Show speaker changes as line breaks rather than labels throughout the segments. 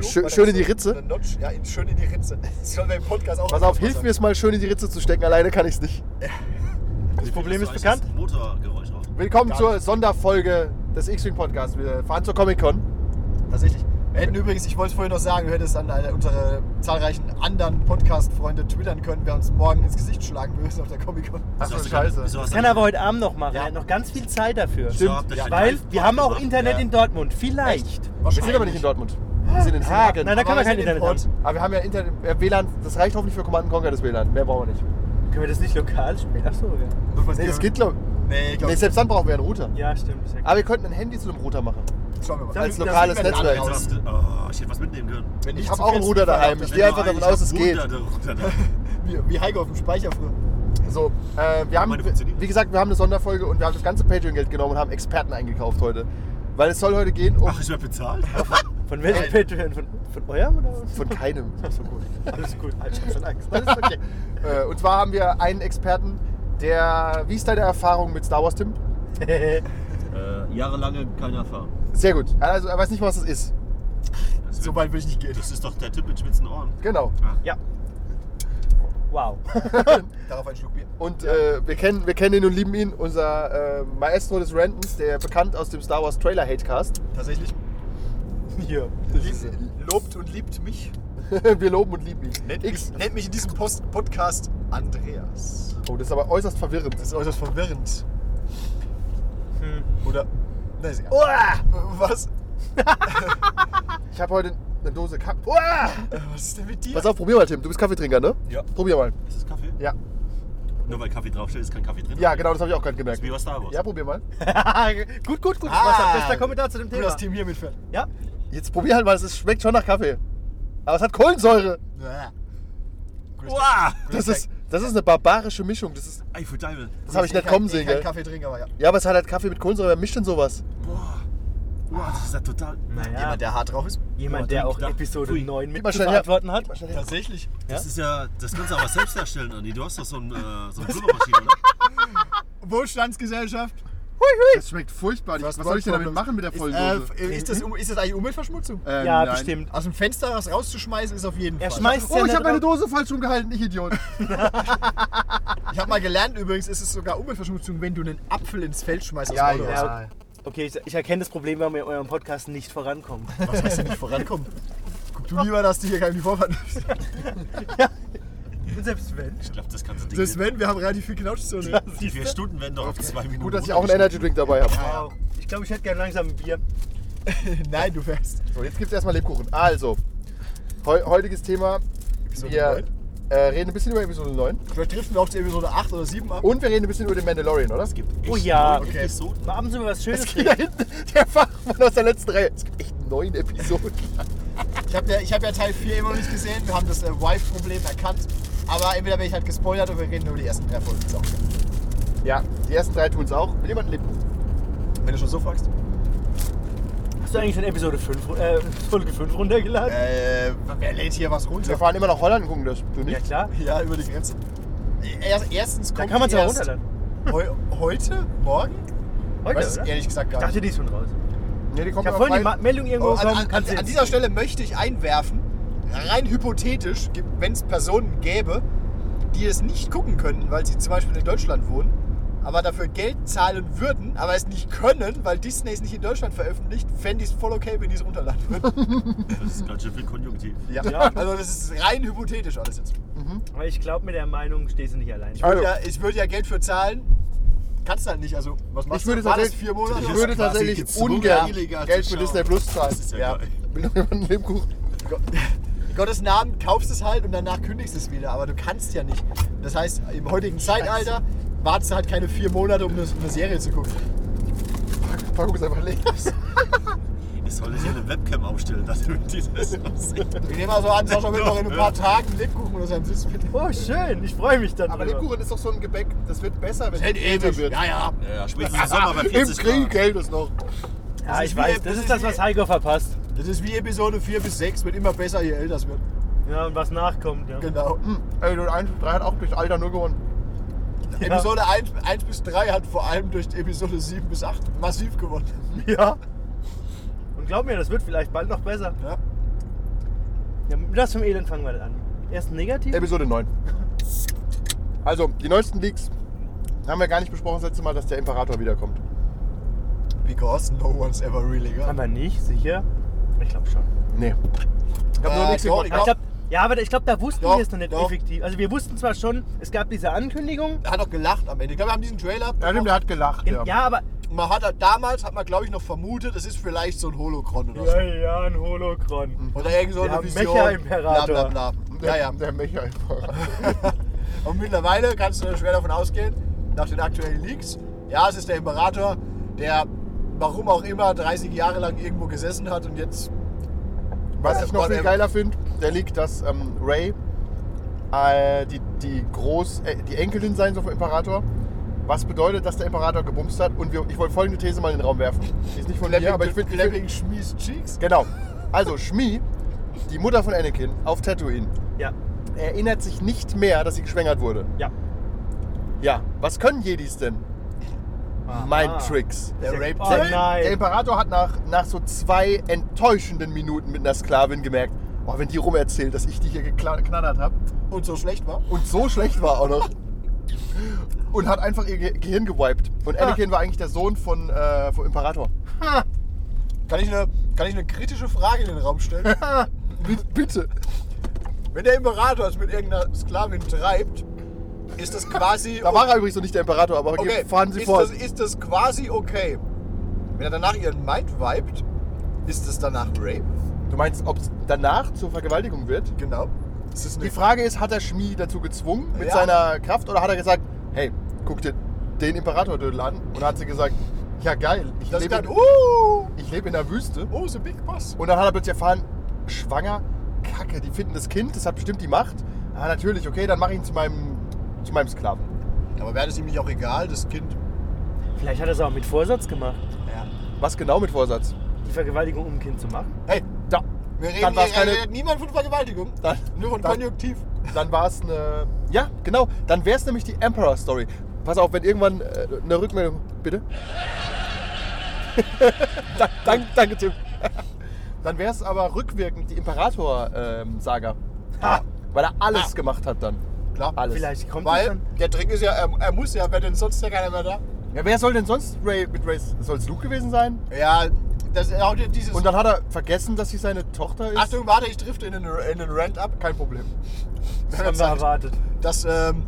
Schö-
Warte,
schön in
das
die
ist
Ritze?
Eine Notch. Ja, in, schön in die Ritze. Das können wir im Podcast auch
Pass auf, hilf mir es mal schön in die Ritze zu stecken, alleine kann ich es nicht.
Das Problem ist bekannt. Motorgeräusch auf.
Willkommen
Gar
zur
nicht.
Sonderfolge des X-Wing Podcasts. Wir fahren zur Comic-Con.
Tatsächlich. Wir hätten übrigens, ich wollte es vorhin noch sagen, wir hätten es an alle- unsere zahlreichen anderen Podcast-Freunde twittern können, wer uns morgen ins Gesicht schlagen müssen auf der Comic-Con.
Ach so,
Wieso hast du keine-
scheiße.
wieso hast
Das
du
kann er
keine-
aber heute Abend noch machen.
Ja.
Er hat noch ganz viel Zeit dafür.
Wieso habt ihr
Ja,
schon
Weil
keinen
wir haben auch
gemacht?
Internet
Ja.
in Dortmund. Vielleicht.
Wir sind aber nicht in Dortmund. Wir sind in
Ah,
Hagen.
nein, da
aber,
können wir
wir
kein
sind in
Internet
Pott.
haben.
aber wir haben ja Internet, äh, WLAN, das reicht hoffentlich für Command Conquer, das WLAN. Mehr brauchen wir nicht.
Können wir das nicht lokal spielen? Achso, ja.
Nee, das geht, glaube ich.
Nee, ich
Nee,
glaube,
selbst dann brauchen wir einen Router.
Ja, stimmt. Ist ja
Aber wir könnten ein Handy zu einem Router machen.
schauen wir mal.
Als
das
lokales
sieht man dann
Netzwerk.
Jetzt
aus.
hast du- Oh, ich hätte was mitnehmen können.
Wenn
Ich
zu
habe auch
viel
einen Router
Zugriff
daheim.
habe,
Ich
dann-
gehe einfach
Nein,
davon
ich
aus, es
hab
geht.
Hunderte runter ne? da.
Wie, wie Heiko auf dem Speicher früher.
So, äh, wir haben,
Meine funktioniert.
wie gesagt, wir haben eine Sonderfolge und wir haben das ganze Patreon-Geld genommen und haben Experten eingekauft heute. Weil es soll heute gehen um.
Ach, ich werde bezahlt.
Von welchem Patreon? Von, von eurem oder was?
Von keinem. Das ist so gut.
Alles gut. Ich hab schon Angst.
Alles okay. äh, und zwar haben wir einen Experten, der. Wie ist deine Erfahrung mit Star Wars, Tim?
Äh, jahrelange keine Erfahrung.
Sehr gut. Also, er weiß nicht, mal, was das ist.
Das
So
wird-
weit will ich nicht gehen.
Das ist doch der Typ mit spitzen Ohren.
Genau.
ja. Wow.
Darauf ein Schluck Bier.
Und äh, wir, kennen, wir kennen ihn und lieben ihn, unser äh, Maestro des Rantens, der bekannt aus dem Star Wars Trailer Hatecast.
Tatsächlich.
Hier.
Lieb, lobt und liebt mich.
wir loben und lieben ihn.
Nennt
X.
mich, nennt mich in diesem Post Podcast Andreas.
Oh, das ist aber äußerst verwirrend.
Das ist äußerst verwirrend. Oder. Na, ist egal.
Uah!
Was?
Ich habe heute eine Dose Kaffee. Uah!
Äh, Was ist denn mit dir?
Pass auf, probier mal, Tim. Du bist Kaffeetrinker, ne?
Ja.
Probier mal.
Ist das Kaffee?
Ja.
Nur weil Kaffee draufsteht, ist kein Kaffee drin.
Ja, genau, das habe ich auch gerade
Das
gemerkt.
ist wie bei Star Wars.
Ja, probier mal.
gut, gut, gut.
Ah,
Ah, Wasser. Bester Kommentar zu dem
Nur
Thema.
das Team hier mitfährt.
Ja.
Jetzt probier halt mal, es schmeckt schon nach Kaffee. Aber es hat Kohlensäure.
Bäh.
Uah!
Das ist, das ist eine barbarische Mischung. Das, ist-
Ey, für Teufel.
das habe ich nicht
kann-
kommen sehen,
Ich kann
gell?
Kaffee trinken, aber ja.
Ja, aber es hat halt Kaffee mit Kohlensäure. Wer mischt denn sowas?
Boah. Uah, das ist ja total.
Naja.
Jemand,
Jemand, der,
der hart drauf ist?
Boah,
auch
da-
Episode
Pfui.
9
Gib
mit
mal
zu
schnell her.
verantworten hat.
Tatsächlich.
Das ist ja. Das kannst du aber selbst herstellen, Andi. Du hast doch so, ein, äh, so eine Pulvermaschine, oder?
Wohlstandsgesellschaft.
Das schmeckt furchtbar.
Was- was soll ich denn damit
machen mit der
Äh, ist, das, ist das eigentlich Umweltverschmutzung?
Ja, bestimmt.
Aus dem Fenster was rauszuschmeißen ist auf jeden
Er
Fall.
schmeißt ja
Oh, ich
nicht
habe meine
drauf.
Dose falsch rumgehalten, ich Idiot.
Ich habe mal gelernt übrigens, ist es sogar Umweltverschmutzung, wenn du einen Apfel ins Feld schmeißt. aus dem Auto raus.
ja. Okay, ich, ich erkenne das Problem, weil wir in eurem Podcast nicht vorankommen.
Was heißt denn nicht vorankommen? Guck du lieber, dass du hier keine Vorfahrt nimmst.
Selbst wenn.
Ich glaube, das ganze Ding.
Das ist wenn, wir haben relativ viel Knautschzone.
die vier Stunden werden doch auf zwei Minuten.
Gut, dass ich auch einen Energy Drink dabei habe.
Wow. Ich glaube, ich hätte gerne langsam ein Bier.
Nein, du fährst.
So, jetzt gibt es erstmal Lebkuchen. Also, heu heutiges Thema. Wir äh, reden ein bisschen über Episode 9.
Vielleicht driften wir auch zu Episode 8 oder 7 ab.
Und wir reden ein bisschen über den Mandalorian, oder? Es gibt
Oh ja.
Okay. Episoden.
Mal abends über was Schönes
da
reden.
hinten der Fachmann aus der letzten Reihe. Es gibt echt neun Episoden.
Ich habe ja, ich hab ja Teil 4 immer noch nicht gesehen. Wir haben das äh, Wife-Problem erkannt. Aber entweder werde ich halt gespoilert oder wir reden über die ersten drei Folgen. Ist auch geil.
Ja, die ersten drei tun es auch. Will jemand einen Lebkuchen?
Wenn du schon so fragst.
Hast du eigentlich schon Episode 5, ru- äh, Folge 5 runtergeladen?
Äh, wer lädt hier was runter?
Wir fahren immer nach Holland und gucken das. Du
Äh, Ja,
nicht?
klar.
Ja, über die Grenze. Äh, Erst, erstens
Da
kommt
kann man es
die
ja
erst
runterladen.
heu, heute, morgen?
Heute,
Weiß ich
oder?
ehrlich gesagt
Ich
gar
dachte,
nicht.
die ist schon raus.
Nee, die
Ich
kommen auf
habe vorhin die Ma
Freitag.
Meldung irgendwo
Oh, an,
bekommen.
an,
kannst du
an, an
jetzt-
dieser Stelle möchte ich einwerfen, rein hypothetisch, wenn es Personen gäbe, die es nicht gucken könnten, weil sie zum Beispiel in Deutschland wohnen, aber dafür Geld zahlen würden, aber es nicht können, weil Disney es nicht in Deutschland veröffentlicht, fände ich es voll okay, wenn die es runterladen würden.
Das ist ganz schön viel Konjunktiv.
Ja.
Also das ist rein hypothetisch alles jetzt.
Aber ich glaube, mit der Meinung stehst du nicht allein.
Also,
Ja, ich würde ja Geld für zahlen, kannst halt nicht. Also was machst
ich würde
du? War das
tatsächlich,
vier Monate?
ich
oder
würde
was?
tatsächlich
gezwungen,
ungern
illegal zu
Geld für
schauen.
Disney Plus zahlen.
Das ist ja geil.
Will noch jemand einen Lebkuchen?
In Gottes Namen kaufst es halt und danach kündigst es wieder, aber du kannst ja nicht. Das heißt, im heutigen Zeitalter wartest du halt keine vier Monate, um eine, um eine Serie zu gucken.
Die Packung ist einfach leer.
Ich sollte hier eine Webcam aufstellen, dass du dieses aussehen.
Ich nehme mal so an, Sascha wird noch in ein paar Tagen einen Lebkuchen oder seinem Sitz mit.
Oh, schön. Ich freue mich dann.
Aber Lebkuchen ist doch so ein Gebäck, das wird besser, wenn es älter wird.
Ja, ja.
Ja, spätestens im Sommer bei
Im
40
Krieg
Grad.
hält es noch.
Ja,
ist
ich
wie-
weiß.
das
Das
ist
ist das,
wie-
was Heiko verpasst.
Das ist wie Episode 4 bis 6, wird immer besser, je älter es wird.
Ja, und was nachkommt, ja.
Genau.
Hm. Episode 1 bis 3 hat auch durchs Alter nur gewonnen.
Episode 1, 1 bis 3 hat vor allem durch Episode 7 bis 8 massiv gewonnen.
Ja. Und glaub mir, das wird vielleicht bald noch besser.
Ja.
Ja, mit das vom Elend fangen wir dann an. Erst negativ.
Episode 9. Also, die neuesten Leaks haben wir gar nicht besprochen das letzte Mal, dass der Imperator wiederkommt.
Because no one's ever really gone.
aber nicht, sicher. Ich glaube schon.
Nee. Ich habe
Äh,
noch nichts
doch,
gehört.
Aber ich glaub, ja, aber ich glaube, da wussten
Doch,
wir es noch nicht
doch.
effektiv. Also wir wussten zwar schon, es gab diese Ankündigung.
Er hat doch gelacht am Ende. Ich glaube, wir haben diesen Trailer.
Ja, stimmt, der hat gelacht.
Ja, aber.
Man hat halt damals, hat man glaube ich noch vermutet, es ist vielleicht so ein Holocron oder so.
ja, ein Holocron.
Oder irgend so
Wir
eine
haben
Vision.
Mecha-Imperator.
Bla, bla, bla. Ja, ja.
Der Michael.
Und mittlerweile kannst du schwer davon ausgehen, nach den aktuellen Leaks, ja, es ist der Imperator, der warum auch immer 30 Jahre lang irgendwo gesessen hat und jetzt
Was
Ja,
ich noch viel
whatever.
geiler finde, der liegt, dass ähm, Ray äh, die, die, Groß, äh, die Enkelin sein soll vom Imperator. Was bedeutet, dass der Imperator gebumst hat? Und wir, ich wollte folgende These mal in den Raum werfen. Die ist nicht von mir, aber ich finde. Find,
Clapping Schmies Cheeks.
genau. Also, Shmi, die Mutter von Anakin auf Tatooine,
Ja,
erinnert sich nicht mehr, dass sie geschwängert wurde.
ja.
Ja. Was können Jedis denn? Mind-Tricks.
Der Rape
Oh
Der- Der
nein.
Imperator hat nach, nach so zwei enttäuschenden Minuten mit einer Sklavin gemerkt, oh, wenn die rumerzählt, dass ich die hier gekla- geknattert habe
und so schlecht war.
und so schlecht war auch noch. Und hat einfach ihr Ge Gehirn gewiped. Und
Ah.
Anakin war eigentlich der Sohn von, äh, vom Imperator.
Kann ich, eine, kann ich eine kritische Frage in den Raum stellen?
Bitte, bitte.
Wenn der Imperator es mit irgendeiner Sklavin treibt, ist das quasi.
Da war er übrigens noch nicht der Imperator, aber okay. fahren Sie
Oh. ist,
fort.
Das, ist das quasi okay? Wenn er danach ihren Mind vibet, ist das danach Rape?
Du meinst, ob es danach zur Vergewaltigung wird?
Genau. Ist das eine
Die Frage ist, hat er Schmi dazu gezwungen mit
Ja.
seiner Kraft oder hat er gesagt, hey, guck dir den Imperator-Dödel an? Und hat sie gesagt, ja geil, ich
Das
lebe
kann,
in,
uh,
ich lebe in der Wüste.
oh, the big boss.
Und dann hat er plötzlich erfahren, schwanger, kacke, die finden das Kind, das hat bestimmt die Macht. Ah, natürlich, okay, dann mache ich ihn zu meinem, zu meinem Sklaven.
Aber wäre das ihm nicht auch egal, das Kind?
Vielleicht hat er es auch mit Vorsatz gemacht,
Ja.
Was genau mit Vorsatz?
die Vergewaltigung um ein Kind zu machen.
Hey,
Da,
wir reden,
Dann
hier,
war's keine-
redet niemand von Vergewaltigung,
Dann-
nur von
dann-
Konjunktiv.
dann war es eine. Ja, genau, dann wäre es nämlich die Emperor-Story. Pass auf, wenn irgendwann äh, eine Rückmeldung. Bitte? Da- dank, danke, Tim. dann wäre es aber rückwirkend die Imperator-Saga.
Ah.
Weil er alles gemacht hat dann.
Klar.
Alles.
Vielleicht kommt das
Weil
dann.
der Trick ist ja, er, er muss ja, wenn denn sonst ja keiner mehr da.
Ja, wer soll denn sonst Ray mit Ray? Soll es Luke gewesen sein?
Ja, das ist auch dieses.
Und dann hat er vergessen, dass sie seine Tochter ist.
Achtung, warte, ich drifte in den, in den Rant ab.
kein Problem.
Das haben wir erwartet.
dass ähm,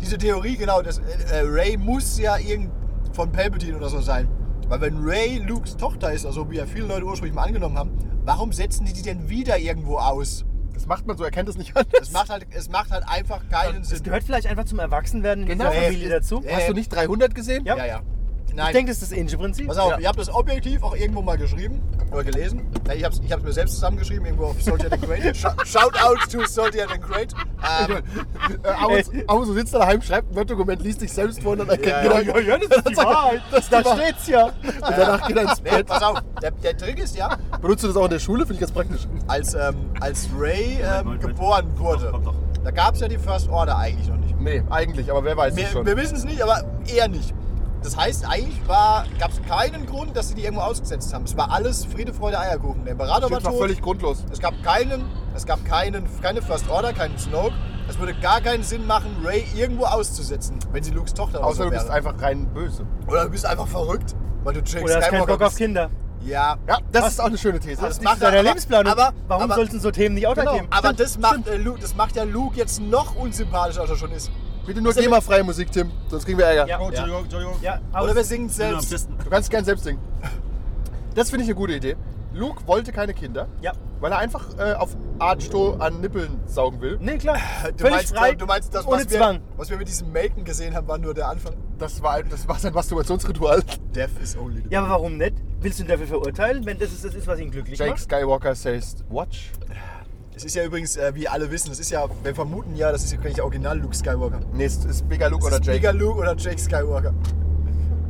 diese Theorie, genau, dass äh, äh, Ray muss ja irgend von Palpatine oder so sein. Weil wenn Ray Lukes Tochter ist, also wie ja viele Leute ursprünglich mal angenommen haben, warum setzen die die denn wieder irgendwo aus?
Das macht man so, er kennt es nicht anders.
Es macht halt, es macht halt einfach keinen
Es
Sinn.
gehört vielleicht einfach zum Erwachsenwerden in
Genau.
dieser Familie
Äh,
dazu.
äh,
Hast du nicht 300 gesehen?
Ja.
ja, ja.
Ich
Nein.
denke, das ist das ähnliche Prinzip.
Pass auf,
Ja.
ihr habt das objektiv auch irgendwo mal geschrieben oder gelesen. Ja, Ich hab's, ich hab's mir selbst zusammengeschrieben, irgendwo auf Soldier and Great. Sh- Shout out to Soldier and Great. Ähm,
Äh, Amos, Amos, du sitzt daheim, schreibt ein Word-Dokument, liest dich selbst vor und dann erkennt
ja.
jeder,
Ja, ja, das ist die Wahrheit.
Das, da steht's ja. Und danach geht er ins
nee,
Bett.
pass auf, der, der Trick ist ja,
Benutzt du das auch in der Schule? Finde ich ganz praktisch.
als, ähm, als Ray ähm,
Moment, Moment.
geboren wurde,
Kommt doch, kommt
da gab es ja die First Order eigentlich noch nicht.
Nee, eigentlich, aber wer weiß es
Wir,
schon.
wir wissen es nicht, aber eher nicht. Das heißt, eigentlich gab es keinen Grund, dass sie die irgendwo ausgesetzt haben. Es war alles Friede, Freude, Eierkuchen. Der Imperator war
Das war
tot.
völlig grundlos.
Es gab keinen, es gab keinen, keine First Order, keinen Snoke. Es würde gar keinen Sinn machen, Ray irgendwo auszusetzen, wenn sie Lukes Tochter
Außer du
oder so
bist
wäre.
einfach rein böse.
Oder du bist einfach verrückt, weil du Jake
Oder hast keinen
Skywalker
Bock auf
bist.
Kinder.
Ja,
Ja, das ist auch eine schöne These.
das
Das
macht
ist
er-
deiner
aber-
Lebensplanung.
aber-
Warum
aber-
sollten so Themen nicht
Genau.
weitergeben?
aber das macht, äh, Luke, das macht ja Luke jetzt noch unsympathischer, als er schon ist.
Bitte nur GEMA-freie Musik, Tim, sonst kriegen wir Ärger.
Ja.
Oh, Entschuldigung, Entschuldigung.
Ja,
Oder wir
aus. Genau,
singen es
Ich bin am
selbst.
Testen.
Du kannst gern selbst singen. Das finde ich eine gute Idee. Luke wollte keine Kinder,
Ja.
weil er einfach äh, auf Art Sto an Nippeln saugen will.
Nee, klar.
Du
Völlig
äh,
meinst, äh,
frei.
du meinst das,
ohne
was wir,
Zwang.
was wir mit diesem Maken gesehen haben, war nur der Anfang.
Das war, das war sein Masturbationsritual.
Death is only the
Ja, aber warum nicht? Willst du ihn dafür verurteilen, wenn das ist, das ist was ihn glücklich
Jake
macht?
Skywalker says, watch.
Es ist ja übrigens, äh, wie alle wissen, es ist ja, wir vermuten ja, das ist ja gleich original Luke Skywalker.
Nee, es ist Bigger Luke
Es
oder
ist
Jake.
Mega Luke oder Jake Skywalker.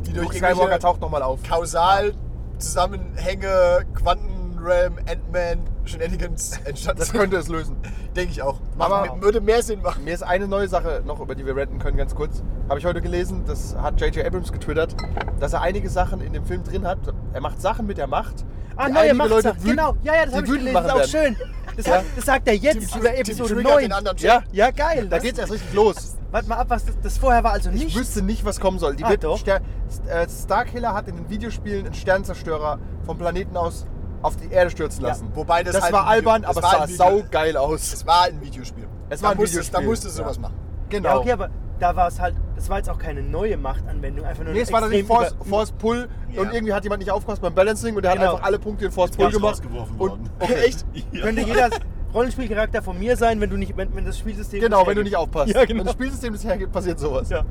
Die durch
Luke Skywalker
irgendwelche
taucht nochmal auf.
kausal Zusammenhänge, Quantenrealm, Ant-Man, Shenanigans entstanden
Das
sind.
könnte es lösen.
Denke ich auch.
Aber-
Macht- würde mehr Sinn machen.
Mir ist eine neue Sache noch, über die wir renten können, ganz kurz. Habe ich heute gelesen, das hat J.J. Abrams getwittert, dass er einige Sachen in dem Film drin hat. Er macht Sachen mit der Macht.
Ah,
die
neue
einige
Machtsache.
wütend-
Genau. Ja, ja, das
die
habe ich
wütend
gelesen. Ist auch
machen
schön.
werden.
Das, sagt, das sagt er jetzt
Tim-
über
Tim
Episode
triggert
9.
den anderen Typ.
ja, ja, geil.
Da
Das-
geht's erst richtig los.
Warte mal ab, was das, das vorher war also
Ich
nicht.
wüsste nicht, was kommen soll. Die
Ah,
wird
doch.
Ster äh, Starkiller hat in den Videospielen einen Sternzerstörer vom Planeten aus auf die Erde stürzen lassen.
wobei das
das
halt
war
ein Video-
albern,
das
aber
war ein
es sah
Video-
saugeil aus.
Es war ein Videospiel.
Es
da
war ein
musstest, Da
Videospiel.
musstest du
Ja.
sowas machen.
Genau.
ja, okay, aber da war es halt, das war jetzt auch keine neue Machtanwendung, einfach nur
Nee,
ein
es war dann nicht
extrem
Force,
über-
Force Pull
Ja.
und irgendwie hat jemand nicht aufgepasst beim Balancing und der
Genau.
hat einfach alle Punkte in Force
Ist
Pull
ganz
gemacht.
rausgeworfen worden.
Und, okay, echt?
Ja.
Könnte jeder Rollenspielcharakter von mir sein, wenn du nicht, wenn, wenn das Spielsystem.
Genau,
das
wenn du nicht
hergibt.
aufpasst.
Ja, genau.
Wenn das Spielsystem das hergibt, passiert sowas.
Ja.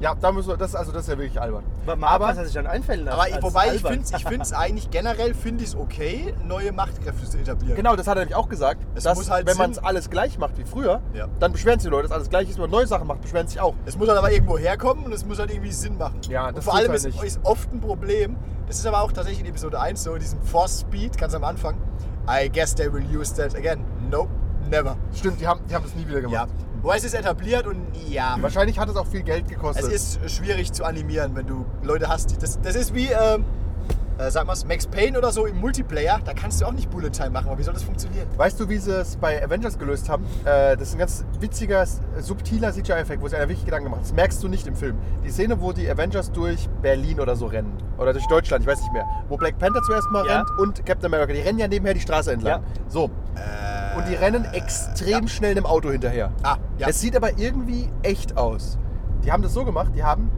Ja, da müssen wir, das, also das ist ja wirklich albern.
Warte mal ab, was er sich dann einfällen lässt.
Aber
als
wobei, ich
albern.
finde es ich find's eigentlich generell finde ich es okay, neue Machtkräfte zu etablieren.
Genau, das hat er nämlich auch gesagt,
Es muss
dass
halt
wenn man es
Sinn-
alles gleich macht wie früher,
Ja.
dann beschweren sich die Leute, dass alles gleich ist, wenn man neue Sachen macht, beschweren sich auch.
Es muss halt aber irgendwo herkommen und es muss halt irgendwie Sinn machen.
Ja,
und
das
vor
tut's
allem
halt
ist,
nicht.
ist oft ein Problem. Das ist aber auch tatsächlich in Episode 1 so, in diesem Force Speed, ganz am Anfang. I guess they will use that again. Nope, never.
Stimmt, die haben, die haben das nie wieder
Ja.
gemacht.
Wobei es ist etabliert und ja.
Wahrscheinlich hat es auch viel Geld gekostet.
Es ist schwierig zu animieren, wenn du Leute hast, die. Das, das ist wie, ähm, äh, sag mal, Max Payne oder so im Multiplayer. Da kannst du auch nicht Bullet Time machen, aber wie soll das funktionieren?
Weißt du, wie sie es bei Avengers gelöst haben? Äh, das ist ein ganz witziger, subtiler CGI-Effekt, wo sich einer wirklich Gedanken gemacht hat. Das merkst du nicht im Film. Die Szene, wo die Avengers durch Berlin oder so rennen. Oder durch Deutschland, ich weiß nicht mehr. Wo Black Panther zuerst mal
Ja.
rennt und Captain America. Die rennen ja nebenher die Straße entlang.
Ja. Äh,
So. und die rennen extrem schnell einem Auto hinterher.
Ah, ja.
Es sieht aber irgendwie echt aus. Die haben das so gemacht, die haben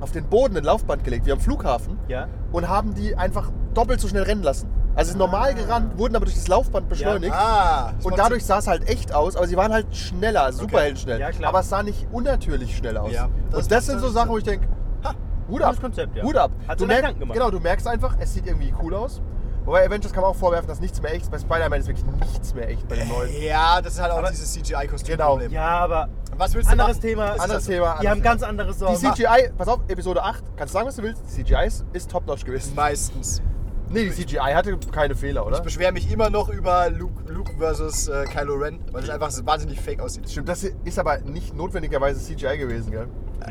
auf den Boden ein Laufband gelegt, wie am Flughafen
Ja.
und haben die einfach doppelt so schnell rennen lassen. Also sie sind
Ah.
normal gerannt, wurden aber durch das Laufband beschleunigt.
ah, das
Und
macht
dadurch sah es halt echt aus, aber sie waren halt schneller, also superheldenschnell.
Ja, klar.
aber es sah nicht unnatürlich schnell aus.
Ja, das
und das
ist-
sind so
das ist-
Sachen, wo ich denke, ha, Hut ab.
Gutes Konzept, ja.
Hut ab.
Hat
du,
sich Gedanken gemacht.
genau, du merkst einfach, es sieht irgendwie cool aus. Wobei Avengers kann man auch vorwerfen, dass nichts mehr echt ist. Bei Spider-Man ist wirklich nichts mehr echt bei den neuen.
Sinn. Ja, das ist halt auch
Aber-
dieses CGI-Kostüm.
Genau.
Ja, aber
Was willst du
anderes
machen?
Thema.
Das ist
Anderes
halt so.
Thema.
Die
anderes
haben
Thema.
ganz andere
Die
Sorgen.
CGI, pass auf, Episode 8, kannst sagen, was du willst, die CGI ist, ist top-notch gewesen.
Meistens.
Nee, die CGI hatte keine Fehler, oder?
Ich beschwere mich immer noch über Luke, Luke versus äh, Kylo Ren, weil das einfach so wahnsinnig fake aussieht.
Stimmt, das ist aber nicht notwendigerweise CGI gewesen, gell?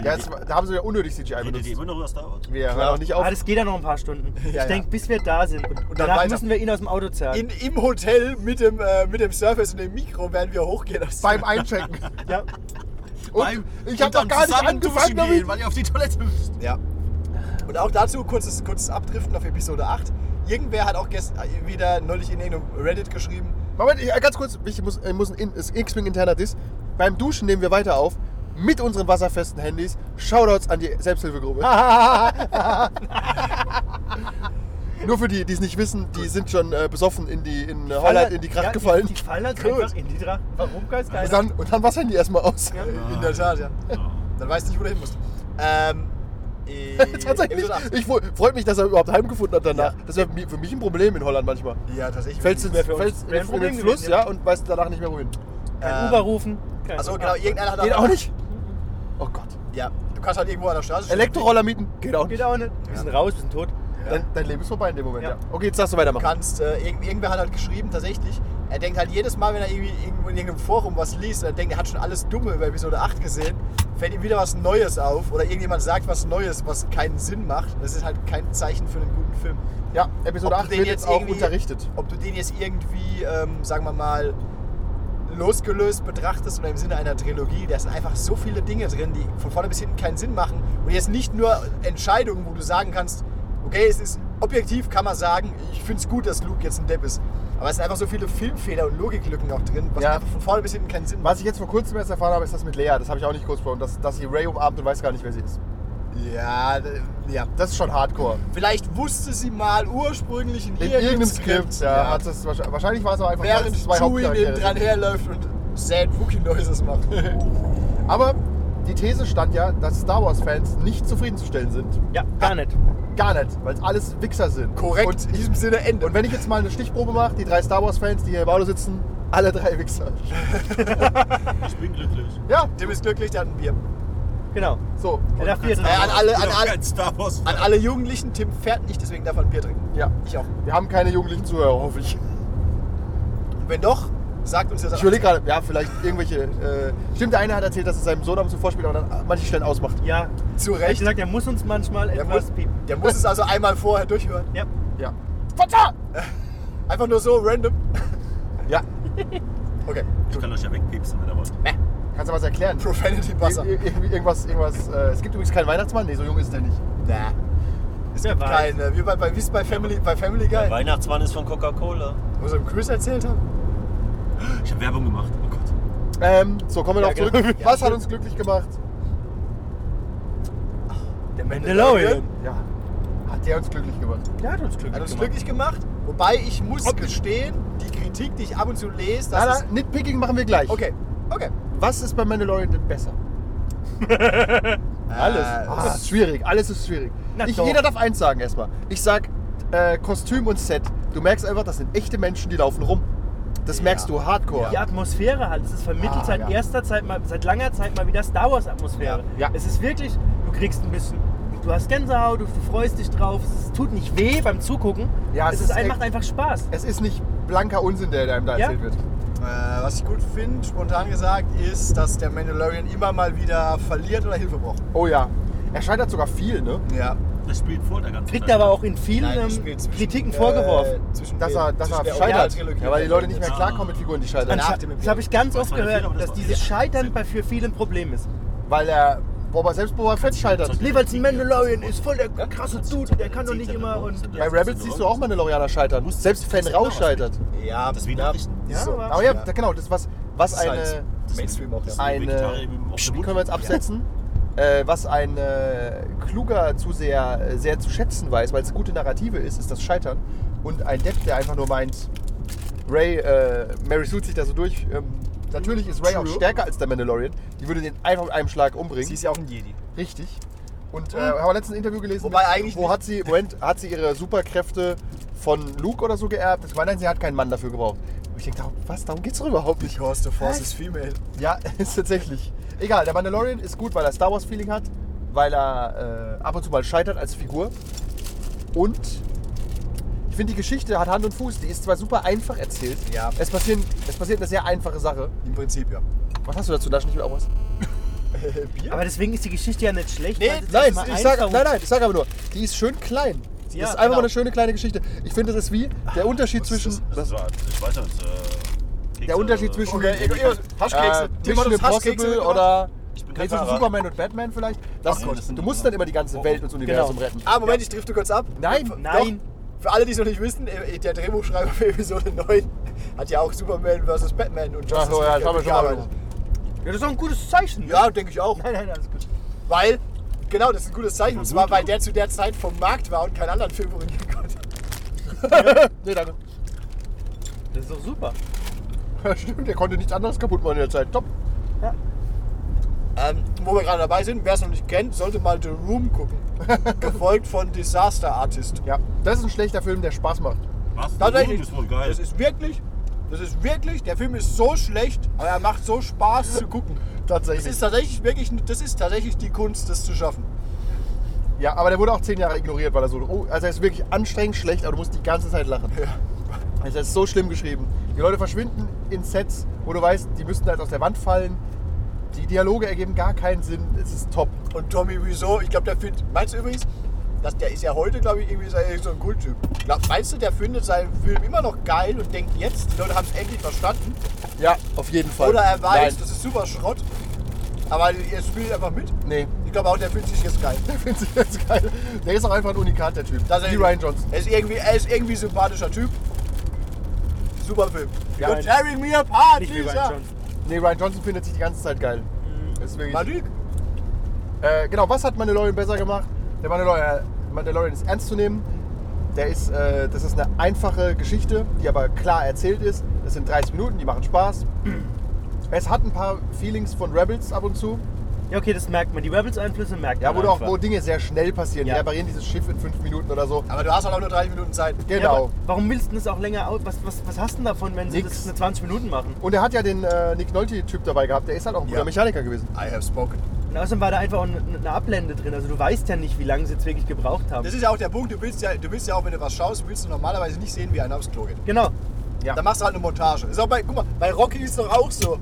Ja, es, war- da haben sie ja unnötig CGI
Redet ihr
benutzt.
immer noch über Star Wars?
Wir hören
Klar.
auch nicht auf.
Ah, das geht ja noch ein paar Stunden. Ich
ja.
denke, bis wir da sind. Und,
dann
danach
weiter.
müssen wir ihn aus dem Auto zerren.
In, Im Hotel mit dem, äh, mit dem Surface und dem Mikro werden wir hochgehen. Das-
Beim Einchecken.
Ja.
Und
Beim-
ich habe
und
doch
am
gar nicht
zusammen
angefangen
duschen gehen,
damit.
weil ihr auf die Toilette müsst.
Ja. Und auch dazu kurzes, kurzes Abdriften auf Episode 8. Irgendwer hat auch gestern wieder neulich in irgendeinem Reddit geschrieben.
Moment, ich, äh, ganz kurz, ich muss, ich muss ein In- ist X-Wing interner Diss. Beim Duschen nehmen wir weiter auf mit unseren wasserfesten Handys. Shoutouts an die Selbsthilfegruppe. Nur für die, die es nicht wissen, die sind schon äh, besoffen in die, in, äh, Holland in die Kracht
ja,
gefallen.
Die, die fallen halt
Cool.
einfach in die Tracht. Warum weiß keiner?
Und dann, und dann wassern die erstmal aus.
Äh, In der Tat, ja. Dann weißt du nicht, wo du hin musst. Ähm. äh,
Tatsächlich.
Episode 8.
Ich fro- freut mich, dass er überhaupt heimgefunden hat danach.
Ja.
Das wäre für mich ein Problem in Holland manchmal.
Ja, tatsächlich.
Fällst du
Wär für uns-
fällst in
wär ein
den in den
Problem
Fluss,
gewesen,
ja,
ja.
und weißt danach nicht mehr wohin.
Kein
ähm,
Uber rufen. kein-
Achso, genau, irgendeiner hat
Geht
auch-
auch nicht. Oh Gott.
Ja, du kannst halt irgendwo an der Straße stehen.
Elektroroller mieten? Geht auch
Geht
nicht.
auch nicht. Wir sind raus, wir sind tot.
Dein, dein Leben ist vorbei in dem Moment, ja.
Ja.
Okay, jetzt darfst du
Du
weitermachen.
kannst, äh, irgend, irgendwer hat halt geschrieben, tatsächlich, er denkt halt jedes Mal, wenn er irgendwie irgendwo in irgendeinem Forum was liest, er denkt, er hat schon alles Dumme über Episode 8 gesehen, fällt ihm wieder was Neues auf oder irgendjemand sagt was Neues, was keinen Sinn macht. Das ist halt kein Zeichen für einen guten Film.
Ja, Episode
Ob du
8
den
wird
jetzt
jetzt auch
irgendwie-
unterrichtet.
Ob du den jetzt irgendwie, ähm, sagen wir mal, losgelöst betrachtest oder im Sinne einer Trilogie, da sind einfach so viele Dinge drin, die von vorne bis hinten keinen Sinn machen. Und jetzt nicht nur Entscheidungen, wo du sagen kannst, okay, es ist objektiv, kann man sagen, ich finde es gut, dass Luke jetzt ein Depp ist. Aber es sind einfach so viele Filmfehler und Logiklücken auch drin, was
Ja.
einfach von vorne bis hinten keinen Sinn macht.
Was ich jetzt vor kurzem erst erfahren habe, ist das mit Lea. Das habe ich auch nicht kurz vor. Und dass, dass sie Ray umarmt und weiß gar nicht, wer sie ist.
Ja, d- ja.
Das ist schon hardcore.
Vielleicht wusste sie mal ursprünglich in,
In irgendeinem Skript, ja, Hat es, wahrscheinlich, wahrscheinlich war es auch einfach
Während
zwei
Chewie neben
Hauptcharaktere.
dran herläuft und Sad Wookie Noises macht.
Aber die These stand ja, dass Star Wars-Fans nicht zufriedenzustellen sind.
Ja, gar nicht.
Gar nicht, weil es alles Wichser sind.
Korrekt.
Und,
in diesem Sinne Ende.
und wenn ich jetzt mal eine Stichprobe mache, die drei Star Wars-Fans, die hier im Auto sitzen, alle drei Wichser.
Ich bin glücklich.
Ja,
Tim ist glücklich, der hat ein Bier.
Genau.
so.
Der darf hier
Äh, an, alle,
Ich
an,
bin auch
alle,
kein Star Wars.
an alle Jugendlichen, Tim fährt nicht, deswegen darf er ein Bier trinken.
Ja,
Ich auch.
wir haben keine jugendlichen Zuhörer, hoffe ich.
Und wenn doch, sagt uns das
Ich überlege gerade, ja, vielleicht irgendwelche. Äh, stimmt, der eine hat erzählt, dass es seinem Sohn am Vorspiel aber dann manche Stellen ausmacht.
Ja.
zu
Er hat
Recht.
gesagt, er muss uns manchmal
Der
etwas
muss,
piepen.
der muss es also einmal vorher durchhören.
Ja.
Äh,
Ja. Vater!
Einfach nur so random.
Ja,
Okay.
Ich kann euch ja wegpiepsen, wenn ihr wollt.
kannst du mal was erklären?
Profanity Buzzer.
Ir- ir- irgendwie Irgendwas, irgendwas. Äh, es gibt übrigens keinen Weihnachtsmann. Nee, so jung ist der nicht.
Na.
Ist ja
Kein, äh, wie bei, bei, wie's bei, Family, bei Family
Äh.
Der
Guy,
Weihnachtsmann ist von Coca-Cola.
wo sie im Quiz erzählt haben.
Ich habe Werbung gemacht. Oh Gott.
Ähm, so, kommen wir
Ja,
noch
genau.
zurück. Was hat uns glücklich gemacht?
Der
Mandalorian.
Ja. Hat der uns glücklich gemacht?
Der hat uns Glück
Hat uns glücklich gemacht. Wobei ich muss gestehen, die Kritik, die ich ab und zu lese, das
Nein,
ist.
nein, Nitpicking machen wir gleich.
Okay, okay.
Was ist bei Mandalorian denn besser? Alles.
Äh,
Ah, ist schwierig. Alles ist schwierig.
Na
Ich,
doch.
jeder darf eins sagen erstmal. Ich sag äh, Kostüm und Set. Du merkst einfach, das sind echte Menschen, die laufen rum. Das merkst du hardcore.
Die Atmosphäre halt. Es ist vermittelt
Ah,
seit
ja.
erster Zeit mal, seit langer Zeit mal wieder Star Wars Atmosphäre.
Ja. Ja.
Es ist wirklich, du kriegst ein bisschen, du hast Gänsehaut, du, du freust dich drauf. Es tut nicht weh beim Zugucken.
Ja,
es
es
ist
ist
ein,
echt-
macht einfach Spaß.
Es ist nicht blanker Unsinn, der einem da
Ja.
erzählt wird.
Äh, was ich gut finde, spontan gesagt, ist, dass der Mandalorian immer mal wieder verliert oder Hilfe braucht.
Oh ja. Er scheitert sogar viel, ne?
Ja.
Das spielt vor der ganzen
Kriegt
Zeit.
aber auch in vielen
Nein,
ähm,
spielt zwischen-
Kritiken
äh,
vorgeworfen.
Zwischen
Dass er, dass
zwischen
er
der
scheitert.
Originaltrilogie
Ja, weil die Leute nicht
und
mehr
jetzt.
klarkommen mit Figuren, die scheitern.
Anscheinend-
Ja,
nach dem
Das habe ich ganz
Das
oft
war der
gehört,
Fehler, aber das
dass
war-
dieses
Ja.
Scheitern bei für vielen ein Problem ist.
weil er Boba selbst Boba Fett scheitert.
Sonst-
Lieberts Mandalorian ist voll der krasse Dude, der kann doch nicht immer und.
Bei Rebels siehst du auch Mandalorianer scheitern. Selbst Fan Rau scheitert.
Ja,
Das ist wie Nachrichten.
Ja,
Ja,
so.
aber-
Aber ja, genau, das was, was
Das ist halt
eine.
Mainstream auch.
Das
Ja.
ist
eine-
Vegetarier mit dem- auf
Psst,
dem
die
Mund.
äh, können wir jetzt absetzen. Äh, was ein äh, kluger Zuseher äh, sehr zu schätzen weiß, weil es eine gute Narrative ist, ist das Scheitern. Und ein Depp, der einfach nur meint, Ray, äh, Mary sucht sich da so durch. Ähm, natürlich ist Ray auch
True.
stärker als der Mandalorian. Die würde den einfach mit einem Schlag umbringen.
Sie ist ja auch ein Jedi.
Richtig. Und äh, haben wir letztens ein Interview gelesen,
Wobei eigentlich
wo
nicht-
hat sie, Moment, hat sie ihre Superkräfte von Luke oder so geerbt? Ich meine, sie hat keinen Mann dafür gebraucht. Und ich denke, darum, was, darum geht's doch überhaupt nicht.
Because the Force is female.
Ja, ist tatsächlich. Egal, der Mandalorian ist gut, weil er Star Wars-Feeling hat, weil er äh, ab und zu mal scheitert als Figur. Und ich finde, die Geschichte hat Hand und Fuß. Die ist zwar super einfach erzählt.
Ja.
Es, passieren, es passiert eine sehr einfache Sache.
Im Prinzip, ja.
Was hast du dazu? Da nicht auch was?
Bier?
Aber deswegen ist die Geschichte ja nicht schlecht.
Nee,
weil sie es
Nein,
mal
ich sag,
einfach-
nein, nein, ich sage aber nur, die ist schön klein. Die
Ja,
ist einfach
genau.
mal eine schöne kleine Geschichte. Ich finde, das ist wie der Unterschied
was ist
zwischen.
Das war, ich weiß nicht. Äh, Kekse,
Der Unterschied zwischen
Okay,
äh,
Egon, Egon, Haschkekse. Die machen
Mission
uns Haschkekse
Impossible
mitgebracht.
oder
Ich bin
nee,
kein
zwischen
Fahrer.
Superman und Batman vielleicht. Das,
Ach Gott, das sind
du
die
musst
anderen.
dann immer die ganze
Oh,
Welt ins Universum
Genau.
retten.
Ah, Moment, ich drifte kurz ab.
Nein,
Doch.
nein.
Für alle, die es noch nicht wissen, äh, der Drehbuchschreiber für Episode 9 hat ja auch Superman vs. Batman und
Ach
Justice
so, ja,
League
das haben wir schon mal
gearbeitet.
Ja, das ist doch ein gutes Zeichen.
Ja, denke ich auch.
Nein, nein, alles gut.
Weil, genau, das ist ein gutes Zeichen. Und zwar, weil der zu der Zeit vom Markt war und keinen anderen Film bringen konnte.
Nee, danke.
Das ist doch super.
Stimmt, der konnte nichts anderes kaputt machen in der Zeit. Top.
Ähm, wo wir gerade dabei sind, wer es noch nicht kennt, sollte mal The Room gucken. Gefolgt von Disaster Artist.
Ja, das ist ein schlechter Film, der Spaß macht.
Was?
Tatsächlich.
Das ist voll geil.
Das ist wirklich, das ist wirklich, der Film ist so schlecht, aber er macht so Spaß zu gucken.
Tatsächlich.
Das ist tatsächlich wirklich, das ist tatsächlich die Kunst, das zu schaffen.
ja, aber der wurde auch zehn Jahre ignoriert, weil er so. Oh, also er ist wirklich anstrengend schlecht, aber du musst die ganze Zeit lachen. Also er ist so schlimm geschrieben. Die Leute verschwinden in Sets, wo du weißt, die müssten halt aus der Wand fallen. Die Dialoge ergeben gar keinen Sinn. Es ist top.
Und Tommy Wiseau, ich glaube, der findet, meinst du übrigens, dass der ist ja heute, glaube ich, irgendwie so- so ein Kulttyp. Glaub, meinst du, der findet seinen Film immer noch geil und denkt jetzt, die Leute haben es endlich verstanden?
Ja, auf jeden Fall.
Oder er weiß,
Nein.
das ist super Schrott, aber er spielt einfach mit?
Nee,
Ich glaube auch, der fühlt sich jetzt geil.
der findet sich jetzt geil. Der ist auch einfach ein Unikat, der Typ.
Das ist
Wie
er-
Ryan Johnson.
Er ist irgendwie, er ist irgendwie ein sympathischer Typ. Super Film.
Ja,
You're
nein.
tearing me apart,
Nicht wie
Lisa.
Ryan
Nee, Ryan Johnson findet sich die ganze Zeit geil.
Mhm.
Das ist wirklich,
Malik,
äh, genau, was hat Mandalorian besser gemacht? Der Mandalorian, Mandalorian ist ernst zu nehmen. Der ist, äh, das ist eine einfache Geschichte, die aber klar erzählt ist. Das sind 30 Minuten, die machen Spaß. Es hat ein paar Feelings von Rebels ab und zu.
Ja, okay, das merkt man. Die Rebels-Einflüsse merkt
Ja,
man.
wo, du auch,
einfach.
wo Dinge sehr schnell passieren.
Ja.
Die reparieren dieses Schiff in fünf Minuten oder so.
Aber du hast halt auch nur 30 Minuten Zeit.
Ja,
Genau.
aber warum willst du das auch länger aus? Was, was, was hast du denn davon, wenn sie
Nix.
das eine 20 Minuten machen?
und er hat ja den äh, Nick Nolte-Typ dabei gehabt. Der ist halt auch ein guter
Ja.
Mechaniker gewesen.
I have spoken.
Und außerdem war da einfach auch eine, eine Ablende drin. Also du weißt ja nicht, wie lange sie jetzt wirklich gebraucht haben.
Das ist ja auch der Punkt, du willst ja, du willst ja auch, wenn du was schaust, willst du normalerweise nicht sehen, wie einer aufs Klo geht.
genau.
Ja.
Dann machst du halt eine Montage. Ist auch bei, guck mal, bei Rocky ist doch auch so.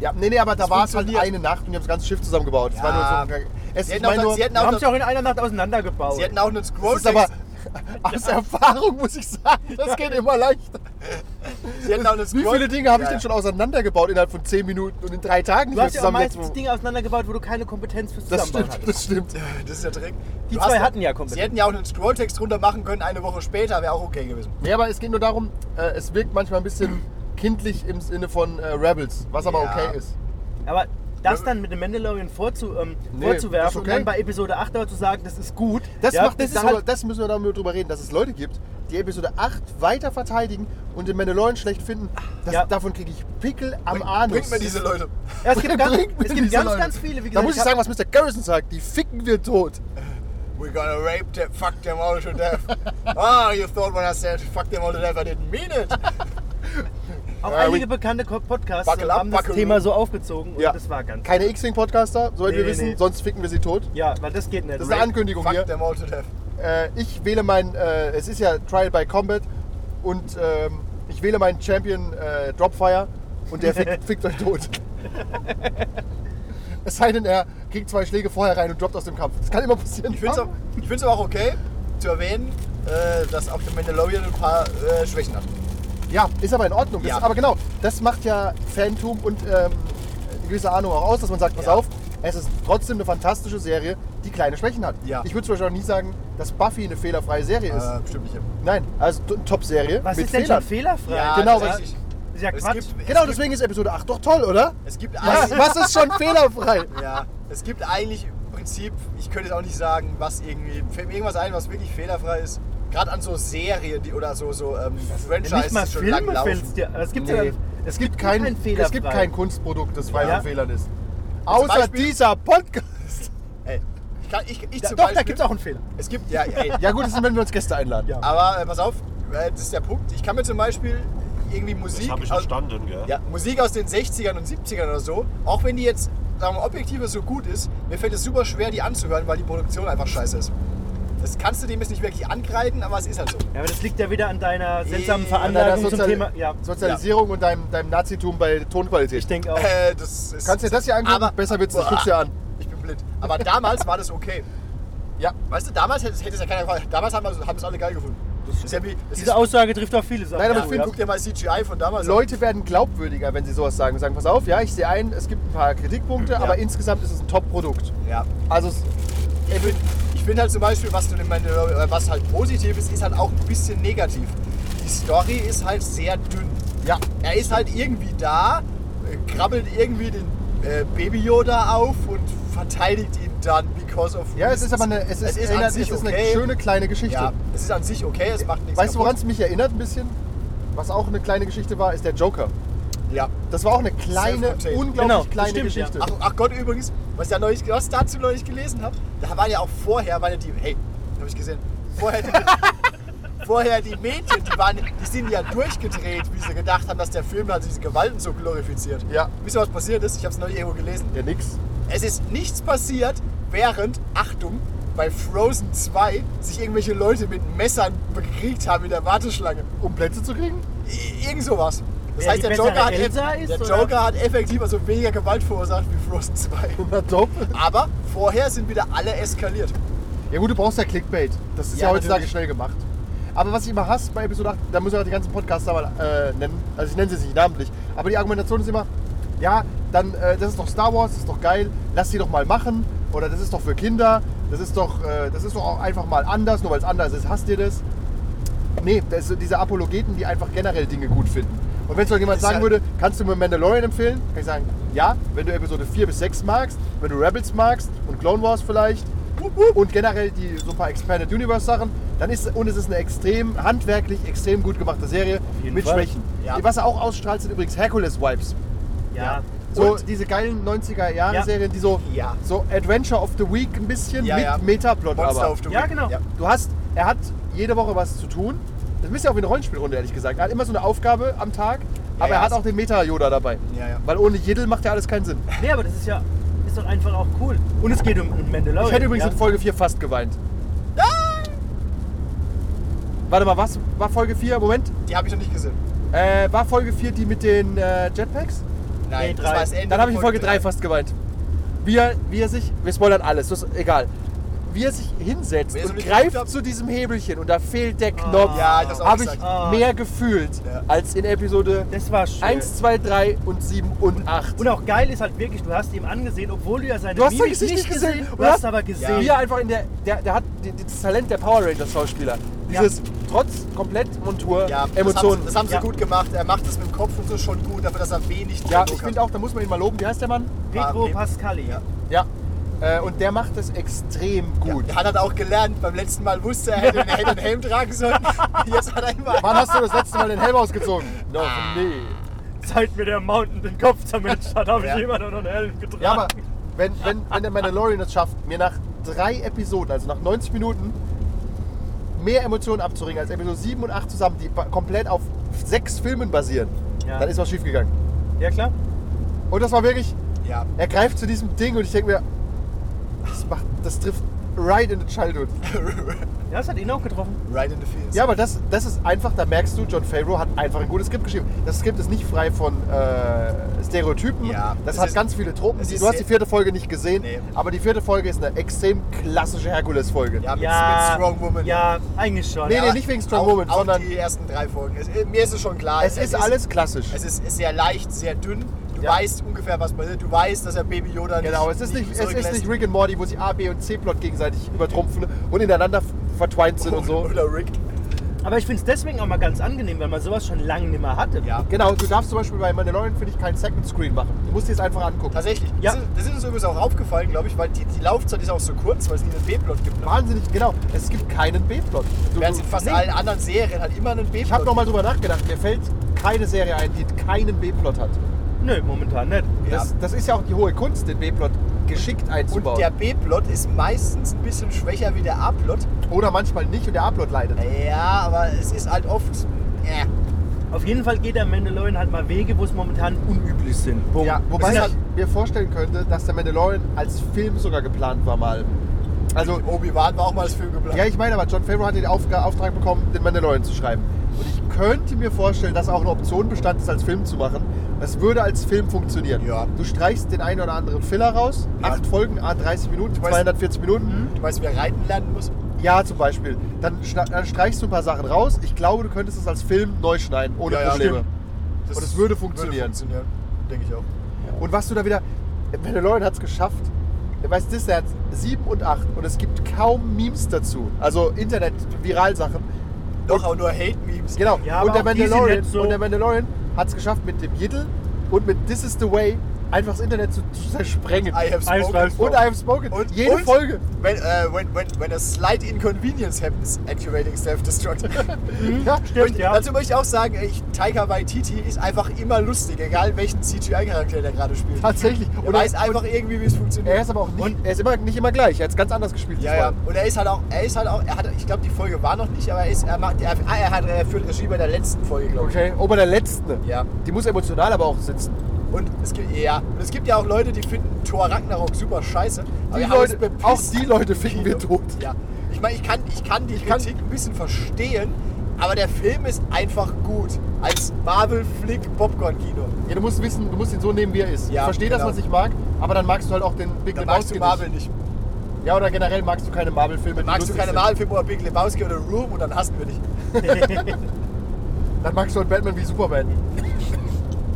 Ja, nee, nee, aber da
Das
war es halt
funktioniert.
eine Nacht und die haben das ganze Schiff zusammengebaut. Es
Ja.
war nur so ein, es,
Sie
ich
hätten auch,
meine nur,
sie hätten
Wir haben
auch,
sie auch in einer Nacht auseinandergebaut.
sie hätten auch einen
das
Scroll.
ist aber aus Erfahrung muss ich sagen, das geht immer leichter.
Sie hätten auch das
Wie
Kreuz-
viele Dinge habe ich
Ja,
denn schon auseinandergebaut innerhalb von 10 Minuten und in drei Tagen nicht
Du
mehr
hast ja auch
zusammengesetzt?
meistens Dinge auseinandergebaut, wo du keine Kompetenz fürs
Das
Zusammenbauen
stimmt,
hattest.
das stimmt.
ja, Das ist ja direkt.
Die
Du
zwei
hast
hatten ja Kompetenz.
Sie hätten ja auch einen Scrolltext runter machen können, eine Woche später, wäre auch okay gewesen.
Ja, aber es geht nur darum, äh, es wirkt manchmal ein bisschen kindlich im Sinne von äh, Rebels, was aber
Ja.
okay ist.
Aber das dann mit dem Mandalorian vorzu, ähm,
Nee, ist
vorzuwerfen
okay.
und dann bei Episode 8 aber zu sagen, das ist gut.
Das,
ja,
macht
das
das,
ist
darüber,
halt,
das müssen wir darüber drüber reden, dass es Leute gibt, die Episode 8 weiter verteidigen und den Mandalorian schlecht finden. Das,
Ja.
Davon kriege ich Pickel am Anus.
Bringt mir diese Leute.
ja, es gibt ganz,
Bringt mir
es gibt
diese
ganz,
Leute.
ganz viele. Wie gesagt,
da muss ich
hab-
sagen, was Mr. Garrison sagt, die ficken wir tot.
We're gonna rape them, fuck them all to death. Ah, you thought when I said fuck them all to death, I didn't mean it.
Auch
Ja,
einige
we-
bekannte Ko- Podcasts
Buckle up,
haben das
buckle
Thema
up.
so aufgezogen
Ja.
und Oh, das war ganz.
Keine X-Wing-Podcaster, soweit
Nee,
wir wissen,
nee.
sonst ficken wir sie tot.
Ja, weil das geht nicht.
Das ist eine
Rape-
Ankündigung
fuck
hier.
them all to death.
äh, ich wähle mein, äh, es ist ja Trial by Combat und ähm, ich wähle meinen Champion äh, Dropfire und der fickt, fickt euch tot. es sei denn, er kriegt zwei Schläge vorher rein und droppt aus dem Kampf. Das kann immer passieren.
Ich finde es auch, ich find's aber auch okay zu erwähnen, äh, dass auch der Mandalorian ein paar äh, Schwächen hat.
Ja, ist aber in Ordnung. Das,
Ja.
Aber genau, das macht ja Phantom und ähm, eine gewisse Ahnung auch aus, dass man sagt, pass
Ja.
auf, es ist trotzdem eine fantastische Serie, die kleine Schwächen hat.
Ja.
Ich würde zum Beispiel auch nie sagen, dass Buffy eine fehlerfreie Serie ist.
Äh, bestimmt nicht.
Nein, also t- Top-Serie
Was
mit
ist denn
Fehlern.
schon fehlerfrei?
Ja, genau,
das
was-
weiß ich.
Das ist ja
Es
Quatsch.
gibt, es
Genau,
gibt,
deswegen ist Episode 8 doch toll, oder?
Es gibt,
Was,
eigentlich,
was ist schon fehlerfrei?
ja, es gibt eigentlich im Prinzip, ich könnte jetzt auch nicht sagen, was irgendwie, fällt mir irgendwas ein, was wirklich fehlerfrei ist. Gerade an so Serien die, oder so, so ähm,
Wenn nicht
Franchises,
mal
die schon lang
Filme
laufen.
fällst dir. Es gibt ja.
es gibt
keinen
kein,
fehlerfrei.
es gibt kein Kunstprodukt, das frei
Ja.
von Fehlern ist. Außer
Beispiel-
dieser Podcast.
Ey, ich kann, ich, ich
Ja,
zum
doch, da
Beispiel,
gibt es auch einen Fehler.
Es gibt, ja, ey,
Ja gut, das ist, wenn wir uns Gäste einladen.
Ja.
aber äh, pass auf, äh, das ist der Punkt. Ich kann mir zum Beispiel irgendwie
Das
Musik
habe ich
aus,
verstanden, gell?
Ja, Musik aus den 60ern und 70ern oder so, auch wenn die jetzt sagen wir, objektiv so gut ist, mir fällt es super schwer, die anzuhören, weil die Produktion einfach scheiße ist. Das kannst du dem jetzt nicht wirklich angreifen, aber es ist halt so.
Ja, aber das liegt ja wieder an deiner seltsamen
An
An deiner
Veranlagung zum
Sozial-
Thema. Ja,
Sozialisierung und deinem, deinem Nazitum bei Tonqualität.
ich denke auch.
Äh, das ist,
Kannst du dir das hier angucken?
Aber-
Besser wird's nicht.
Boah.
Guck's dir an.
Ich bin blind. Aber damals war das okay.
Ja.
Weißt du, damals hätte, hätte es ja keiner gefallen. Damals haben, wir, haben es alle geil gefunden. Das ist ja wie, das
Diese
ist,
Aussage trifft auf viele Sachen.
Nein, aber
zu,
ich
Finn,
finde-
ja.
guck dir mal CGI von damals an.
Leute werden glaubwürdiger, wenn sie sowas sagen. Und sagen, pass auf, ja, ich sehe ein, es gibt ein paar Kritikpunkte, aber insgesamt ist es ein Top-Produkt.
Ja.
Also es-
Ich finde ich find halt zum Beispiel, was, du, meine, was halt positiv ist, ist halt auch ein bisschen negativ. Die Story ist halt sehr dünn.
Ja.
Er ist halt irgendwie da, äh, krabbelt irgendwie den äh, Baby Yoda auf und verteidigt ihn dann because of.
ja, es
reasons.
ist aber eine, es ist,
Es ist an
erinnert-
sich
es ist eine
okay.
schöne kleine Geschichte.
Ja, es ist an sich okay, es macht nichts.
Weißt du, woran
kaputt.
es mich erinnert ein bisschen? Was auch eine kleine Geschichte war, ist der Joker.
Ja.
Das war auch eine kleine,
Self-contained.
unglaublich
Genau,
kleine
stimmt,
Geschichte.
Ach, ach Gott, übrigens, was ich ja neulich, was ich dazu neulich gelesen habe, da waren ja auch vorher, waren ja die, hey, habe ich gesehen, vorher die, vorher die Mädchen, die, waren, die sind ja durchgedreht, wie sie gedacht haben, dass der Film halt diese Gewalten so glorifiziert.
Ja.
Wisst ihr, was passiert ist? Ich habe es neulich irgendwo gelesen.
Ja, nix.
Es ist nichts passiert, während, Achtung, bei Frozen 2 sich irgendwelche Leute mit Messern bekriegt haben in der Warteschlange.
Um Plätze zu kriegen?
I- Irgend sowas. Das
Wer
heißt,
die
der Joker,
bessere
hat, eff-
Elsa ist,
der
oder?
Joker hat effektiv also weniger Gewalt verursacht wie Frozen 2.
Na top.
Aber vorher sind wieder alle eskaliert.
Ja gut, du brauchst ja Clickbait. Das ist
Ja,
ja, heutzutage
natürlich.
schnell gemacht. Aber was ich immer hasse bei Episode 8, da muss ich auch die ganzen Podcaster mal äh, nennen. Also ich nenne sie jetzt nicht namentlich. Aber die Argumentation ist immer, ja, dann, äh, das ist doch Star Wars, das ist doch geil, lass die doch mal machen. Oder das ist doch für Kinder, das ist doch, äh, das ist doch auch einfach mal anders, nur weil es anders ist, hasst ihr das. Nee, das sind diese Apologeten, die einfach generell Dinge gut finden. Und wenn es doch jemand
Das ist
sagen
halt-
würde, kannst du mir Mandalorian empfehlen? Kann ich sagen, ja, wenn du Episode 4 bis 6 magst, wenn du Rebels magst und Clone Wars vielleicht und generell die so ein paar Expanded Universe Sachen, dann ist und es ist eine extrem handwerklich extrem gut gemachte Serie
jeden
mit
Fall.
Schwächen.
Ja.
Was er auch ausstrahlt, sind übrigens Hercules Vibes.
Ja.
So
Und-
diese geilen 90er Jahre
Ja.
Serien, die so
Ja.
so Adventure of the Week ein bisschen
Ja,
mit
ja.
Metaplot
Monster
aber.
auf
Ja, genau.
Ja.
Du hast, er hat jede Woche was zu tun. Das ist ja auch wie eine Rollenspielrunde, ehrlich gesagt. Er hat immer so eine Aufgabe am Tag, aber
ja,
er hat
das-
auch den Meta-Yoda dabei.
Ja, Oh, ja.
Weil ohne Jedel macht ja alles keinen Sinn.
Nee, aber das ist ja ist doch einfach auch cool. Und es geht um einen Mandalorian.
Ich hätte übrigens
ja.
in Folge 4 fast geweint. Warte mal, was war Folge 4? Moment.
Die habe ich noch nicht gesehen.
Äh, war Folge 4 die mit den äh, Jetpacks?
Nein,
Nee,
das
drei.
war das Ende.
Dann habe ich in
von
Folge 3
drei.
fast geweint. Wie er, wie er sich. Wir spoilern alles, das ist egal. wie er sich hinsetzt
Wer so
und
nicht
greift
geguckt hat-
zu diesem Hebelchen und da fehlt der Knopf.
Ah. Ja, das auch
Habe ich
gesagt.
Ah.
mehr gefühlt
Ja.
als in Episode
Das war schön.
1, 2, 3 und 7 und 8.
Und auch geil ist halt wirklich, du hast ihm angesehen, obwohl du ja seine
Du hast sein
Mimik
Gesicht nicht gesehen.
du hast aber
Ja.
gesehen.
Wie er einfach in der, der, der hat die- die- das Talent der Power Rangers Schauspieler. Dieses trotz komplett Montur
Ja,
Emotionen.
Das haben, das haben sie
Ja.
gut gemacht. Er macht das mit dem Kopf und so schon gut, dafür, dass er wenig
ja,
Druck
ich
hat.
finde auch, da muss man ihn mal loben. Wie heißt der Mann?
Pedro
Ah, nee.
Pascali.
Ja.
Ja. Äh, und der macht das extrem gut.
Er hat halt auch gelernt. Beim letzten Mal wusste er, er hätte er hätte einen Helm tragen sollen. Jetzt hat er immer.
Wann hast du das letzte Mal den Helm ausgezogen? No, nee.
Seit mir der Mountain den Kopf zermetscht hat, habe
Ja.
ich jemanden unter den Helm getragen.
Ja, aber wenn, wenn, wenn der Mandalorian es schafft, mir nach drei Episoden, also nach 90 Minuten, mehr Emotionen abzuringen als Episode 7 und 8 zusammen, die ba- komplett auf sechs Filmen basieren,
Ja.
dann ist was schiefgegangen.
ja klar.
Und das war wirklich,
Ja.
er greift zu diesem Ding und ich denke mir, das, macht, das trifft right in the childhood.
Ja, das hat ihn auch getroffen.
Right in the fields.
Ja, aber das, das ist einfach, da merkst du, John Favreau hat einfach ein gutes Skript geschrieben. Das Skript ist nicht frei von äh, Stereotypen.
Ja,
das
es
hat
ist-
ganz viele Tropen.
es
Die-
ist
Du hast
sehr-
die vierte Folge nicht gesehen,
Nee.
aber die vierte Folge ist eine extrem klassische Herkules-Folge.
Ja, mit, mit
Ja,
Strong Woman.
Ja, eigentlich schon.
Nee,
Ja.
nee,
Aber
nicht wegen Strong
auch,
Woman,
auch
sondern-
die ersten drei Folgen. Es, mir ist es schon klar.
Es ist alles klassisch.
Es ist sehr leicht, sehr dünn. Du
Ja.
weißt ungefähr, was passiert. Du weißt, dass er Baby Yoda nicht
Genau, es ist nicht, es ist
zurücklässt.
nicht Rick and Morty, wo sie A, B und C-Plot gegenseitig übertrumpfen und ineinander f- vertwint sind und so.
Oder Rick.
Aber ich finde es deswegen auch mal ganz angenehm, weil man sowas schon lange nicht mehr hatte.
Ja.
Genau, du darfst zum Beispiel bei Mandalorian, finde ich, keinen Second Screen machen. Du musst dir es einfach angucken.
Tatsächlich.
Ja.
Das, ist, das ist uns übrigens auch aufgefallen, glaube ich, weil die, die Laufzeit ist auch so kurz, weil es nie einen B-Plot gibt. Ne?
Wahnsinnig, genau. Es gibt keinen B-Plot. Du-
Während es
du-
in fast
Nee.
allen anderen Serien halt immer einen B-Plot
Ich habe nochmal drüber nachgedacht. Mir fällt keine Serie ein, die keinen B-Plot hat.
Nö, momentan nicht.
Ja.
Das, das ist ja auch die hohe Kunst, den B-Plot geschickt
Und
einzubauen.
der B-Plot ist meistens ein bisschen schwächer wie der A-Plot.
Oder manchmal nicht und der A-Plot leidet.
Ja, aber es ist halt oft. Äh,
Auf jeden Fall geht der Mandalorian halt mal Wege, wo es momentan unüblich sind. Punkt.
Ja, wobei
Es
ich
ist halt-
mir vorstellen könnte, dass der Mandalorian als Film sogar geplant war mal. Also,
Obi-Wan war auch mal als Film geplant.
ja, ich meine, aber John Favreau hatte den Aufga- Auftrag bekommen, den Mandalorian zu schreiben. Und ich könnte mir vorstellen, dass auch eine Option bestand, das als Film zu machen. Das würde als Film funktionieren.
Ja.
Du streichst den einen oder anderen Filler raus,
Ja.
acht Folgen, ah, 30 Minuten,
weiß-
240 Minuten.
Du weißt, wer reiten lernen muss?
Ja, zum Beispiel. Dann, schna- dann streichst du ein paar Sachen raus. Ich glaube, du könntest es als Film neu schneiden, ohne
Ja, ja,
Probleme.
stimmt. Das
Und es würde funktionieren.
funktionieren, denke ich auch.
Und was du da wieder. Mandalorian hat es geschafft. Weißt du, der hat 7 und 8 und es gibt kaum Memes dazu. Also Internet-Viralsachen.
Doch, auch nur Hate-Memes.
Genau.
Ja, aber
und, der
auch die sind
Mandalorian,
nicht so-
und der Mandalorian hat es geschafft, mit dem Jittel und mit This is the Way einfach das Internet zu, zu zersprengen.
I have spoken.
Eisweiß.
und I have spoken.
Und-
Jede
und-
Folge.
When, äh, when, when, when a slight inconvenience happens, activating self-destruct. Hm,
Ja,
Stimmt, ja.
Dazu möchte ich auch sagen, ich, Taika Waititi ist einfach immer lustig, egal welchen CGI-Charakter der gerade spielt.
Tatsächlich.
Er
Und er-
weiß einfach irgendwie, wie es funktioniert.
Er ist aber auch nicht, er ist immer, nicht immer gleich. Er hat es ganz anders gespielt.
Ja, ja.
diesmal.
Und er ist halt auch, er ist halt auch, er hat, ich glaube, die Folge war noch nicht, aber er ist, er macht, er, ah, er hat, er führt Regie bei der letzten Folge, glaube ich.
Okay. Oh, bei der letzten.
Ja.
Die muss emotional aber auch sitzen.
Und es gibt, ja. Und es gibt ja auch Leute, die finden Thor Ragnarok super scheiße. aber
Die
wir haben uns
Leute,
bepisst
auch die Leute
im
finden
Kino.
wir tot.
Ja. Ich meine, ich kann, ich kann die
kann-
Kritik ein bisschen verstehen, aber der Film ist einfach gut. Als Marvel-Flick-Popcorn-Kino.
Ja, du musst wissen, du musst ihn so nehmen, wie er ist.
Ja,
ich verstehe, dass
genau.
man sich mag, aber dann magst du halt auch den Big
Dann magst
Lebowski
du Marvel nicht.
nicht. Ja, oder generell magst du keine Marvel-Filme. die
Magst du
lustig
keine
sind.
Marvel-Filme oder Big Lebowski oder Room und dann hassen wir dich.
Dann magst du halt Batman wie Superman.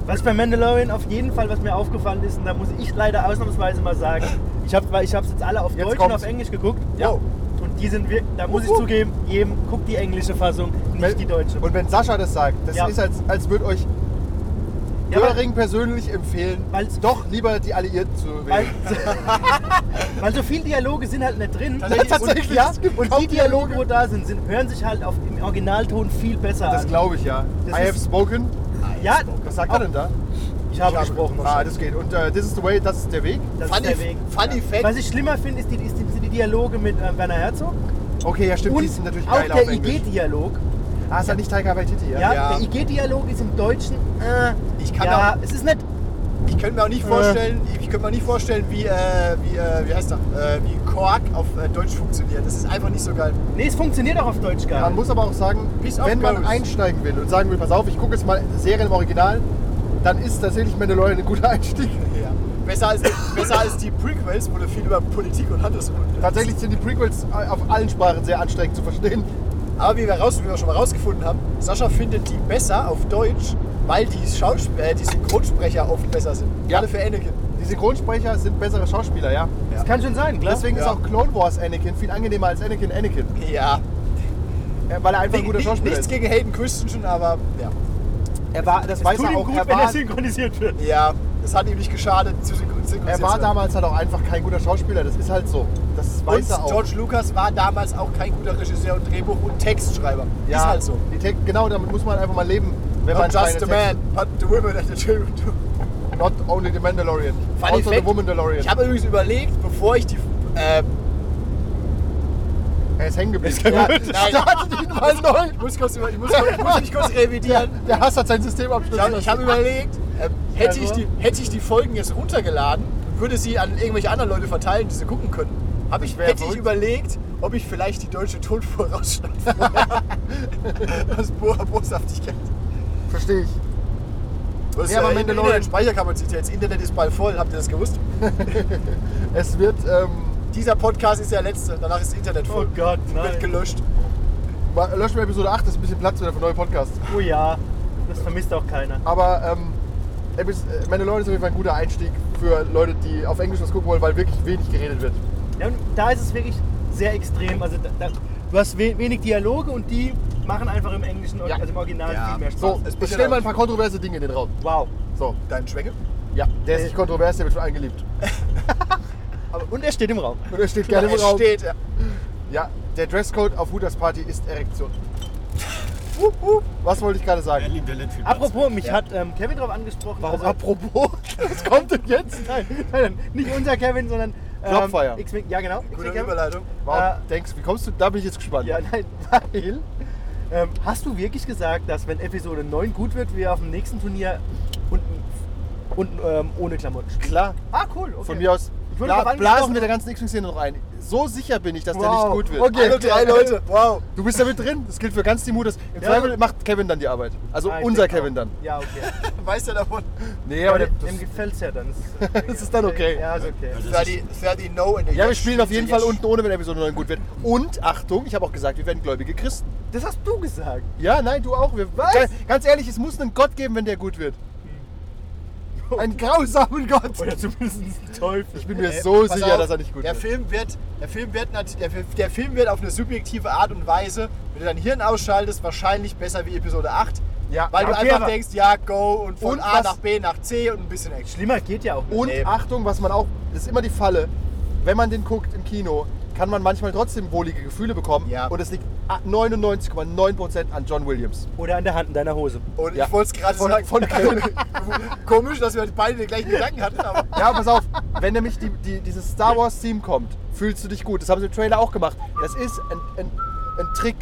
Was bei Mandalorian auf jeden Fall, was mir aufgefallen ist, und da muss ich leider ausnahmsweise mal sagen, ich habe es jetzt alle auf
Jetzt
Deutsch und
kommt's.
auf Englisch geguckt. Oh.
Ja.
Und die sind wir, da muss ich
Uhu.
zugeben, jedem guckt die englische Fassung, nicht die deutsche.
Und wenn Sascha das sagt, das
Ja.
ist, als, als würde euch
Ja, aber-
Göring persönlich empfehlen,
Weil's-
doch lieber die Alliierten zu
Weil,
wählen.
weil so viele Dialoge sind halt nicht drin.
Tatsächlich,
und,
tatsächlich,
ja,
es gibt
und
kaum
die Dialoge,
Dialoge.
wo da sind, sind, hören sich halt auf im Originalton viel besser
Das
an.
glaube ich ja. I
Das
have
ist-
spoken.
Ja,
Was sagt er denn da?
ich habe gesprochen.
Ah, das geht. Und äh, this is the way, das ist der Weg.
Das ist
Funny,
der Weg.
funny Fact.
Was ich schlimmer finde, ist die, ist die, sind die Dialoge mit ähm, Werner Herzog.
Okay, ja stimmt, die
und
sind natürlich
auch
geil auf
der
Englisch.
IG-Dialog.
Ah, ist ja nicht Taika Waititi, ja?
Ja,
Ja.
der IG-Dialog ist im Deutschen. Äh,
Ich kann
ja, es ist nicht.
Ich könnte mir auch nicht
Äh.
vorstellen, ich könnte mir auch nicht vorstellen, wie, äh, wie, äh, wie heißt er, äh, wie Kork auf äh, Deutsch funktioniert. Das ist einfach nicht so geil.
Nee, es funktioniert auch auf Deutsch gar
Man
nicht.
muss aber auch sagen,
Peace
wenn
out,
man
Girls.
einsteigen will und sagen will, pass auf, ich gucke jetzt mal Serien im Original, dann ist tatsächlich Mandalorian ein guter Einstieg.
Ja. Besser als, besser als die Prequels, wo du viel über Politik und Handels.
Tatsächlich sind die Prequels äh, auf allen Sprachen sehr anstrengend zu verstehen.
Aber wie wir, raus, wie wir schon mal rausgefunden haben, Sascha findet die besser auf Deutsch, weil die, Schausp äh, die Synchronsprecher oft besser sind.
Ja.
Alle für Anakin.
Die Synchronsprecher sind bessere Schauspieler, ja.
Das kann schon sein, klar.
Deswegen ist
Ja.
auch Clone Wars Anakin viel angenehmer als Anakin Anakin.
Ja.
Äh, Weil er einfach ein
Ni-
guter
ni-
Schauspieler
Nichts
ist.
gegen Hayden Christensen, aber ja.
Er war, das
es
weiß
tut
er
ihm
auch.
gut,
Er
wenn er
war,
synchronisiert wird.
Ja, es hat ihm nicht geschadet zu synchron- synchronisiert.
er war
zu werden.
damals halt auch einfach kein guter Schauspieler. Das ist halt so. Das weiß
ne? Und
er auch.
George Lucas war damals auch kein guter Regisseur und Drehbuch- und Textschreiber.
ja,
Ist halt so.
Die Tech- genau, damit muss man einfach mal leben. Wenn man
Not just a
keine
man, but the women and the children too.
Texte- Not only the Mandalorian.
Funny
also
Fact,
the Woman Mandalorian.
Ich habe übrigens überlegt, bevor ich die. Äh,
er ist hängen geblieben.
ja,
Ja,
nein,
startet ihn mal neu.
Also, ich muss, kurz über, ich, muss, ich muss mich kurz revidieren.
Der Hass hat sein System
Ich habe ich hab überlegt, äh, hätte, ich
Also?
die, hätte ich die Folgen jetzt runtergeladen und würde sie an irgendwelche anderen Leute verteilen, die sie gucken können, hab ich,
wär
hätte ich
verrückt.
überlegt, ob ich vielleicht die deutsche Tonspur rausschneide. Aus purer Boshaftigkeit.
Verstehe ich.
Was
Ja, aber
in-
Mandalorian-
Internet- Speicherkapazität. Das Internet ist bald voll, habt ihr das gewusst?
Es wird, ähm,
Dieser Podcast ist der letzte, danach ist das Internet
Oh
voll.
Gott,
Wird
nein.
gelöscht.
mal- löschen wir Episode 8, ist ein bisschen Platz wieder für neue Podcasts.
Oh ja, das vermisst auch keiner.
Aber ähm, Epis- äh, Mandalorian ist auf jeden Fall ein guter Einstieg für Leute, die auf Englisch was gucken wollen, weil wirklich wenig geredet wird.
Ja, und da ist es wirklich sehr extrem. Also da, da, du hast we wenig Dialoge und die machen einfach im Englischen,
Ja.
also im Original
Ja.
viel mehr Spaß.
So,
ist ein bisschen
ich stelle mal
laut.
ein paar kontroverse Dinge in den Raum.
Wow.
So,
Dein Schwengel?
ja, der ist nicht kontrovers, der wird schon eingeliebt.
Aber, und er steht im Raum.
Und er steht gerne im
Es
Raum.
steht. ja.
Ja, der Dresscode auf Hooters Party ist Erektion.
Uh, uh.
Was wollte ich gerade sagen?
Berlin, Berlin, viel Platz.
Apropos, mich hat ähm, Kevin darauf angesprochen.
Warum
also,
apropos? Was kommt denn jetzt?
Nein, nein, nein, nicht unser Kevin, sondern.
Knopfeier.
X-Wing- ja, genau. X-Wing
Gute
Kevin.
Überleitung.
Warum denkst du, wie kommst du? Da bin ich jetzt gespannt.
Ja, nein, weil. Ähm, hast du wirklich gesagt, dass wenn Episode 9 gut wird, wir auf dem nächsten Turnier unten, unten ähm, ohne Klamotten spielen?
Klar,
Ah, cool. Okay.
von mir aus
Ich wurde
bla
drauf
blasen
angesprochen.
wir der ganzen X-Szene noch ein. So sicher bin ich, dass der
Wow,
nicht gut wird.
okay.
Alle drei Leute. Wow.
Du bist damit drin. Das gilt für ganz die Mutters. Im
Ja.
Zweifel macht Kevin dann die Arbeit. Also
Ah, ich
unser
denk auch.
Kevin dann.
Ja, okay.
Weißt du davon?
Nee,
Ja,
aber
aber
der,
dem,
das,
dem gefällt es ja dann. Das ist,
das ist dann okay.
Ja, ist okay.
Also das
30,
ist,
30 No in der
Ja, wir spielen auf jeden Fall
jetzt.
unten ohne, wenn Episode 9 gut wird. Und Achtung, ich habe auch gesagt, wir werden gläubige Christen.
Das hast du gesagt.
Ja, nein, du auch. Wir,
Was?
Ganz- Ganz ehrlich, es muss einen Gott geben, wenn der gut wird. Einen grausamen Gott.
Oder zumindest ein Teufel.
Ich bin mir
Äh,
so
pass
sicher,
auf,
dass er nicht gut
der
wird.
Film wird. Der Film wird, nat- der, Fi- der Film wird auf eine subjektive Art und Weise, wenn du dein Hirn ausschaltest, wahrscheinlich besser wie Episode 8.
Ja,
Weil du
ja,
einfach
wäre-
denkst, ja, go und von
Und
A
was-
nach B nach C und ein bisschen Action.
Schlimmer geht ja auch nicht.
Und
Nee.
Achtung, was man auch, das ist immer die Falle, wenn man den guckt im Kino, kann man manchmal trotzdem wohlige Gefühle bekommen.
Ja.
Und es liegt 99,9% an John Williams.
Oder an der Hand in deiner Hose.
Und
Ja.
ich wollte es gerade
Von-
sagen.
von Kevin.
Komisch, dass wir beide den gleichen Gedanken hatten, aber
Ja, pass auf, wenn nämlich die, die, dieses Star Wars Theme kommt, fühlst du dich gut. Das haben sie im Trailer auch gemacht. Das ist ein, ein, ein Trick.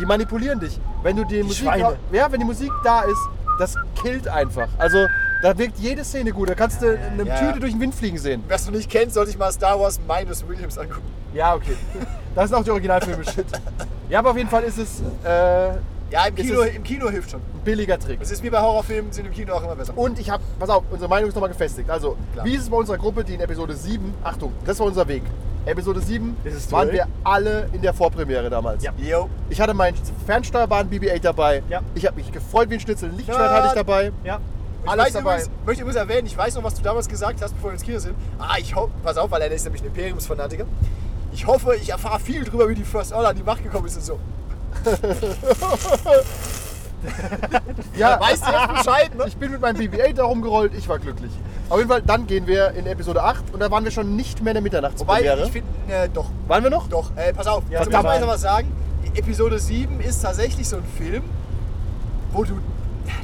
Die manipulieren dich. Wenn du die, Musik
Schweine.
ra- ja, wenn die Musik da ist, das killt einfach. Also da wirkt jede Szene gut. Da kannst du eine
ja.
Tüte durch den Wind fliegen sehen.
wer es noch nicht kennt, sollte ich mal Star Wars minus Williams angucken.
Ja, okay. Das sind auch die Originalfilme, shit. Ja, aber auf jeden Fall ist es äh, ein
Ja, im
Ist
Kino,
es-
im Kino hilft schon.
billiger Trick.
Es ist wie bei Horrorfilmen, sind im Kino auch immer besser.
Und ich habe, pass auf, unsere Meinung ist nochmal gefestigt. Also,
Klar.
wie ist es bei unserer Gruppe, die in Episode 7, Achtung, das war unser Weg. Episode 7
Das ist
waren
toll.
wir alle in der Vorpremiere damals.
Ja.
Yo.
Ich hatte meinen fernsteuerbaren BB-8 dabei.
Ja.
Ich habe mich gefreut wie ein Schnitzel. Ein Lichtschwert
Ja.
hatte ich dabei.
Ja.
Ich
Alles
weiß
dabei.
Übrigens, möchte übrigens erwähnen, ich weiß noch, was du damals gesagt hast, bevor wir ins Kino sind. Ah, ich hoffe, pass auf, weil er ist nämlich ein Imperiumsfanatiker. Ich hoffe, ich erfahre viel drüber, wie die First Order an die Macht gekommen ist und so.
Ja,
Weißt du jetzt Bescheid, ne?
ich bin mit meinem BB-8 da rumgerollt. Ich war glücklich. Auf jeden Fall, dann gehen wir in Episode 8 und da waren wir schon nicht mehr in der
Wobei,
Mitternachtspremiere.
ich finde, äh, doch,
waren wir noch?
doch, äh, pass auf,
Ja,
jetzt muss
verdammt.
ich noch was sagen. Episode 7 ist tatsächlich so ein Film, wo du,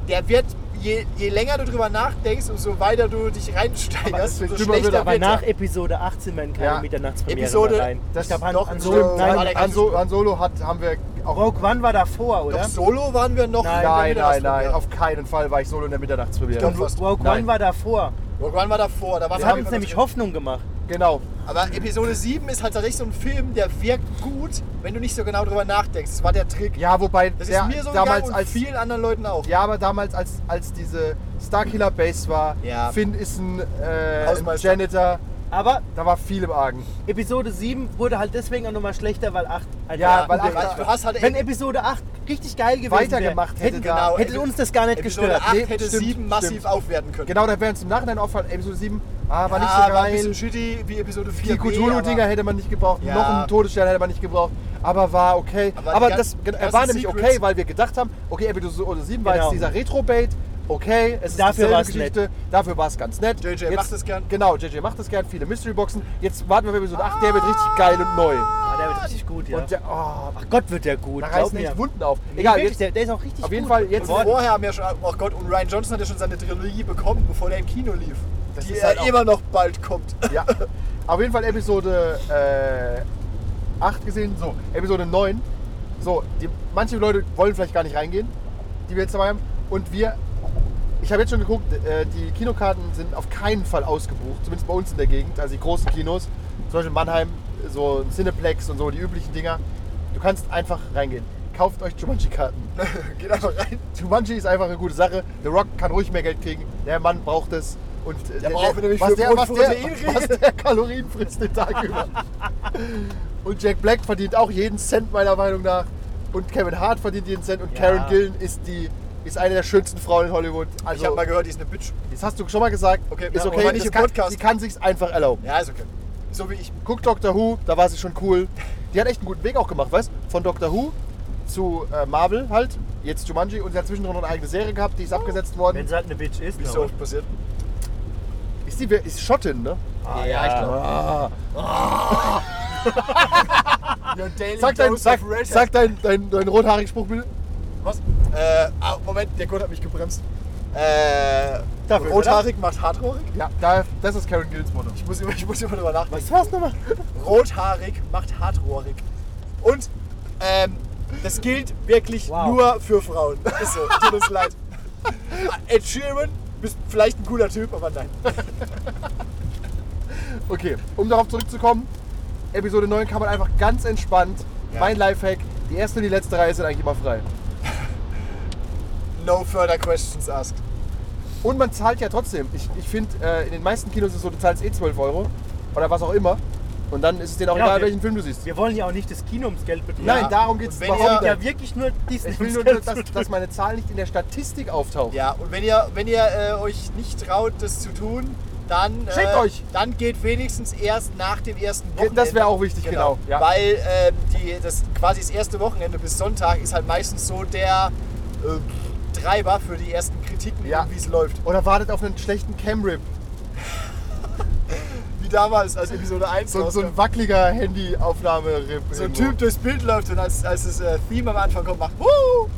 der wird, je, je länger du drüber nachdenkst, umso weiter du dich reinsteigerst,
es wird
so
dümmer
schlechter
wird,
wird
aber
Aber nach
er.
Episode 18 werden keine
Ja.
Mitternachtspremiere
Episode-
mehr rein.
das
ich glaub,
ist
Han,
doch
Han
ein
Solo,
Solo.
nein,
Alex-
Han, so Han Solo hat, haben wir auch
Rogue One war davor, oder?
Doch Solo waren wir noch in der
Nein, nein,
Mitternachtspremiere.
nein, auf keinen Fall war ich solo in der Mitternachtspremiere.
Ich glaub,
Und Rogue
Nein.
One war davor.
Rogue One war davor, da halt war
Das hat uns nämlich Hoffnung gemacht.
Genau.
Aber Episode 7 ist halt tatsächlich so ein Film, der wirkt gut, wenn du nicht so genau drüber nachdenkst. Das war der Trick.
Ja, wobei
Das
der
ist mir so gegangen
damals
und
als
vielen anderen Leuten auch.
ja, aber damals als, als diese Starkiller Base war,
Ja.
Finn ist ein, äh, ein
Hausmeister.
Janitor,
Aber
da war viel im Argen.
Episode 7 wurde halt deswegen auch nochmal schlechter, weil 8 einfach.
Ja, weil
gut
acht-
war.
du hast halt
Wenn
echt-
Episode 8 richtig geil gewesen
e- Weitergemacht
wär, hätte,
hätte da-
Genau,
hätte
Epi-
uns das gar nicht
Episode
gestört.
8
Nee,
hätte
stimmt,
7 massiv
stimmt.
aufwerten können.
Genau, da wäre uns im Nachhinein auffallen, Episode 7, ah,
ja,
war nicht so
War ein
geil.
bisschen shitty wie Episode 4.
Die Cthulhu-Dinger hätte man nicht gebraucht,
Ja.
noch einen Todesstern hätte man nicht gebraucht, aber war okay.
Aber
Aber,
die
das,
ganzen- die
er war
ganzen
nämlich
Secrets-
okay, weil wir gedacht haben, okay, Episode 7 war
Genau.
jetzt dieser Retro-Bait, okay, es ist
Dafür
dieselbe
war's
Geschichte, dafür war es ganz nett.
JJ
Jetzt-
macht es gern.
Genau, JJ macht es gern, viele Mystery-Boxen. Jetzt warten wir auf Episode 8, der wird richtig geil und neu.
Ah, der wird richtig gut, ja.
Und der, oh,
Ach Gott, wird der gut.
da
Glaub
reißen
mir.
echt Wunden auf.
Nee,
Egal,
wirklich,
jetzt,
der, der ist auch richtig
auf jeden
gut
Fall jetzt-
Und
geworden.
vorher haben ja schon, oh Gott, und Ryan Johnson hat ja schon seine Trilogie bekommen, bevor der im Kino lief.
Das
die
ist halt
er
auch-
immer noch bald kommt.
ja. Auf jeden Fall Episode äh, 8 gesehen, so, Episode 9. So, die, manche Leute wollen vielleicht gar nicht reingehen, die wir jetzt dabei haben. Und wir, ich habe jetzt schon geguckt, äh, die Kinokarten sind auf keinen Fall ausgebucht, zumindest bei uns in der Gegend, also die großen Kinos, zum Beispiel Mannheim, so ein Cineplex und so, die üblichen Dinger. Du kannst einfach reingehen. Kauft euch Jumanji-Karten.
Geht einfach rein.
Jumanji ist einfach eine gute Sache. The Rock kann ruhig mehr Geld kriegen. Der Mann braucht es. Und äh, der,
braucht nämlich
was,
für
der,
Brot
was, der,
Protein kriegen.
was der Kalorien frisst den Tag über. Und Jack Black verdient auch jeden Cent meiner Meinung nach. Und Kevin Hart verdient jeden Cent. Und Karen Gillen ist die ist eine der schönsten Frauen in Hollywood.
ich habe
Also,
mal gehört, die ist eine Bitch.
das hast du schon mal gesagt.
Okay,
ist
aber
okay.
nicht
das
im
kann,
Podcast.
Sie kann sich's einfach erlauben.
Ja, ist okay. So wie ich.
Guck Doctor Who, da war sie schon cool. Die hat echt einen guten Weg auch gemacht, weißt Von Doctor Who zu äh, Marvel halt, jetzt Jumanji und sie hat zwischendrin noch eine eigene Serie gehabt, die ist abgesetzt worden.
Wenn es halt eine Bitch ist,
Wie
Genau.
glaub
so
ich.
oft passiert.
Ist die ist Schottin, ne?
Ah,
ja, ich glaub.
Ah. Sag dein, sag, sag dein, dein, dein rothaarig Spruch bitte.
Was? Äh, ah, Moment, der Gurt hat mich gebremst. Äh,
Dafür,
rothaarig macht harthaarig?
Ja, da, das ist Karen Gills Motto.
Ich muss, immer, ich muss immer drüber nachdenken.
Was war's
ne?
nochmal?
Rothaarig macht harthaarig. Und ähm, das gilt wirklich
Wow.
nur für Frauen. Ist so, tut uns leid. Ed Sheeran, bist vielleicht ein cooler Typ, aber nein.
Okay, um darauf zurückzukommen, Episode 9 kann man einfach ganz entspannt,
Ja.
mein Lifehack, die erste und die letzte Reihe sind eigentlich immer frei.
No further questions asked.
Und man zahlt ja trotzdem. Ich, ich finde, äh, in den meisten Kinos ist es so, du zahlst eh 12 Euro oder was auch immer. Und dann ist es denen auch
Ja,
egal,
wir-
welchen Film du siehst.
Wir wollen ja auch nicht das Kino ums Geld betrügen.
Nein, darum geht es
Und wenn ihr-
überhaupt
ja
nicht.
wirklich nur Disney.
Ich will nur,
ums Geld
dass,
zu
dass meine Zahl nicht in der Statistik auftaucht.
Ja, und wenn ihr, wenn ihr äh, euch nicht traut, das zu tun, dann, äh,
Schämt euch!
dann geht wenigstens erst nach dem ersten
Das
Wochenende.
wäre auch wichtig, genau, ja.
Weil ähm, die, das, quasi das erste Wochenende bis Sonntag ist halt meistens so der äh, Treiber für die ersten Kritiken,
Ja.
wie es läuft.
Oder wartet auf einen schlechten Camrip.
Wie damals, als Episode 1
So, so
rauskam.
ein wackeliger Handyaufnahme-Rip.
so ein
irgendwo.
Typ durchs Bild läuft und als, als das äh, Theme am Anfang kommt, macht Wuhu!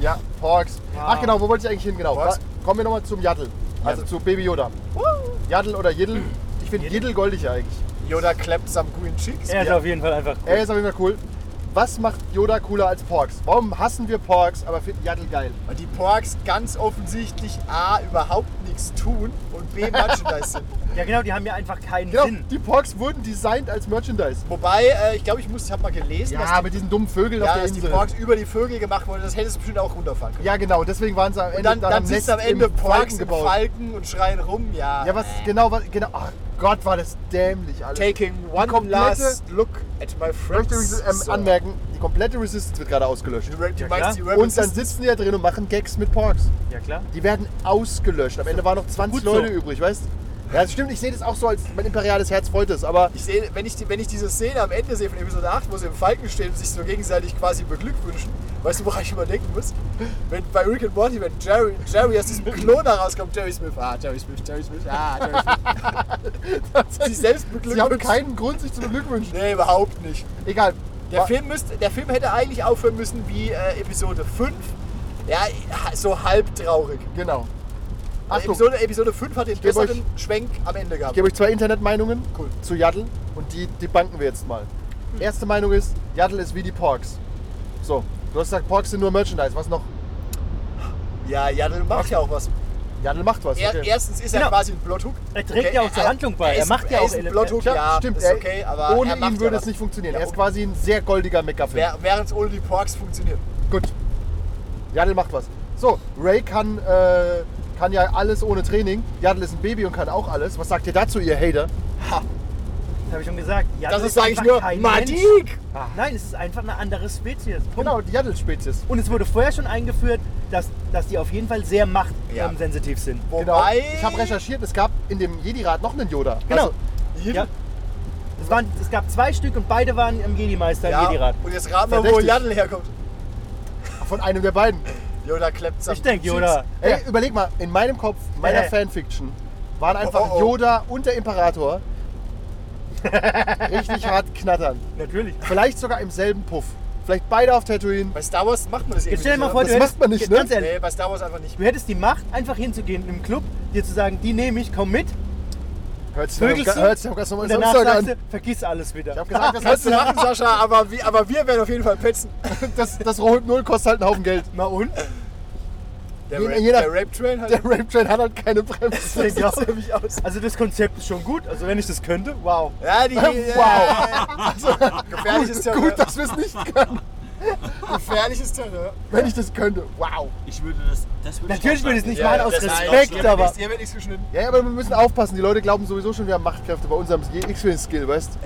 Ja, Porks. Ach genau, wo wollte ich eigentlich hin? Genau.
Porks.
Da, kommen wir nochmal zum Jaddel. Also
Jaddel.
zu Baby Yoda.
Wuhu!
Jaddel oder Jiddel? Ich finde Jiddel goldig eigentlich.
Yoda klappt am grünen Cheeks.
Er ist auf jeden Fall einfach
Er
cool.
ist auf jeden Fall cool. Was macht Yoda cooler als Porks? Warum hassen wir Porks, aber finden Jaddel geil?
Und die Porks ganz offensichtlich A, überhaupt nichts tun und B, Merchandise sind.
Ja genau, die haben ja einfach keinen
Genau,
Sinn.
die Porks wurden designt als Merchandise.
Wobei, äh, ich glaube, ich muss, ich habe mal gelesen,
Ja,
dass,
mit diesen dummen Vögeln
die,
auf
ja,
der
dass die
Insel.
Porks über die Vögel gemacht wurden. Das hätte es bestimmt auch runterfallen können.
ja, genau, deswegen waren sie am Ende
und dann,
da
dann
am
sitzen
Nest
am Ende
im
Porks
Falken
im
gebaut.
Falken und schreien rum, ja.
Ja, was genau, was genau. Ach Gott, war das dämlich alles.
Taking one
komplette-
last look at my
Ich möchte
friends.
übrigens, ähm, anmerken, die komplette Resistance wird gerade ausgelöscht.
Du, du
Ja,
meinst, die
klar.
Rebels
Und dann
sind-
sitzen die da drin und machen Gags mit Porks.
Ja klar.
Die werden ausgelöscht. Am Ende waren noch 20
Gut so.
Leute übrig, weißt du? Ja, das stimmt, ich sehe das auch so, als mein imperiales Herz freut es, aber
Ich sehe, wenn ich, die, wenn ich diese Szene am Ende sehe von Episode 8, wo sie im Falken stehen und sich so gegenseitig quasi beglückwünschen, weißt du, woran ich überdenken muss? Wenn bei Rick and Morty, wenn Jerry, Jerry aus diesem Klon herauskommt, Jerry Smith, ah, Jerry Smith, Jerry Smith, ah, Jerry Smith. sich selbst beglückwünschen.
sie haben keinen Grund, sich zu beglückwünschen.
Nee, überhaupt nicht.
Egal.
Der
Wa-
Film, müsste, der Film hätte eigentlich aufhören müssen wie äh, Episode 5. Ja, so halb traurig. Also
Genau. Achtung,
Episode, Episode 5 hat den
gebe euch-
besseren Schwenk am Ende
ich
gehabt.
gebe euch zwei Internetmeinungen
Cool.
zu Yaddle und die, die banken wir jetzt mal. Erste Meinung ist, Yaddle ist wie die Porks. So, du hast gesagt, Porks sind nur Merchandise, was noch?
Ja, ja, dann macht ja auch was.
Ja, dann macht was.
Er,
okay.
Erstens ist er
Genau.
quasi ein Blothook.
Er trägt ja auch zur Handlung bei. Er
ist-
macht ja
er
auch
ist ein
Ele-
Blothook,
Tja,
ja,
stimmt.
ist
er-
okay, aber
ohne
er macht
ihn würde
ja
es
was.
nicht funktionieren.
Ja,
er ist
oh.
quasi ein sehr goldiger Meckerfilm.
Wer- Während es ohne die Porks funktioniert.
Gut. Jadel macht was. So, Ray kann, äh, kann ja alles ohne Training. Jadel ist ein Baby und kann auch alles. Was sagt ihr dazu, ihr Hater?
Das habe ich schon gesagt. Ja,
Das ist eigentlich
einfach
nur
kein
Madik.
Mensch. Nein, es ist einfach eine andere Spezies. Punkt.
Genau, die Jadel-Spezies.
Und es wurde vorher schon eingeführt, dass, dass die auf jeden Fall sehr
Ja.
machtsensitiv sind.
Genau.
Wobei.
Ich habe recherchiert, es gab in dem Jedi-Rat noch einen Yoda.
Genau.
Also,
Ja. Es, waren, es gab zwei Stück und beide waren im Jedi-Meister im
Ja,
Jedi-Rat.
und jetzt raten wir, wo
Verdächtig.
Jadel herkommt.
Also von einem der beiden.
Yoda klemmt
Ich denke, Yoda.
Ey, überleg mal, in meinem Kopf, meiner
Äh.
Fanfiction, waren einfach
Oh, oh, oh.
Yoda und der Imperator richtig hart knattern.
Natürlich.
Vielleicht sogar im selben Puff. Vielleicht beide auf Tatooine.
Bei Star Wars macht man das eben.
Jetzt stell dir mal
nicht,
vor,
Das
du
macht man nicht, ne?
Ganz ehrlich,
Nee, bei Star Wars einfach nicht.
du hättest die Macht, einfach hinzugehen im Club, dir zu sagen, die nehme ich, komm mit.
Hört sich
Vögelst du?
hört sich doch ganz normal
Und danach
Samstag
sagst
an.
du, vergiss alles wieder.
Ich habe gesagt, das
Kannst du
heißt,
machen, Sascha, aber, wie, aber wir werden auf jeden Fall petzen.
das, das Rohit Null kostet halt einen Haufen Geld.
Na und?
Der,
Je-
Rape,
je nach-
der Rape Trail hat.
Der Rape Train hat halt keine Bremse.
Ja. Also das Konzept ist schon gut. Also wenn ich das könnte, wow.
ja, die.
Wow.
Äh, gefährliches Terrain.
Also, Gut, dass wir es nicht können.
gefährliches Terrain.
Wenn ich das könnte. Wow.
Ich würde das. das würde
Natürlich würde ich es nicht
Ja,
machen aus
das- nein,
Respekt,
ihr werdet
aber
nichts- Ihr werdet nichts geschnitten.
Ja, aber wir müssen aufpassen. Die Leute glauben sowieso schon, wir haben Machtkräfte bei unserem X-Wing-Skill, weißt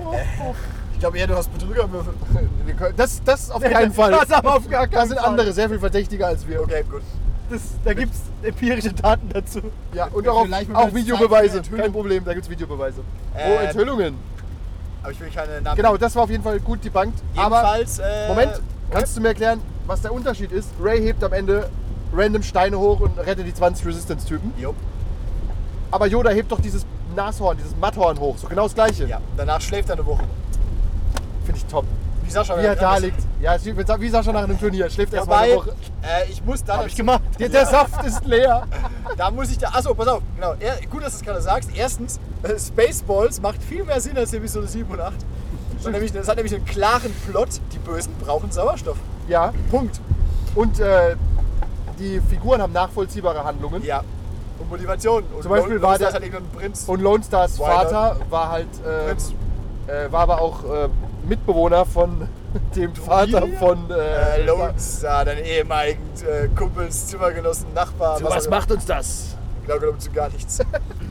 Ich glaube eher, du hast Betrügerwürfel.
Wir können- Das, das auf keinen Fall.
Das aber auf
da
gar keinen
sind
Fall.
andere sehr viel verdächtiger als wir.
Okay, gut.
das, da gibt es empirische Daten dazu.
Ja, und auch,
Vielleicht
auf, auch
wird es
Videobeweise.
Zeit für eine Enthüllung.
Kein Problem, da gibt es Videobeweise. oh,
Äh,
Enthüllungen.
Aber ich will keine Namen.
Genau, das war auf jeden Fall gut debunked. Aber
Jedenfalls. äh,
Moment, kannst du mir erklären, was der Unterschied ist? Ray hebt am Ende random Steine hoch und rettet die 20 Resistance-Typen.
Jo.
Aber Yoda hebt doch dieses Nashorn, dieses Matthorn hoch. So genau das gleiche.
Ja, danach schläft er eine Woche.
Finde ich top.
Wie Sascha
Wie er
gerade
da
ist.
liegt. Ja, es ist wie Sascha nach einem Turnier. Schläft erstmal eine
Wobei,
Woche.
äh, ich muss da,
Habe ich gemacht.
Der, der Saft ist leer.
da muss ich da, achso, pass auf, genau, er, gut, dass du es gerade sagst. Erstens, äh, Spaceballs macht viel mehr Sinn als Episode 7 und 8. Das hat, nämlich, das hat nämlich einen klaren Plot, die Bösen brauchen Sauerstoff.
Ja.
Punkt.
Und äh, die Figuren haben nachvollziehbare Handlungen.
Ja. Und Motivation. Und
Zum Beispiel
Lone-
war
Lone Star
der-
ist halt irgendein Prinz.
Und Lone Stars
Why
Vater war halt,
Prinz.
äh, äh, war aber auch äh, Mitbewohner von dem Vater von
äh,
äh,
Lone Star, deine ehemaligen äh, Kumpels, Zimmergenossen, Nachbarn. auch immer.
uns das?
Genau genommen zu gar nichts.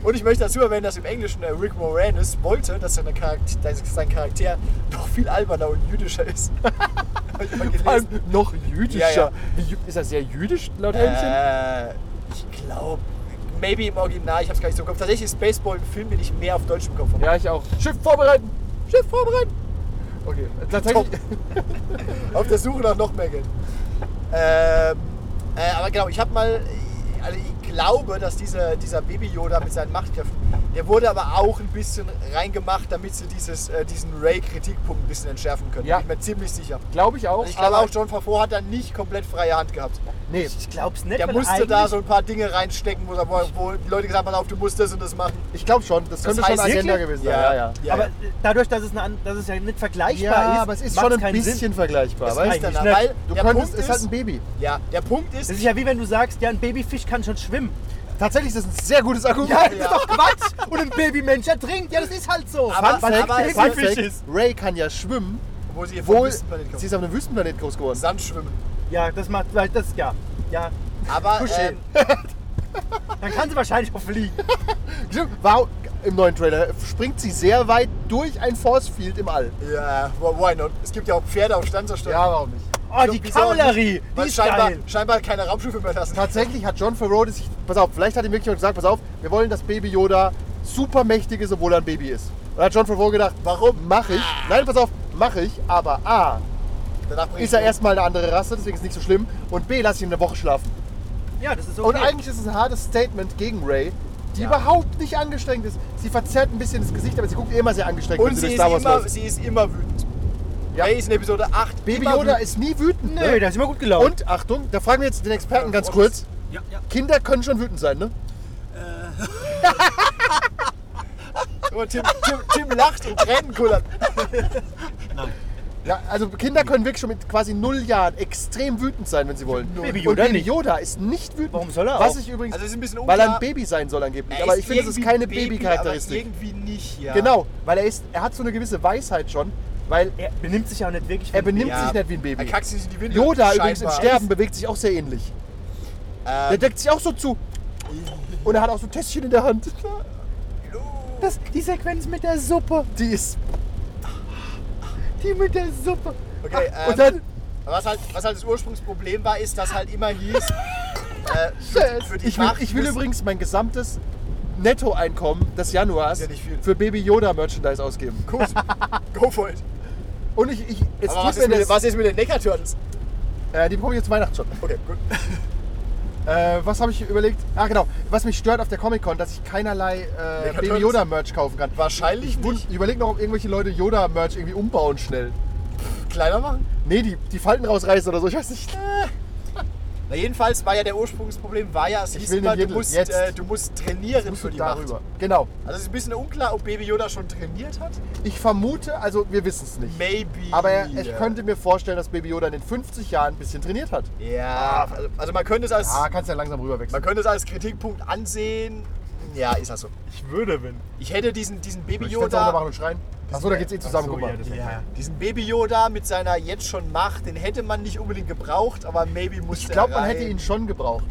Und ich möchte dazu erwähnen, dass im Englischen äh, Rick Moranis wollte, dass seine Charakter, dass sein Charakter noch viel alberner und jüdischer ist. Hab ich mal
Vor
gelesen.
allem noch jüdischer.
Ja, ja.
Wie jü- Ist er sehr jüdisch laut Händchen?
Äh, ich glaube, maybe im Original, ich habe es gar nicht so im Kopf. Tatsächlich ist Baseball ein Film, den ich mehr auf Deutsch im Kopf habe.
Ja, ich auch. Schiff vorbereiten!
Schiff vorbereiten!
Okay, tatsächlich.
Auf der Suche nach noch mehr Geld. Ähm, äh, aber genau, ich habe mal, äh, also ich glaube, dass dieser, dieser Baby-Yoda mit seinen Machtkräften, der wurde aber auch ein bisschen reingemacht, damit sie dieses, äh, diesen Ray-Kritikpunkt ein bisschen entschärfen können.
Ja.
Bin ich mir ziemlich sicher.
Glaube ich auch.
Also ich glaube
aber-
auch, John Favreau hat da nicht komplett freie Hand gehabt.
Nee,
Ich glaub's nicht.
Der
weil
musste da
eigentlich-
so ein paar Dinge reinstecken, wo, er- wo- wo die Leute gesagt haben, pass auf, du musst das und das machen.
ich glaube schon. Das, könnte schon
heißt
eine Agenda
wirklich?
gewesen sein. Ja, ja.
Ja,
aber
ja.
dadurch, dass es, eine, an- dass es ja nicht vergleichbar
Ja,
ist,
aber es ist
macht's
schon ein
keinen
bisschen
Sinn.
vergleichbar,
Das
weißt
reicht
du?
eigentlich
danach,
nicht.
weil
Du
der
könntest,
Punkt
es ist halt ein Baby.
Ja, der Punkt ist,
Das ist ja wie wenn du sagst, ja, ein Babyfisch kann schon schwimmen.
Tatsächlich ist das ein sehr gutes Argument.
Ja, das ist doch Quatsch. Und ein Babymensch ertrinkt. Ja, das ist halt so.
Aber-
weil
aber
ein
es-
Fun
Babyfisch
Fact,
ist.
Ray kann ja schwimmen,
wo sie vom
obwohl
Wüstenplanet
sie
kommen.
ist auf einem Wüstenplanet groß geworden.
Sand schwimmen.
Ja, das macht, weil das, ja. Ja,
Aber
Touché.
ähm,
dann kann sie wahrscheinlich auch fliegen.
Stimmt, Wow, im neuen Trailer springt sie sehr weit durch ein Force Field im All.
ähm, Ja, wh- why not? Es gibt ja auch Pferde auf Stanzerstadt.
warum nicht?
Oh, die Kavallerie, die
Weil
ist
scheinbar,
geil.
scheinbar keine Raumschiffe mehr lassen.
Tatsächlich hat John Favreau das sich, pass auf, vielleicht hat ihm wirklich jemand gesagt, pass auf, wir wollen, dass Baby Yoda supermächtig ist, obwohl er ein Baby ist. Und hat John Favreau gedacht, warum mache ich? Nein, pass auf, mache ich, aber A,
Danach bring
ist
ich
er
ihn.
erstmal eine andere Rasse, deswegen ist es nicht so schlimm und B, lasse ich ihn eine Woche schlafen.
Ja, das ist okay.
Und eigentlich ist es ein hartes Statement gegen Ray, die überhaupt nicht angestrengt ist. Sie verzerrt ein bisschen das Gesicht, aber sie guckt immer sehr angestrengt,
um. Und
wenn
sie
durch
ist,
Star Wars
immer,
läuft.
sie ist immer wütend.
Ja.
Ray ist in Episode 8
Baby
immer
Yoda
wütend.
ist nie wütend.
Nö,
ne?
das ist immer gut gelaufen.
Und Achtung, da fragen wir jetzt den Experten ganz
Oh,
kurz.
Ja, ja.
Kinder können schon wütend sein, ne?
Oh, Tim, Tim, Tim lacht und Tränen kullern.
Nein.
Ja, also Kinder können wirklich schon mit quasi null Jahren extrem wütend sein, wenn sie wollen.
Baby Yoda
Und Baby
nicht.
Yoda ist nicht wütend.
Warum soll er
Was
auch?
ich übrigens,
Also ist ein bisschen
weil er ein
unklar.
Baby sein soll angeblich.
Er
Aber
ist
ich finde, das ist
irgendwie
keine
ein Baby,
Baby-Charakteristik.
aber Irgendwie nicht, ja.
Genau, weil er ist, er hat so eine gewisse Weisheit schon, weil er,
Er benimmt sich ja auch nicht wirklich.
er benimmt
Ja.
sich nicht wie ein
Er
Baby.
kackt sich in die Windel.
Yoda übrigens im
scheinbar.
Sterben bewegt sich auch sehr ähnlich. Der
Ähm,
deckt sich auch so zu. Und er hat auch so ein Tässchen in der Hand.
das, die Sequenz mit der Suppe.
Die ist.
Die mit der Suppe.
okay, ähm,
Ah, Und dann.
was, halt, was halt das Ursprungsproblem war, ist, dass halt immer hieß, äh, für, für die
Ich will,
Macht
ich will
muss-
übrigens mein gesamtes Nettoeinkommen des Januars
Ja, nicht viel.
für Baby Yoda Merchandise ausgeben.
Gut, go for it.
Und ich. ich es
Aber was
tut
ist,
mir
mit,
das,
was ist mit den Necker Turtles?
Äh, die bekomme ich jetzt zu Weihnachten schon.
Okay, gut.
Äh, was habe ich überlegt? Ah, genau. Was mich stört auf der Comic Con, dass ich keinerlei äh,
Megatons.
Baby Yoda Merch kaufen kann.
Wahrscheinlich
Und
nicht
ich überlege noch, ob irgendwelche Leute Yoda Merch irgendwie umbauen schnell.
kleiner machen.
Nee, die, die Falten rausreißen oder so, ich weiß nicht.
Na jedenfalls war ja der Ursprungsproblem, war ja, es hieß
will den
immer, du
Jiddle,
musst,
jetzt.
äh, du musst trainieren
Musst
für
du
die
darüber.
Macht.
Genau.
Also es ist ein bisschen unklar, ob Baby Yoda schon trainiert hat.
Ich vermute, also wir wissen es nicht.
Maybe.
Aber er- ich könnte mir vorstellen, dass Baby Yoda in den 50 Jahren ein bisschen trainiert hat.
Ja, also- also man könnte es als,
Ah, kannst ja langsam
man
rüberwechseln.
könnte es als Kritikpunkt ansehen. Ja, ist das so.
Ich würde, wenn.
Ich hätte diesen, diesen Baby
Ich könnte auch noch
Yoda,
machen und schreien. Achso, da geht's eh zusammen.
Ach so,
guck mal.
ja, das-
ja, diesen Baby Yoda mit seiner jetzt schon Macht, den hätte man nicht unbedingt gebraucht, aber maybe musste
ich glaube,
er
man
rein.
hätte ihn schon gebraucht.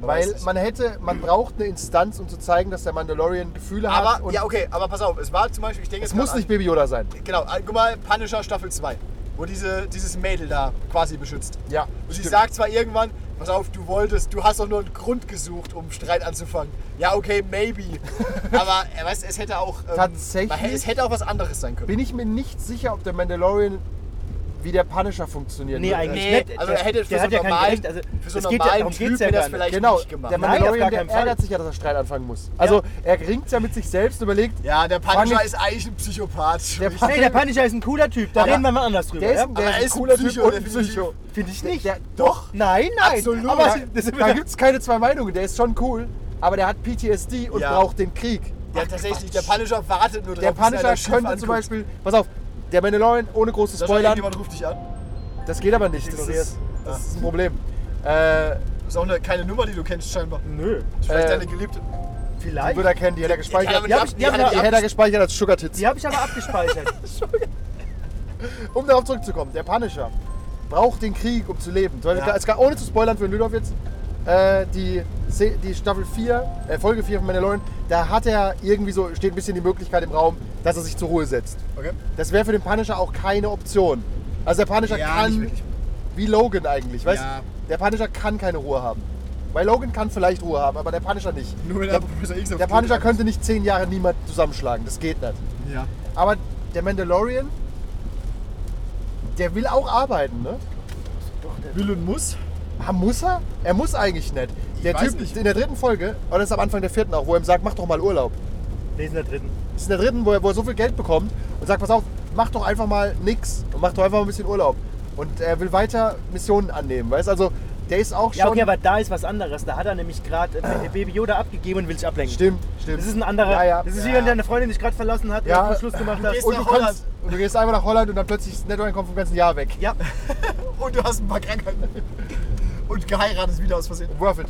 Man weiß
Weil
es.
man hätte, man braucht eine Instanz, um zu zeigen, dass der Mandalorian Gefühle hat.
Aber,
und
ja, okay, aber pass auf, es war zum Beispiel, ich denke,
Es
kam
muss
an-
nicht Baby Yoda sein.
Genau, äh, guck mal, Punisher Staffel 2, wo diese, dieses Mädel da quasi beschützt.
Ja,
Und sie
stimmt.
sagt zwar irgendwann, pass auf, du wolltest, du hast doch nur einen Grund gesucht, um Streit anzufangen. Ja, okay, maybe. Aber äh, weißt, du, es hätte auch. ähm,
Tatsächlich?
man hä- Es hätte auch was anderes sein können.
Bin ich mir nicht sicher, ob der Mandalorian wie der Punisher funktioniert.
Nee, eigentlich
Nee,
nicht.
also er hätte für
der
so
hat ja
normalen,
kein Recht. Also,
für so
es geht ja,
normalen
darum
Typ
geht's ja
wäre das
gar
vielleicht
nicht.
Genau,
nicht gemacht.
der
Nein, auf
Mandalorian
gar
der
keinen Fall.
ärgert sich ja, dass er Streit anfangen muss. Also er ringt ja mit sich selbst und überlegt,
Ja, der Punisher
Funny-
ist eigentlich ein Psychopath.
der,
Nee, der Punisher ist ein cooler Typ. Da
Aber-
reden wir mal anders drüber.
der ist,
ja?
der
er
ist ein
ist ein
cooler
Psycho,
Typ und ein
definitiv.
Psycho.
Finde ich nicht.
Der, doch,
Nein, nein.
Absolut.
Aber
da,
das
da gibt es keine zwei Meinungen. Der ist schon cool, aber der hat PTSD und
Ja.
braucht den Krieg.
Ja, tatsächlich, der Punisher wartet nur
Der
drauf. bis
Punisher
einer schief
könnte zum
anguckt.
Beispiel, pass auf, der Mandalorian ohne große
Da steht
Spoilern,
Jemand ruft dich an.
das geht aber nicht. Das
Ignorier's.
ist,
Ah.
das ist ein Problem. Äh,
Das ist auch eine, keine Nummer, die du kennst, scheinbar.
Nö,
Ist Vielleicht
Äh,
deine Geliebte.
vielleicht.
würde er kennen, die hätte er gespeichert.
aber
Die,
die
hab
ab-
ich-
die
die,
hat er-
hätte- die hätte er gespeichert als Sugar Tits.
Die habe ich aber abgespeichert.
Um darauf zurückzukommen, der Punisher braucht den Krieg, um zu leben. Zum Beispiel,
Ja.
Es gab, ohne zu spoilern für Ludolf jetzt, äh, die, Se- die Staffel 4, äh, Folge 4 von Mandalorian, da hat er irgendwie so, steht ein bisschen die Möglichkeit im Raum, dass er sich zur Ruhe setzt.
Okay.
Das wäre für den Punisher auch keine Option. Also der Punisher
Ja, nicht
kann,
wirklich.
wie Logan eigentlich, weißt
Ja.
Der Punisher kann keine Ruhe haben. Weil Logan kann vielleicht Ruhe haben, aber der Punisher nicht.
Nur wenn
der,
er Professor X auf
der
Tod
Punisher
hat.
könnte nicht zehn Jahre niemand zusammenschlagen, das geht nicht.
Ja.
Aber der Mandalorian, der will auch arbeiten, ne?
Will und muss.
Ah, muss er? Er muss eigentlich nicht. Der
weiß
Typ
nicht.
in der dritten Folge, oder das ist am Anfang der vierten auch, wo er ihm sagt, mach doch mal Urlaub.
Nee, ist in der dritten.
Das ist in der dritten, wo er, wo er so viel Geld bekommt und sagt, pass auf, mach doch einfach mal nix und mach doch einfach mal ein bisschen Urlaub. Und er will weiter Missionen annehmen, weißt Also, der ist auch schon...
Ja, okay, aber da ist was anderes. Da hat er nämlich gerade äh, Baby Yoda abgegeben und will sich ablenken.
stimmt, stimmt.
Das ist ein anderer.
Ja, ja.
Das ist
ja.
wie wenn deine Freundin dich gerade verlassen hat
Ja.
und du Schluss gemacht hast.
gehst
und
nach
du,
Holland.
kommst, und du gehst einfach nach Holland und dann plötzlich ist das Nettoeinkommen vom ganzen Jahr weg.
ja,
Und du hast ein paar Krankheiten. Und geheiratet wieder aus Versehen.
Worth it.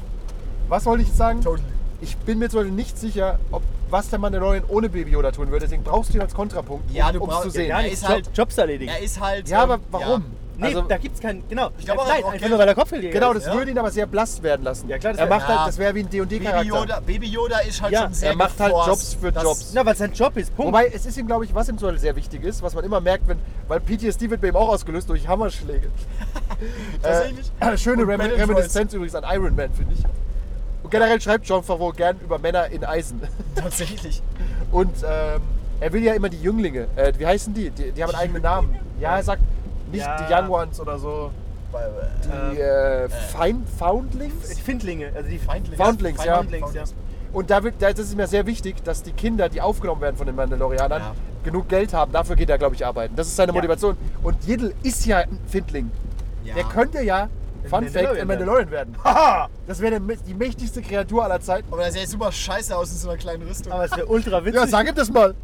Was wollte ich jetzt sagen?
Totally.
Ich bin mir zum Beispiel nicht sicher, ob, was der Mandalorian ohne Baby Yoda tun würde. Deswegen brauchst du ihn als Kontrapunkt,
Ja, du
um es
brauchst-
zu
ja,
sehen.
gar
Er
nicht.
ist halt-
Job, Jobs erledigen.
Er ist halt.
Ja,
ähm,
aber warum?
nee,
also,
da gibt's keinen. Genau.
glaub, er hat
Nein,
auch
einfach
Geld.
nur weil der Kopfhörer
genau, das
ist.
würde ihn aber sehr blass werden lassen.
Ja, klar, das
er
wär-
macht halt,
ja.
das wäre wie ein
Baby
D&D-Charakter.
Yoda, Baby Yoda ist halt
Ja,
schon sehr
er macht halt
geforst,
Jobs für
dass-
Jobs.
Na, weil es sein Job ist. Punkt.
Wobei, es ist ihm, glaube ich, was ihm zum Beispiel sehr wichtig ist, was man immer merkt, wenn, weil PTSD wird bei ihm auch ausgelöst durch Hammerschläge.
Tatsächlich.
Äh, schöne
Und
Rem
Ben and
Reminiszenz übrigens an Iron Man, finde ich. Und generell schreibt John Favreau gern über Männer in Eisen.
Tatsächlich.
Und ähm, er will ja immer die Jünglinge. Äh, wie heißen die? die? Die haben einen eigenen Namen. Ja, er sagt nicht
Ja.
die Young Ones oder so. Die
Ähm,
äh, Feind Foundlings?
die Findlinge, also die Feindlinge.
Foundlings, ja.
Foundlings, ja.
Und da wird, da- das ist mir sehr wichtig, dass die Kinder, die aufgenommen werden von den Mandalorianern,
Ja.
genug Geld haben. Dafür geht er, glaube ich, arbeiten. Das ist seine Motivation. Und Jiddle ist ja ein Findling.
Ja.
Der könnte ja, Fun Fact,
Mandalorian
ein Mandalorian werden.
Haha!
Das wäre der mä- die mächtigste Kreatur aller Zeiten.
Aber der sieht super scheiße aus in so einer kleinen Rüstung.
Aber es wäre ultra witzig.
Ja, sag ihm das mal.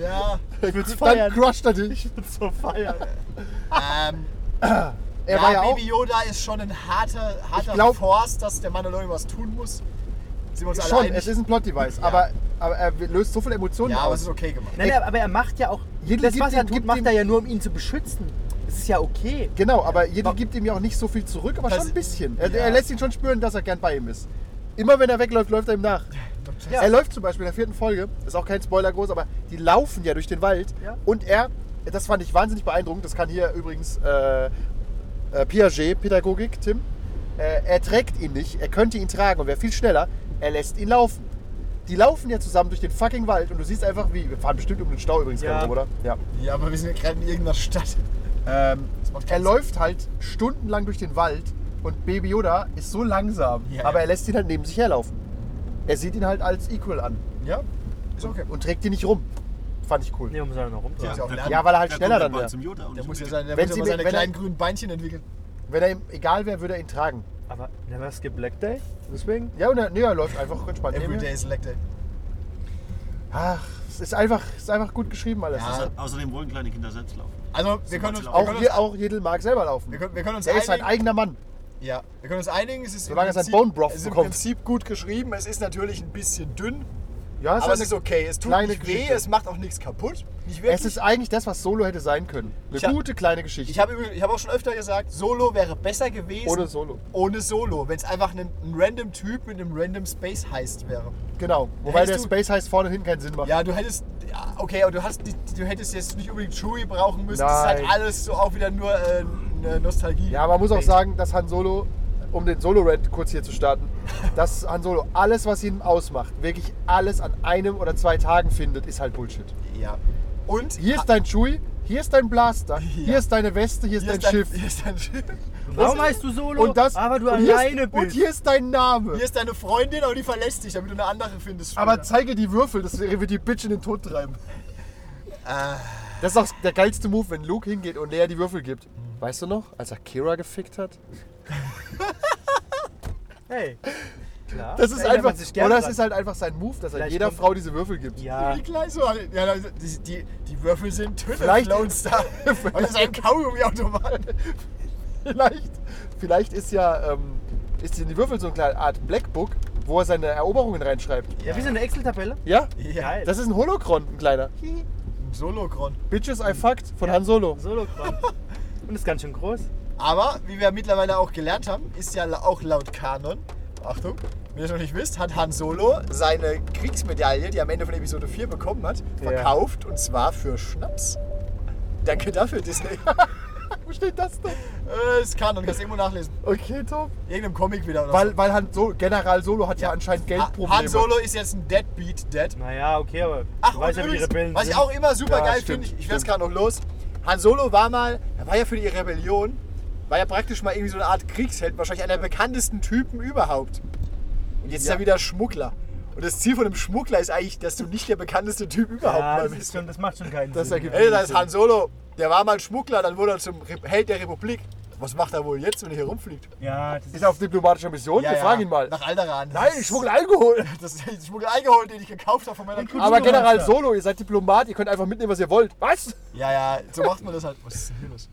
Ja.
Ich würde es
Dann
feiern.
crusht er dich.
Ich würde es so feiern.
Ähm,
Er
ja,
war ja auch.
Baby Yoda ist schon ein harter, harter
glaub-
Force, dass der Mandalorian was tun muss. Sind wir uns alle
Schon,
einig?
es ist ein Plot-Device, aber, aber er löst so viele Emotionen
ja, aber
aus.
es ist okay gemacht.
Nein, nein, aber er macht ja auch.
Jeder
das,
gibt
was er
ihm-
tut,
gibt
macht
ihm-
er ja nur, um ihn zu beschützen. Es ist ja okay.
Genau, aber Jedi
Wa-
gibt ihm ja auch nicht so viel zurück, aber
Das-
schon ein bisschen. Er,
Ja.
er lässt ihn schon spüren, dass er gern bei ihm ist. Immer wenn er wegläuft, läuft er ihm nach.
Ja.
Er läuft zum Beispiel in der vierten Folge, ist auch kein Spoiler groß, aber die laufen ja durch den Wald
Ja.
und er, das fand ich wahnsinnig beeindruckend, das kann hier übrigens äh, äh, Piaget, Pädagogik, Tim, äh, er trägt ihn nicht, er könnte ihn tragen und wäre viel schneller, er lässt ihn laufen. Die laufen ja zusammen durch den fucking Wald und du siehst einfach wie, wir fahren bestimmt um den Stau übrigens
Ja.
rum, oder? Ja.
Ja, aber wir sind ja gerade in irgendeiner Stadt. Ähm, das macht
Er
keinen Sinn.
läuft halt stundenlang durch den Wald und Baby Yoda ist so langsam,
Ja,
aber
ja.
er lässt ihn halt neben sich herlaufen. Er sieht ihn halt als Equal an
Ja, ist okay.
und trägt ihn nicht rum. Fand ich cool.
Nee, um seine rum.
Ja.
Wer
Ja,
kommt-
weil er halt
wer
schneller
kommt denn
dann
bald
wäre.
Zum Yoda und
Der muss ja
mit-
seine, der
Wenn
muss
sie
aber
mir-
seine
wenn er-
kleinen grünen Beinchen entwickeln.
Wenn er ihm egal wäre, würde er ihn tragen.
Aber na, was gibt Black Day? Deswegen?
Ja, und er, nee, er läuft einfach entspannt. neben
Every
mir.
day is like that.
Ach, es ist einfach, es ist einfach gut geschrieben alles.
Ja.
Es ist-
Außer- Außerdem wollen kleine Kinder selbst laufen.
Also, wir können uns,
Auch
wir
Auch,
können
je,
uns,
auch Jedel mag selber laufen.
wir können, wir können uns
Er ist sein
einigen.
eigener Mann.
Ja, wir können uns einigen. Es ist
Solange
im
er sein
Prinzip-
Bone Broth
Es ist im
bekommt.
Prinzip gut geschrieben. Es ist natürlich ein bisschen dünn,
Ja,
aber es
eine
ist okay. Es tut
kleine
nicht weh,
Geschichte.
es macht auch nichts kaputt. Nicht wirklich.
Es ist eigentlich das, was Solo hätte sein können. Eine
Ich hab-
gute kleine Geschichte.
ich habe übrigens- ich habe auch schon öfter gesagt, Solo wäre besser gewesen
Ohne Solo.
ohne Solo, wenn es einfach ein, ein random Typ mit einem random Space heißt wäre.
Genau. Wobei der
Hättest du-
Space heißt vorne und hinten keinen Sinn macht.
Ja, du hättest. Ja, okay, aber du, hast, nicht- du hättest jetzt nicht unbedingt Chewie brauchen müssen. Das ist
Nein.
halt alles so auch wieder nur äh, eine Nostalgie.
Ja, man muss auch sagen, dass Han Solo, um den Solo-Rant kurz hier zu starten, dass Han Solo alles, was ihn ausmacht, wirklich alles an einem oder zwei Tagen findet, ist halt Bullshit.
Ja. Und
Hier
Ah.
ist dein Chewie, hier ist dein Blaster, hier ist deine Weste, hier ist
hier
dein
ist dein-
Schiff.
Hier ist dein Schiff.
Warum heißt du Solo?
Und das,
aber du
und hier
alleine
ist,
bist.
Und hier ist dein Name.
Hier ist deine Freundin, aber die verlässt dich, damit du eine andere findest.
Aber
später.
zeige die Würfel, das wird die Bitch in den Tod treiben.
Ah.
Das ist auch der geilste Move, wenn Luke hingeht und Leia die Würfel gibt. Weißt du noch, als er Kira gefickt hat?
hey. Klar.
Das ist
Erinnert
einfach,
man sich gerne
oder es
dran.
ist halt einfach sein Move, dass er
Vielleicht
jeder
kommt-
Frau diese Würfel gibt.
Ja.
Die, Kleine, so, ja, die, die, die Würfel sind Töne.
Vielleicht-
Clone Star. Und das ist ein Kaugummi-Automat.
Vielleicht, vielleicht ist ja ähm, ist in die Würfel so eine kleine Art Blackbook, wo er seine Eroberungen reinschreibt.
Ja, wie so eine Excel-Tabelle.
Ja?
Ja,
Geil.
Das ist ein Holocron, ein kleiner.
ein Solokron.
Bitches I fucked von Han Solo.
Solo Und ist ganz schön groß.
Aber, wie wir mittlerweile auch gelernt haben, ist ja la- auch laut Kanon, Achtung, wenn ihr es noch nicht wisst, hat Han Solo seine Kriegsmedaille, die er am Ende von Episode 4 bekommen hat, verkauft und zwar für Schnaps. Danke dafür, Disney.
Wo steht das denn?
äh, ist Kanon, kannst du irgendwo nachlesen.
Okay, top.
Irgendeinem Comic wieder oder
Weil, weil Han Solo, General Solo hat ja, anscheinend
so. Ha-
Geldprobleme.
Han Solo ist jetzt ein Deadbeat Dead.
Naja, okay, aber
Ach,
du weißt ja,
und
wie die
übrigens,
Rebellen
was ich
sind.
auch immer super
Ja,
geil
stimmt,
finde, ich, ich werde es
stimmt.
gerade noch los. Han Solo war mal, er war ja für die Rebellion, war ja praktisch mal irgendwie so eine Art Kriegsheld, wahrscheinlich einer der bekanntesten Typen überhaupt. Und jetzt ist er wieder Schmuggler. Und das Ziel von einem Schmuggler ist eigentlich, dass du nicht der bekannteste Typ überhaupt
ja,
mal
das,
bist.
ist schon, das macht schon keinen
Das
Sinn.
ergibt-
Hey, da ist Han Solo, der war mal ein Schmuggler, dann wurde er zum Re- Held der Republik. Was macht er wohl jetzt, wenn er hier rumfliegt?
Ja, das
ist auf diplomatischer Mission? Wir fragen ihn mal.
Nach Alderan. Das
Nein,
ist-
ich schmuggle Alkohol.
Das ist der Schmuggel eingeholt, den ich gekauft habe von meiner Kuh.
Aber General
Alter.
Solo, ihr seid Diplomat, ihr könnt einfach mitnehmen, was ihr wollt. Was?
Ja, ja, so macht man das halt. Was ist denn hier los?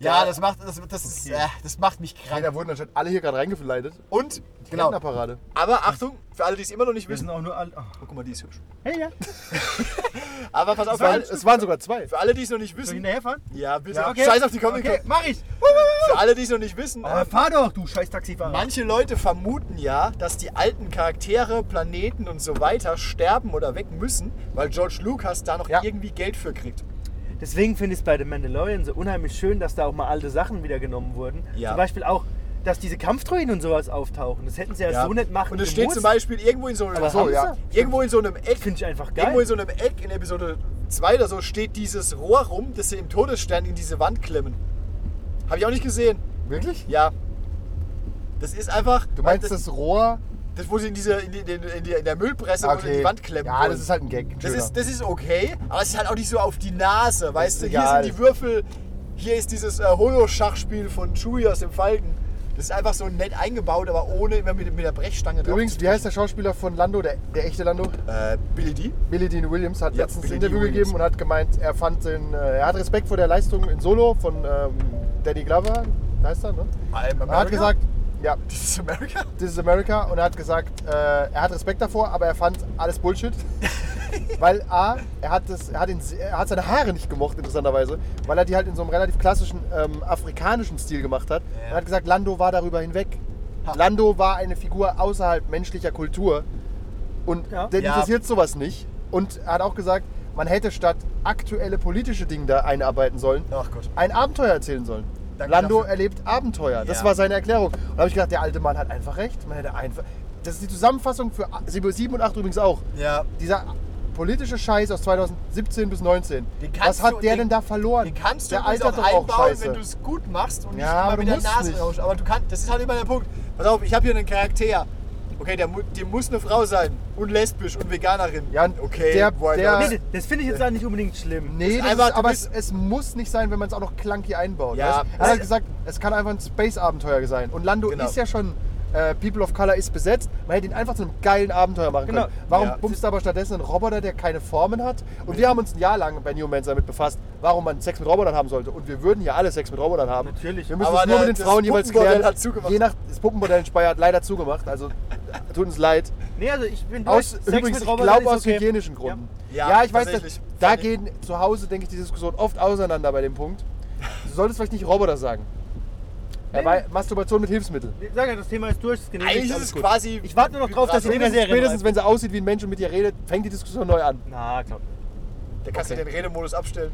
Ja, das macht, das, das, ist, äh, das macht mich krank.
Da wurden anscheinend alle hier gerade reingeleitet.
Und,
Genau.
genau, aber Achtung, für alle, die es immer noch nicht
wir
wissen.
sind auch nur alle. Oh.
Oh, guck mal, die ist hübsch.
Hey, ja.
Aber pass auf,
Es
für
waren,
alle,
es waren sogar zwei.
für alle, die es noch nicht
Soll ich
wissen.
hinterherfahren?
Ja, bitte.
Ja, okay.
Scheiß auf die comic
Okay, mach ich.
Für alle, die es noch nicht wissen.
Aber
äh,
fahr doch, du scheiß Taxifahrer.
manche Leute vermuten ja, dass die alten Charaktere, Planeten und so weiter sterben oder weg müssen, weil George Lucas da noch
Ja.
irgendwie Geld für kriegt.
Deswegen finde ich es bei The Mandalorian so unheimlich schön, dass da auch mal alte Sachen wieder genommen wurden.
Ja.
Zum Beispiel auch, dass diese Kampfdroiden und sowas auftauchen. Das hätten sie ja, so nicht machen
Und es steht
gemusst.
zum Beispiel irgendwo in so einem,
Aber haben sie?
irgendwo in so einem Eck.
Finde ich einfach geil.
Irgendwo in so einem Eck in Episode 2 oder so steht dieses Rohr rum, das sie im Todesstern in diese Wand klemmen. Habe ich auch nicht gesehen.
Wirklich?
Ja. Das ist einfach.
Du meinst
das,
das Rohr?
das wo sie in, diese, in, die, in, die, in, die, in der Müllpresse wo sie in die Wand klemmen.
ja,
wollen.
das ist halt ein Gag. ein
das,
schöner.
ist, das ist okay, aber es ist halt auch nicht so auf die Nase, weißt du? Hier
egal.
sind die Würfel, hier ist dieses äh, Holo-Schachspiel von Chewie aus dem Falken. Das ist einfach so nett eingebaut, aber ohne immer mit, mit der Brechstange drauf.
Übrigens,
zu
wie heißt der Schauspieler von Lando, der, der echte Lando?
Äh, Billy Dee?
Billy Dean Williams hat
Ja,
letztens
Billy
ein Interview
Dean Williams.
gegeben und hat gemeint, er fand den, äh, er hat Respekt vor der Leistung in Solo von ähm, Danny Glover, heißt er, ne? Er hat gesagt, ja,
Das ist America?
This is America und er hat gesagt, äh, er hat Respekt davor, aber er fand alles Bullshit. weil A, er hat, das, er, hat ihn, se- er hat seine Haare nicht gemocht, interessanterweise, weil er die halt in so einem relativ klassischen ähm, afrikanischen Stil gemacht hat.
Ja.
Er hat gesagt, Lando war darüber hinweg.
Ha.
Lando war eine Figur außerhalb menschlicher Kultur und
Ja.
den
Ja.
interessiert sowas nicht. Und er hat auch gesagt, man hätte statt aktuelle politische Dinge da einarbeiten sollen,
Ach Gott.
ein Abenteuer erzählen sollen.
Danke
Lando
dafür.
erlebt Abenteuer. Das
Ja.
war seine Erklärung. Und da habe ich gedacht, der alte Mann hat einfach recht. Man hätte einfach. Das ist die Zusammenfassung für 7 und 8 übrigens auch.
Ja.
Dieser politische Scheiß aus 2017 bis 19.
Den kannst
Was hat
du-
der
den-
denn da verloren?
Den kannst du
der
übrigens
altert
auch
doch auch
einbauen,
Scheiße.
wenn du es gut machst und
Ja, aber
nicht
du
immer mit der
musst
Nase
nicht.
rauscht. Aber du kannst, das ist halt immer der Punkt. Pass auf, ich habe hier einen Charakter. Okay, der, mu- die muss eine Frau sein und lesbisch und Veganerin.
Ja, und
okay,
der-
why
der-
not?
Nee, das- das finde ich jetzt auch nicht unbedingt schlimm.
Nee, das
einfach,
ist,
du
aber es,
bist-
es muss nicht sein, wenn man es auch noch clunky einbaut.
Ja.
weißt du? Er hat halt gesagt, es kann einfach ein Space-Abenteuer sein. Und Lando
Genau.
ist ja schon, äh, People of Color ist besetzt, man hätte ihn einfach zu einem geilen Abenteuer machen
Genau.
können. Warum
Ja.
bummst du aber stattdessen einen Roboter, der keine Formen hat? Und wir haben uns ein Jahr lang bei Newmans damit befasst, warum man Sex mit Robotern haben sollte. Und wir würden ja alle Sex mit Robotern haben.
Natürlich.
Wir müssen
Aber
es nur
der-
mit den
das
Frauen jeweils
Puppenmodell
klären.
hat zugemacht.
Je nach, das Puppenmodell in Speyer hat leider zugemacht, also tut uns leid.
Nee, also ich bin durch.
Aus,
Sex mit
übrigens, ich
Robotern
glaube
ist
aus
okay.
hygienischen Gründen.
Ja.
Ja,
Ja,
ich weiß,
tatsächlich.
dass, da
Fand ich-
gehen zu Hause, denke ich, die Diskussion oft auseinander bei dem Punkt. Du solltest vielleicht nicht Roboter sagen. Ja,
Nee.
weil Masturbation mit Hilfsmitteln.
Ich sage ja, das Thema ist durch. Das ist genehmigt,
Eigentlich ist
alles
es
gut.
quasi.
Ich warte nur noch drauf, dass sie in der
Spätestens,
Serie
spätestens wenn sie aussieht wie ein Mensch und mit dir redet, fängt die Diskussion neu an.
Na, klar.
Da kannst du
Okay.
den Redemodus abstellen.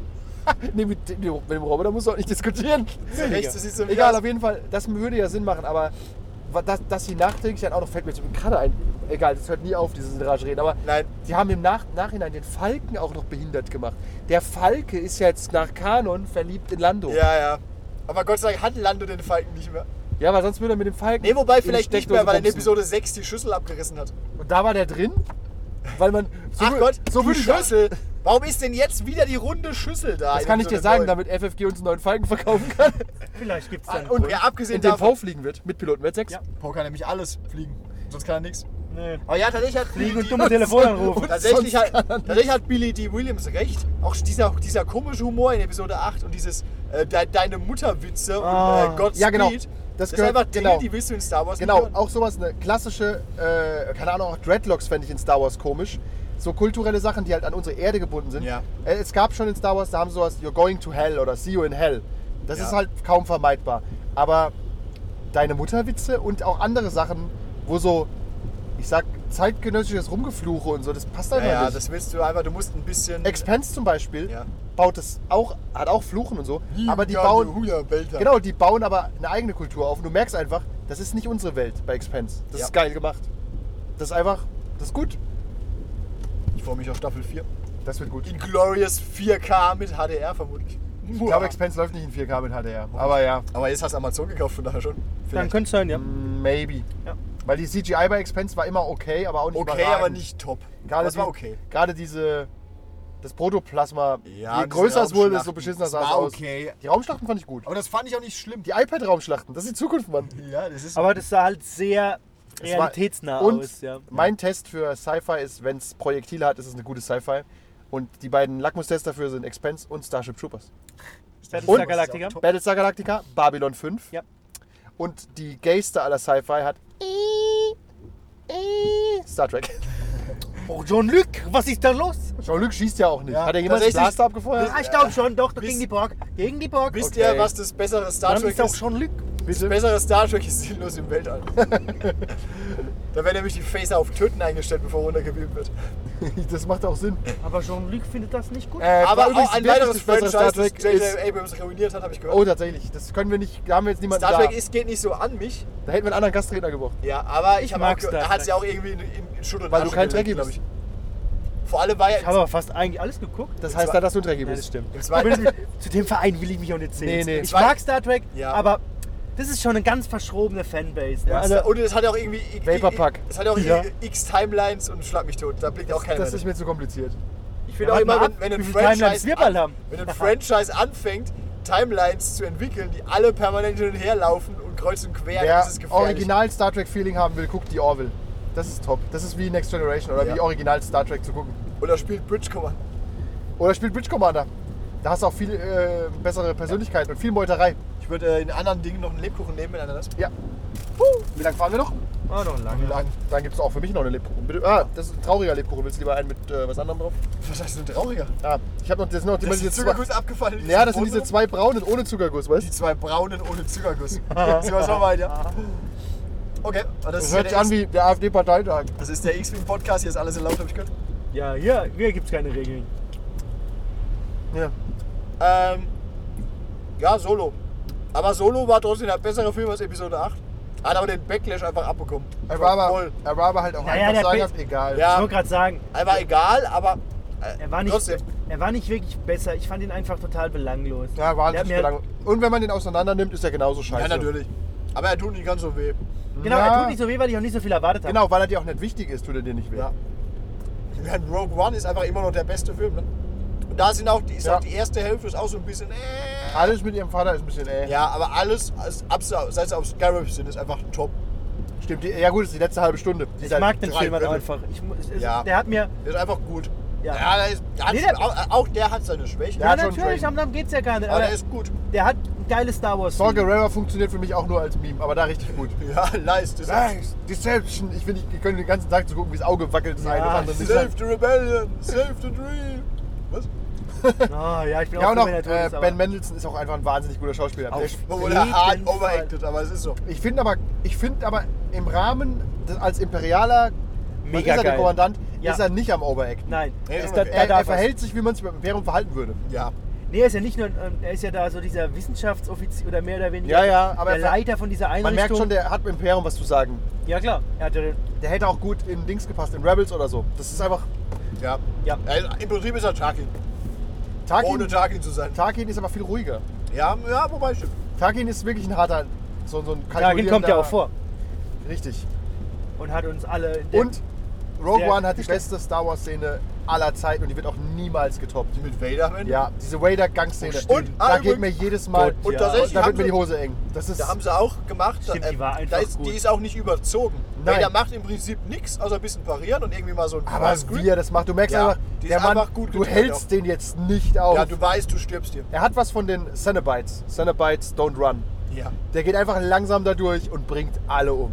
nee, mit, dem- mit dem Roboter musst du auch nicht diskutieren.
Rechts, das sieht so
Egal,
aus.
auf jeden Fall, das würde ja Sinn machen, aber wa- dass, dass sie nachträglich dann auch noch fällt mir jetzt gerade ein. Egal, das hört nie auf, dieses Rage reden, aber
Nein.
die haben im Nach Nachhinein den Falken auch noch behindert gemacht. Der Falke ist ja jetzt nach Kanon verliebt in
Oh.
Lando.
Ja, ja. Aber Gott sei Dank hat Lando den Falken nicht mehr.
Ja, weil sonst würde er mit dem Falken.
Nee, wobei
in die
vielleicht nicht
Steckdose
mehr, weil er in
bumsen.
Episode 6 die Schüssel abgerissen hat.
Und da war der drin? Weil man. So
Ach
wür-
Gott,
so
die
würde ich das.
Schüssel. Warum ist denn jetzt wieder die runde Schüssel da?
Das
in
kann ich dir
Episode
sagen,
neun?
damit FFG uns einen neuen Falken verkaufen kann.
Vielleicht gibt es
Ah,
dann.
Und ja, abgesehen
In dem
davon.
V fliegen wird. Mit Pilotenwert 6.
Ja.
Paul kann nämlich alles fliegen. Sonst kann er nichts.
Nee.
Aber ja, tatsächlich hat
Fliegen
Billy
und
Dee-
dumme Telefonanrufe.
tatsächlich,
sonst
hat, tatsächlich hat Billy D. Williams recht. Auch dieser, dieser komische Humor in Episode 8 und dieses äh, de, Deine Mutterwitze
Ah,
und äh, Godspeed.
ja, genau.
Das,
Das
ist
gehört-
einfach Dinge,
genau.
die willst du in Star Wars
Genau,
nicht hören.
auch sowas, eine klassische, äh, keine Ahnung, auch Dreadlocks fände ich in Star Wars komisch. So kulturelle Sachen, die halt an unsere Erde gebunden sind.
Ja.
Äh, Es gab schon in Star Wars, da haben sie sowas, You're going to hell oder See you in hell. Das
Ja.
ist halt kaum vermeidbar. Aber deine Mutterwitze und auch andere Sachen, wo so, ich sag, zeitgenössisches Rumgefluche und so, das passt einfach
Ja, ja,
nicht.
das willst du einfach, du musst ein bisschen.
Expense zum Beispiel
Ja.
baut das auch, hat auch Fluchen und so,
Yin,
aber die
Yang,
bauen,
Huya, Belter.
genau, die bauen aber eine eigene Kultur auf. Und du merkst einfach, das ist nicht unsere Welt bei Expense. Das
Ja.
ist geil gemacht. Das ist einfach, das ist gut.
Ich freue mich auf Staffel 4.
Das wird gut. Ich
Inglorious 4K mit HDR vermutlich.
glaube, Expense läuft nicht in 4K mit HDR. Aber ja,
Aber jetzt hast du Amazon gekauft, von daher schon.
Dann
Vielleicht.
könnte es sein, ja.
maybe.
Ja.
Weil die CGI bei Expense war immer okay, aber auch nicht
okay,
überragend.
aber nicht top.
Gerade
das war
die-
okay.
Gerade diese, das Protoplasma,
Ja,
je
diese
größer es wurde, desto
Raumschlachten.
beschissener
Das
sah es
war
aus.
okay.
Die Raumschlachten fand ich gut.
Aber das fand ich auch nicht schlimm.
Die iPad-Raumschlachten, das ist die Zukunft, Mann.
Ja, das ist.
Aber das sah halt sehr
Es war-
realitätsnah
und
aus, ja.
Mein Test für Sci-Fi ist, wenn es Projektile hat, ist es eine gute Sci-Fi. Und die beiden Lackmustests dafür sind Expense und Starship Troopers.
Battlestar
und-
Galactica.
Battlestar Galactica, Babylon 5.
Ja.
Und die Geister aller Sci-Fi hat Star Trek.
Oh, Jean-Luc, was ist da los?
Jean-Luc schießt ja auch nicht.
Ja,
hat er jemals einen
tatsächlich-
Blaster
Äh,
abgefeuert?
Ah, ich glaube schon, doch, doch,
Wisst-
gegen die Borg. Gegen die Borg.
Wisst
Okay.
ihr, was das bessere Star
Dann
Trek
ist auch
ist?
Jean-Luc.
Das bessere Star Trek ist sinnlos im Weltall. da werden nämlich die Phaser auf Töten eingestellt, bevor runtergebeamt wird.
Das macht auch Sinn.
Aber Jean-Luc findet das nicht gut.
Äh,
Aber
übrigens
auch ein
wirklich
weiteres
das bessere
Franchise,
Star
das
Trek ist.
J.J. Abrams ruiniert hat, habe ich gehört.
Oh, tatsächlich. Das können wir nicht. Da haben wir jetzt niemanden
Star
da.
Trek ist, geht nicht so an mich.
da hätten wir einen anderen Gastredner gebraucht.
Ja, aber ich,
Ich
habe
mag
auch gehört,
Star
er hat
Trek.
ja auch irgendwie in, in, in Schutt und
Weil du
Asche
kein
gelegt,
Trekkie
glaub
bist.
Vor allem war ja
Ich habe aber fast eigentlich alles geguckt.
Das heißt
war-
dann, dass du ein Trekkie
Ja,
bist.
das stimmt.
im zweiten
Zu dem Verein will ich mich auch nicht zählen.
Nee, nee.
Ich
Zwei-
mag Star Trek,
Ja.
aber das ist schon eine ganz verschrobene Fanbase. Ne?
Ja.
Also,
Und es hat auch irgendwie. i- i-
Vaporpack.
Es hat auch
Ja.
X-Timelines und schlag mich tot. Da blickt auch keiner
Das
mehr
ist mir zu kompliziert.
Ich finde
Ja,
auch
warte
immer,
mal ab,
wenn, wenn,
wie
ein
viel Timelines
Franchise
wir bald
an,
haben.
wenn ein Franchise anfängt, Timelines zu entwickeln, die alle permanent hin und her laufen und kreuz und quer.
Wer
das ist gefährlich.
original Star Trek Feeling haben will, guckt die Orville. Das ist top. Das ist wie Next Generation oder
Ja.
wie original Star Trek zu gucken.
Oder spielt Bridge Commander.
Oder spielt Bridge Commander. Da hast du auch viel äh, bessere Persönlichkeiten und viel Meuterei.
Ich würde äh, in anderen Dingen noch einen Lebkuchen nehmen, wenn einer das.
Ja. Wie lange fahren wir noch?
Ah, noch lange.
Lang. Dann gibt es auch für mich noch eine Lebkuchen. Bitte. Ah, das ist ein trauriger Lebkuchen. Willst du lieber einen mit äh, was anderem drauf?
Was heißt denn trauriger?
Ah, ich habe noch, das sind noch die,
Das
diese
ist
zwei,
Zuckerguss abgefallen.
Ja, das sind diese
bunte.
zwei braunen ohne Zuckerguss, weißt
Die
du?
zwei braunen ohne Zuckerguss. Sind wir so weiter. Okay, aber das,
Das
ist
hört
ja
sich
der
an wie der AfD-Parteitag.
X- das ist der X-Wing Podcast, hier ist alles erlaubt, hab ich gehört.
Ja, hier, hier gibt es keine Regeln.
Ja.
Ähm, ja, Solo. Aber Solo war trotzdem der bessere Film als Episode 8. Hat aber den Backlash einfach abbekommen.
Er war aber,
Voll.
er war aber halt auch
Naja,
einfach
der
sagenhaft
Bild-
egal.
Ja.
Ich wollte gerade sagen,
Er war egal, aber äh,
er war, nicht,
trotzdem.
er war nicht wirklich besser. Ich fand ihn einfach total belanglos.
Ja,
Der hat
wahnsinnig
mir-
belanglos. Und wenn man den auseinander nimmt, ist er genauso scheiße.
Ja, natürlich. Aber er tut nicht ganz so weh.
Genau,
Ja.
er tut nicht so weh, weil ich auch nicht so viel erwartet habe.
Genau, weil er dir auch nicht wichtig ist, tut er dir nicht weh.
Ja. Während Rogue One ist einfach immer noch der beste Film. Ne? Und da sind auch, die- ist
Ja.
auch die erste Hälfte ist auch so ein bisschen. Äh,
Alles mit ihrem Vater ist ein bisschen äh.
ja, aber alles, als, abseits als auf Scarab sind, ist einfach top.
Stimmt, die, ja gut, ist die letzte halbe Stunde. Die
Ich
sind
mag den
drei
Film halt
Viertel.
einfach. Ich, mu- es, es,
Ja.
Der hat mir.
Ist einfach gut.
Ja.
der ist, der hat,
Nee, der-
auch, auch der hat seine Schwächen.
Ja,
Ja,
hat schon
natürlich,
Schwächen.
am Namen geht's ja gar nicht.
aber
Aber
der ist gut.
der hat ein geiles Star Wars.
Saw Gerrera funktioniert für mich auch nur als Meme, aber da richtig gut.
Ja, nice. Das
Nice, Deception. Ich finde, ich können den ganzen Tag zu gucken, wie das Auge wackelt. Das
Ja,
eine, das andere
das
nicht.
ist
Save the Rebellion, save the Dream. Was?
Ah, ja, ich bin
Ja,
auch
und
froh,
auch
wenn er tot
äh,
ist, aber-
Ben Mendelssohn ist auch einfach ein wahnsinnig guter Schauspieler. Der
Auf
sp-
Obwohl er hart
Jeden Fall.
overacted, aber es ist so.
Ich finde aber, ich finde aber im Rahmen des, als imperialer was ist
Mega
er, der
geil.
Kommandant,
Ja.
ist er nicht am Overacten.
Nein,
Nee,
er, ist
okay.
da,
Er,
er,
er halt
darf was.
verhält sich, wie man sich beim Imperium verhalten würde.
Ja.
Nee, er ist ja nicht nur, ähm, er ist ja da so dieser Wissenschaftsoffizier oder mehr oder weniger
Ja, ja, aber
der
er ver-
Leiter von dieser Einrichtung.
Man merkt schon, der hat im Imperium was zu sagen.
ja klar, er hatte,
Der hätte auch gut in Dings gepasst, in Rebels oder so. Das ist einfach.
Ja.
Ja.
Er- Im Prinzip ist er Tarkin. Ohne
Tarkin,
Tarkin zu sein.
Tarkin ist aber viel ruhiger.
Ja, ja, wobei stimmt.
Tarkin ist wirklich ein harter. So, so ein
Tarkin kommt ja auch vor
Richtig.
und hat uns alle... in der-
Und Rogue
der-
One hat die beste Star Wars-Szene aller Zeiten und die wird auch niemals getoppt.
Die mit Vader am Ende.
Ja, diese Vader-Gang-Szene.
Oh, stimmt.
da
Ah,
geht
übrigens-
mir jedes Mal.
Und
ja.
tatsächlich
da
haben
wird mir
sie-
die Hose eng. Das ist.
Da haben sie auch gemacht.
Stimmt, die war
äh,
einfach
da ist,
gut.
Die ist auch nicht überzogen.
Nein.
Vader macht im Prinzip nichts, außer ein bisschen parieren und irgendwie mal so ein
aber
Script.
wie er das macht, du merkst
Ja,
einfach,
die ist
der Mann,
einfach gut
du
getrennt
hältst
auch.
den jetzt nicht auf.
Ja, du weißt, du stirbst hier.
er hat was von den Cenobites. Cenobites don't run.
Ja.
Der geht einfach langsam da durch und bringt alle um.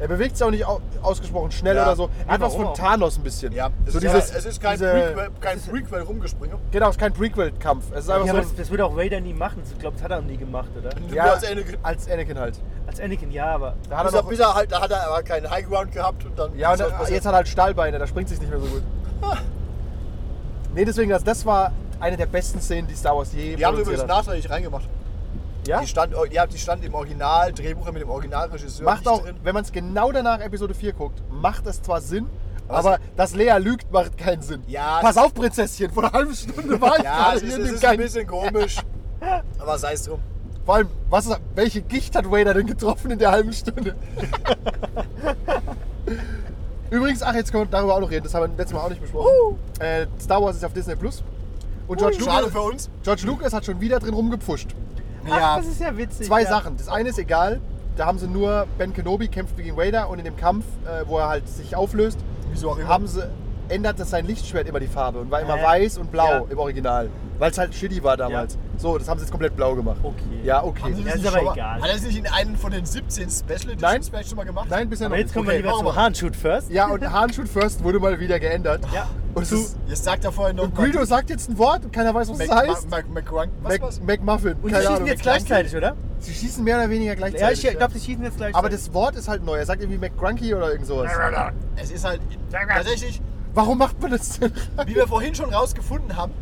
Er bewegt sich auch nicht au- ausgesprochen schnell
Ja. um.
oder so. Er hat was
warum
von
auch?
Thanos ein bisschen.
Ja, es,
so
ist,
dieses,
es ist kein
diese-
Prequel, kein Prequel rumgespringen.
Genau, es ist kein Prequel-Kampf. Es ist
Ja,
einfach
aber
so.
das, das würde auch Vader nie machen. Ich glaube, das hat er nie gemacht, oder?
Ja,
als Anakin.
als Anakin halt.
Als Anakin, ja, aber...
Da
Bis
hat
er,
er noch,
bis er halt, da hat er aber keinen High Ground gehabt und dann.
ja, und
ist das
er,
passiert.
jetzt hat er halt Stahlbeine, da springt sich nicht mehr so gut. Nee, deswegen, das, das war eine der besten Szenen, die Star Wars je
Die haben sie
produziert
übrigens
hat.
nachträglich reingemacht.
Ja?
Die stand, ja, die stand im Original, Drehbuch mit dem Originalregisseur.
Macht
nicht
auch,
drin.
wenn man es genau danach Episode 4 guckt, macht es zwar Sinn,
Was?
aber dass Lea lügt, macht keinen Sinn.
Ja.
Pass auf, Prinzesschen, vor einer halben Stunde war ich
Ja,
gerade
es ist,
hier
es
in dem
ist ein
Gang.
bisschen komisch. Aber sei es drum.
Vor allem, was ist, welche Gicht hat Vader denn getroffen in der halben Stunde? Übrigens, ach, jetzt können wir darüber auch noch reden, das haben wir letztes Mal auch nicht besprochen. Äh, Star Wars ist auf Disney Plus. Und George
Schade
Lucas,
für uns.
George Lucas hat schon wieder drin rumgepfuscht.
Ach, das ist ja witzig.
Zwei
ja.
Sachen. Das eine ist egal, da haben sie nur Ben Kenobi kämpft gegen Vader und in dem Kampf, äh, wo er halt sich auflöst,
Wieso auch immer.
haben sie ändert das sein Lichtschwert immer die Farbe und war immer
Äh,
weiß und blau
ja.
im Original, weil es halt shitty war damals. So, das haben sie jetzt komplett blau gemacht.
Okay.
Ja, okay.
Ja, ist
nicht
aber
schon mal-
egal.
Hat er es nicht in einen von den 17 Special Editions
Nein.
vielleicht schon mal gemacht?
Nein, bisher
Aber
noch
jetzt
nicht.
kommen
okay.
wir lieber zu Handschuh First.
Ja, und Handschuh First wurde mal wieder geändert.
Ja. Oh
Und,
Du,
zu,
jetzt sagt er vorhin noch.
und Guido sagt jetzt ein Wort und keiner weiß, was es
Mac,
heißt.
Mac, Mac, Mac, was, was?
Mac, McMuffin.
Und die
Keine
schießen
Ahnung.
jetzt gleichzeitig, oder?
Sie schießen mehr oder weniger
Ja, ich
gleichzeitig.
glaube, die schießen jetzt gleichzeitig.
Aber das Wort ist halt neu. Er sagt irgendwie McGrunky oder irgend sowas.
Es ist halt tatsächlich,
Warum macht man das denn?
wie wir vorhin schon rausgefunden haben,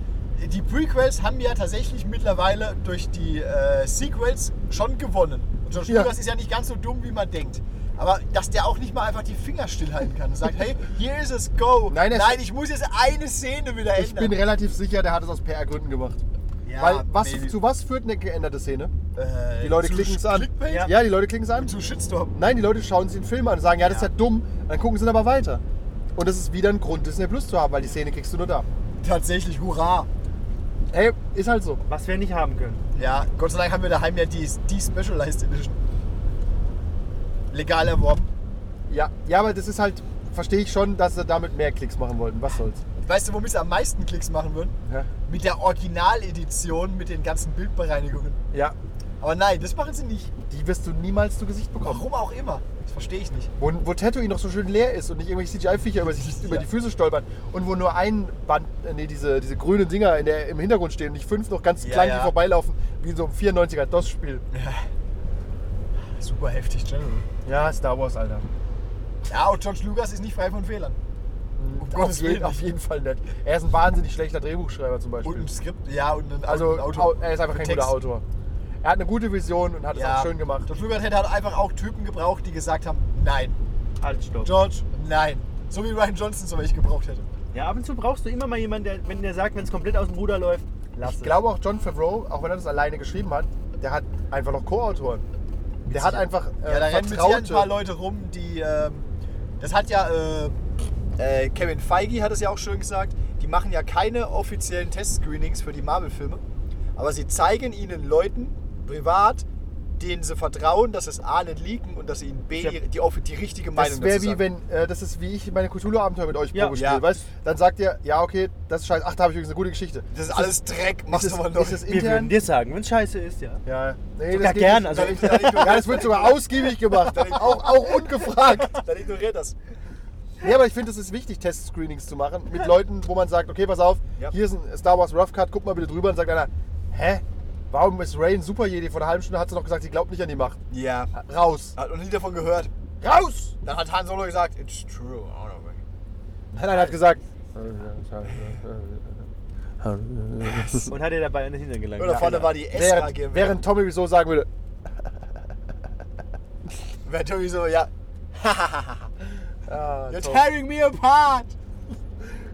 die Prequels haben ja tatsächlich mittlerweile durch die äh, Sequels schon gewonnen. Und George
Ja.
Lucas ist ja nicht ganz so dumm, wie man denkt. Aber dass der auch nicht mal einfach die Finger stillhalten kann und sagt, hey, hier ist es, go.
Nein, es-
Nein ich muss jetzt eine Szene wieder
Ich bin
ändern.
relativ sicher, der hat es aus PR-Gründen gemacht.
ja,
Weil was,
maybe.
zu was führt eine geänderte Szene?
Äh,
Die Leute
zu
klicken es an.
Clickbait?
Ja.
Ja.
die Leute klicken es an.
Zu Shitstorm.
Nein, die Leute schauen sich den Film an und sagen, ja, das ist ja dumm. Dann gucken sie ihn aber weiter. Und das ist wieder ein Grund, Disney Plus zu haben, weil die Szene kriegst du nur da.
Tatsächlich, hurra.
Ey, ist halt so.
Was wir nicht haben können.
Ja, Gott sei Dank haben wir daheim ja die, die Specialized Edition. Legal erworben.
Ja, ja, aber das ist halt, verstehe ich schon, dass sie damit mehr Klicks machen wollten. Was soll's?
Weißt du, womit sie am meisten Klicks machen würden?
Ja.
Mit der Originaledition, mit den ganzen Bildbereinigungen.
ja,
Aber nein, das machen sie nicht.
die wirst du niemals zu Gesicht bekommen.
Warum auch immer. Das verstehe ich nicht.
Wo, wo Tatooine noch so schön leer ist und nicht irgendwelche CGI-Viecher über, sich- über die Füße stolpern und wo nur ein Band, äh, nee, diese, diese grünen Dinger in der, im Hintergrund stehen und nicht fünf noch ganz
Ja,
klein,
ja.
die vorbeilaufen, wie in so einem 94er DOS-Spiel.
Super heftig, General.
Ja, Star Wars, Alter.
Ja, und George Lucas ist nicht frei von Fehlern. Um
Auf jeden, auf jeden Fall nett. Er ist ein wahnsinnig schlechter Drehbuchschreiber zum Beispiel.
Und ein Skript, ja, und ein
also
ein Auto.
au- er ist einfach kein
Text.
guter Autor. Er hat eine gute Vision und hat es auch schön gemacht.
George Lucas hätte halt einfach auch Typen gebraucht, die gesagt haben, nein.
Halt, stopp.
George, nein. So wie Ryan Johnson zum Beispiel gebraucht hätte.
Ja, ab und zu brauchst du immer mal jemanden, der, wenn der sagt, wenn es komplett aus dem Ruder läuft, lass
Ich
es.
glaube auch John Favreau, auch wenn er das alleine geschrieben hat, der hat einfach noch Co-Autoren. Der hat einfach äh,
Ja, da rennen mit dir ein
Vertraute.
paar Leute rum, die. Ähm, das hat ja. Äh, äh, Kevin Feige hat es ja auch schön gesagt. Die machen ja keine offiziellen Testscreenings für die Marvel-Filme. Aber sie zeigen ihnen Leuten privat, denen sie vertrauen, dass es A nicht liegen und dass sie ihnen B
Ja.
die, die, offi- die richtige Meinung
das wäre
dazu
wie
sagen.
wenn, äh, das ist wie ich meine Cthulhu-Abenteuer mit euch
Ja.
Probe spiele,
Ja.
weißt Dann sagt ihr, ja okay, das ist scheiße, ach, da habe ich übrigens eine gute Geschichte.
Das ist alles Dreck, machst
ist,
du mal
es-
noch.
Ist es
Wir würden
intern?
dir sagen, wenn es scheiße ist, ja.
ja, nee,
Sogar
geht
gern,
nicht.
also-
ja, das wird sogar ausgiebig gemacht, auch, auch ungefragt.
Dann ignoriert das.
Ja, aber ich finde, es ist wichtig, Test-Screenings zu machen mit Leuten, wo man sagt, okay, pass auf,
Ja.
hier ist ein Star Wars Rough Cut, guck mal bitte drüber und sagt einer, hä, warum ist Ray ein Super Jedi? Vor einer halben Stunde hat sie noch gesagt, sie glaubt nicht an die Macht.
Ja.
Raus!
Hat noch nie davon gehört.
Raus!
Dann hat Han Solo gesagt, it's true. I don't know.
Nein, nein, er hat gesagt,
Und hat dir dabei eine Hintern gelangt.
Oder
Ja.
vorne war die Esra
während, während Tommy wieso sagen würde,
Wäre Tommy so, ja.
ah,
You're
Tom,
tearing me apart.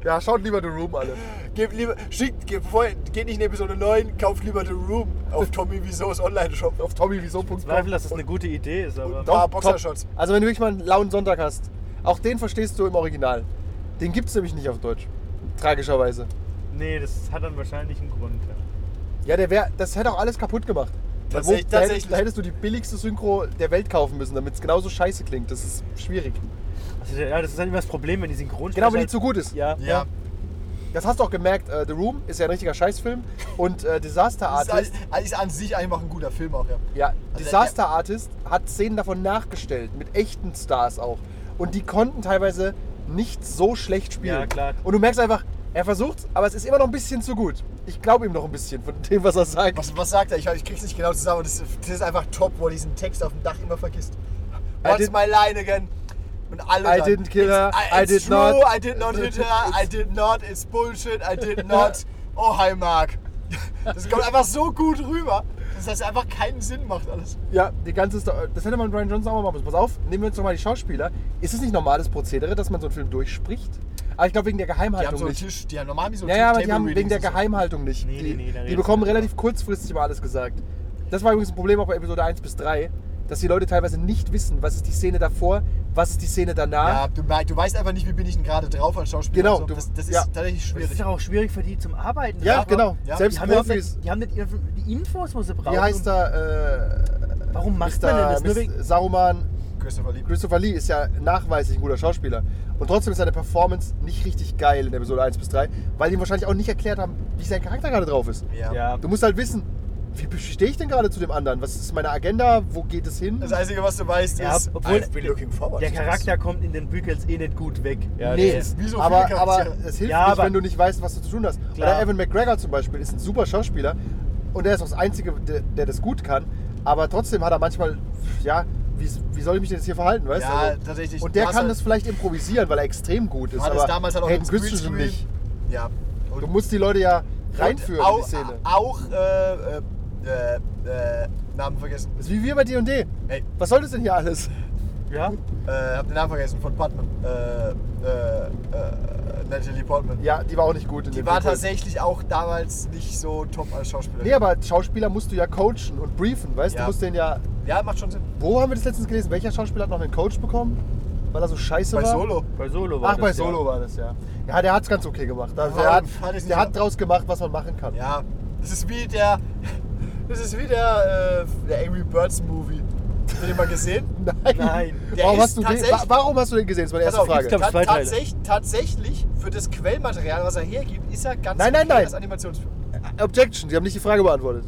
ja, schaut lieber The Room alle.
Gebt lieber, schickt, gebt, bevor, ihr- geht nicht in Episode 9, kauft lieber The Room auf Tommy Wieso's Online-Shop.
Auf tommywieso.com.
Zweifel, dass das eine gute Idee ist, aber.
und- paar Boxershorts.
top. Also wenn du wirklich mal einen lauen Sonntag hast, auch den verstehst du im Original. Den gibt's nämlich nicht auf Deutsch. Tragischerweise.
Nee, das hat dann wahrscheinlich einen Grund. Ja.
Ja, der wär, das hätte auch alles kaputt gemacht. Weil
Tatsächlich-
da, hättest,
tatsächlich.
da hättest du die billigste Synchro der Welt kaufen müssen, damit es genauso scheiße klingt. Das ist schwierig.
Also, ja, das ist halt immer das Problem, wenn die synchron
Genau, wenn die zu gut ist.
Ja.
Ja.
Das hast du auch gemerkt. Äh, The Room ist ja ein richtiger Scheißfilm. Und äh, Disaster
Das Also ist,
Artist.
alles- ist an sich einfach ein guter Film auch, ja.
Ja,
Also,
Disaster Artist hat Szenen davon nachgestellt, mit echten Stars auch. Und die konnten teilweise nicht so schlecht spielen.
Ja, klar.
Und du merkst einfach, er versucht's, aber es ist immer noch ein bisschen zu gut. Ich glaube ihm noch ein bisschen von dem, was er sagt.
Was, was sagt er? Ich, ich krieg's nicht genau zusammen. Das, ist- das ist einfach top, wo er diesen Text auf dem Dach immer vergisst.
I
What's
did-
my line again? Und alle
I
dann,
didn't kill her,
it's-
I
it's
did
true,
not.
I did not hit her. I did not. It's bullshit. I did not. Oh, hi, Mark. Das kommt einfach so gut rüber, dass das einfach keinen Sinn macht alles.
Ja, die ganze Sto- Das hätte man Brian Johnson auch mal machen müssen. Pass auf, nehmen wir uns doch mal die Schauspieler. Ist es nicht normales Prozedere, dass man so einen Film durchspricht? Aber ich glaube, wegen der
Die haben so
Geheimhaltung
einen
nicht.
Tisch, die haben normal wie so
Ja, ja, aber
Tisch-
die haben wegen
Table-Readings
der
und so.
Geheimhaltung nicht. die,
Nee, nee, nee, da
die
redest
bekommen
du drüber.
relativ kurzfristig mal alles gesagt. Das war übrigens ein Problem auch bei Episode 1 bis 3, dass die Leute teilweise nicht wissen, was ist die Szene davor, was ist die Szene danach.
Ja, du, mer- du weißt einfach nicht, wie bin ich denn gerade drauf als Schauspieler.
Genau,
und
du-
so. das, das ist
ja.
tatsächlich
Das ist
schwierig.
ja auch schwierig für die zum Arbeiten.
Ja,
Aber
genau.
ja.
Selbst
Die haben, ja auch
Profis.
nicht, die haben nicht ihre- die Infos, wo sie brauchen.
Wie heißt da? Äh,
Warum macht
Mr.
man denn das? Nur
Mr.
wegen,
Saruman.
Christopher Lee.
Christopher Lee ist ja nachweislich ein guter Schauspieler. Und trotzdem ist seine Performance nicht richtig geil in Episode 1 bis 3, weil die ihm wahrscheinlich auch nicht erklärt haben, wie sein Charakter gerade drauf ist.
Ja.
ja.
Du musst halt wissen, wie stehe ich denn gerade zu dem anderen? Was ist meine Agenda? Wo geht es hin?
Das Einzige, was du weißt,
Ja,
ist,
obwohl-
I've been looking forward.
Der
to this.
Charakter kommt in den Büchels eh nicht gut weg. Ja,
nee,
der ist-
wie so viele
aber,
Charaktere.
aber es hilft
Ja,
nicht,
aber-
wenn du nicht weißt, was du zu tun hast.
Klar.
Oder Evan McGregor zum Beispiel ist ein super Schauspieler und er ist auch das Einzige, der, der das gut kann. Aber trotzdem hat er manchmal, ja, wie, wie soll ich mich denn jetzt hier verhalten, weißt
Ja,
Also,
tatsächlich.
Und der
Du hast
kann
halt-
das vielleicht improvisieren, weil er extrem gut ist.
Du hattest
aber
damals halt auch
Hayden
den
Christensen
Greenscreen.
nicht.
Ja. Und
Du musst die Leute ja reinführen
und
in die Szene.
Auch, äh, äh, äh, äh, Namen vergessen.
Das ist wie wir bei D&D.
Hey,
Was soll das denn hier alles?
ja.
äh, hab den Namen vergessen von Putman. Äh, äh, äh, Natalie Portman.
Ja, die war auch nicht gut. In
Die
dem
war
Film.
tatsächlich auch damals nicht so top als Schauspielerin.
Nee, aber Schauspieler musst du ja coachen und briefen, weißt du?
Ja.
Du musst den ja...
ja, macht schon Sinn.
Wo haben wir das letztens gelesen? Welcher Schauspieler hat noch einen Coach bekommen? weil er so scheiße
Bei
war?
Solo.
Bei Solo war
Ach,
das,
bei
ja.
Solo war das, ja. Ja, der hat es ganz okay gemacht. Also,
Warum
der hat,
fand ich's nicht
der hat
so?
draus gemacht, was man machen kann.
Ja, das ist wie der. Das ist wie der, äh, der Angry Birds Movie. Habt ihr den mal gesehen?
Nein.
Nein.
Der
Warum
ist
hast, du den, wa-
tatsächlich-
warum hast du den gesehen? Das war die erste
Pass auf,
Frage.
gibt's, glaub ich, zwei Teile.
tatsächlich, tatsächlich für das Quellmaterial, was er hergibt, ist er ganz
Nein, nein,
okay
nein.
als Animationsfilm.
Objection, die haben nicht die Frage beantwortet.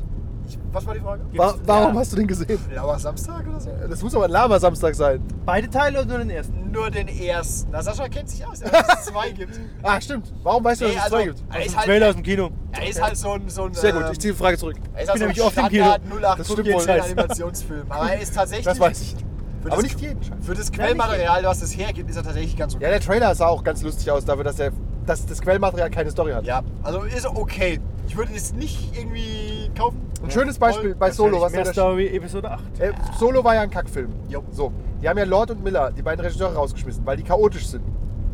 Ich, was war die Frage?
Wa
ja.
warum hast du den gesehen?
Blauer Samstag oder so?
Das muss aber ein Lama-Samstag sein.
Beide Teile oder nur den ersten?
Nur den ersten. Na, Sascha kennt sich aus, dass es zwei gibt.
Ah, stimmt. Warum weißt du, dass
Nee,
es
also,
zwei gibt?
er ist
Aus dem Trailer aus
halt,
dem Kino.
er ist halt so ein. So ein
Sehr gut,
ähm,
ich ziehe die Frage zurück.
Er ist
bin
halt
nämlich
so ein
oft im Kino.
Standard
Das
0815
stimmt wohl, scheiße.
Animationsfilm. Aber er ist tatsächlich.
Das weiß ich.
Für das,
Aber nicht jeden Scheiß.
Für das Quellmaterial, was es hergibt, ist er tatsächlich ganz okay.
Ja, der Trailer sah auch ganz lustig aus, dafür, dass, der, dass das Quellmaterial keine Story hat.
Ja, also ist okay. Ich würde es nicht irgendwie kaufen.
Ein schönes Beispiel bei Solo. Was war
Mehr
das?
Story, Episode 8.
Äh, Solo war ja ein Kackfilm.
Jo.
So, die haben ja Lord und Miller, die beiden Regisseure, rausgeschmissen, weil die chaotisch sind.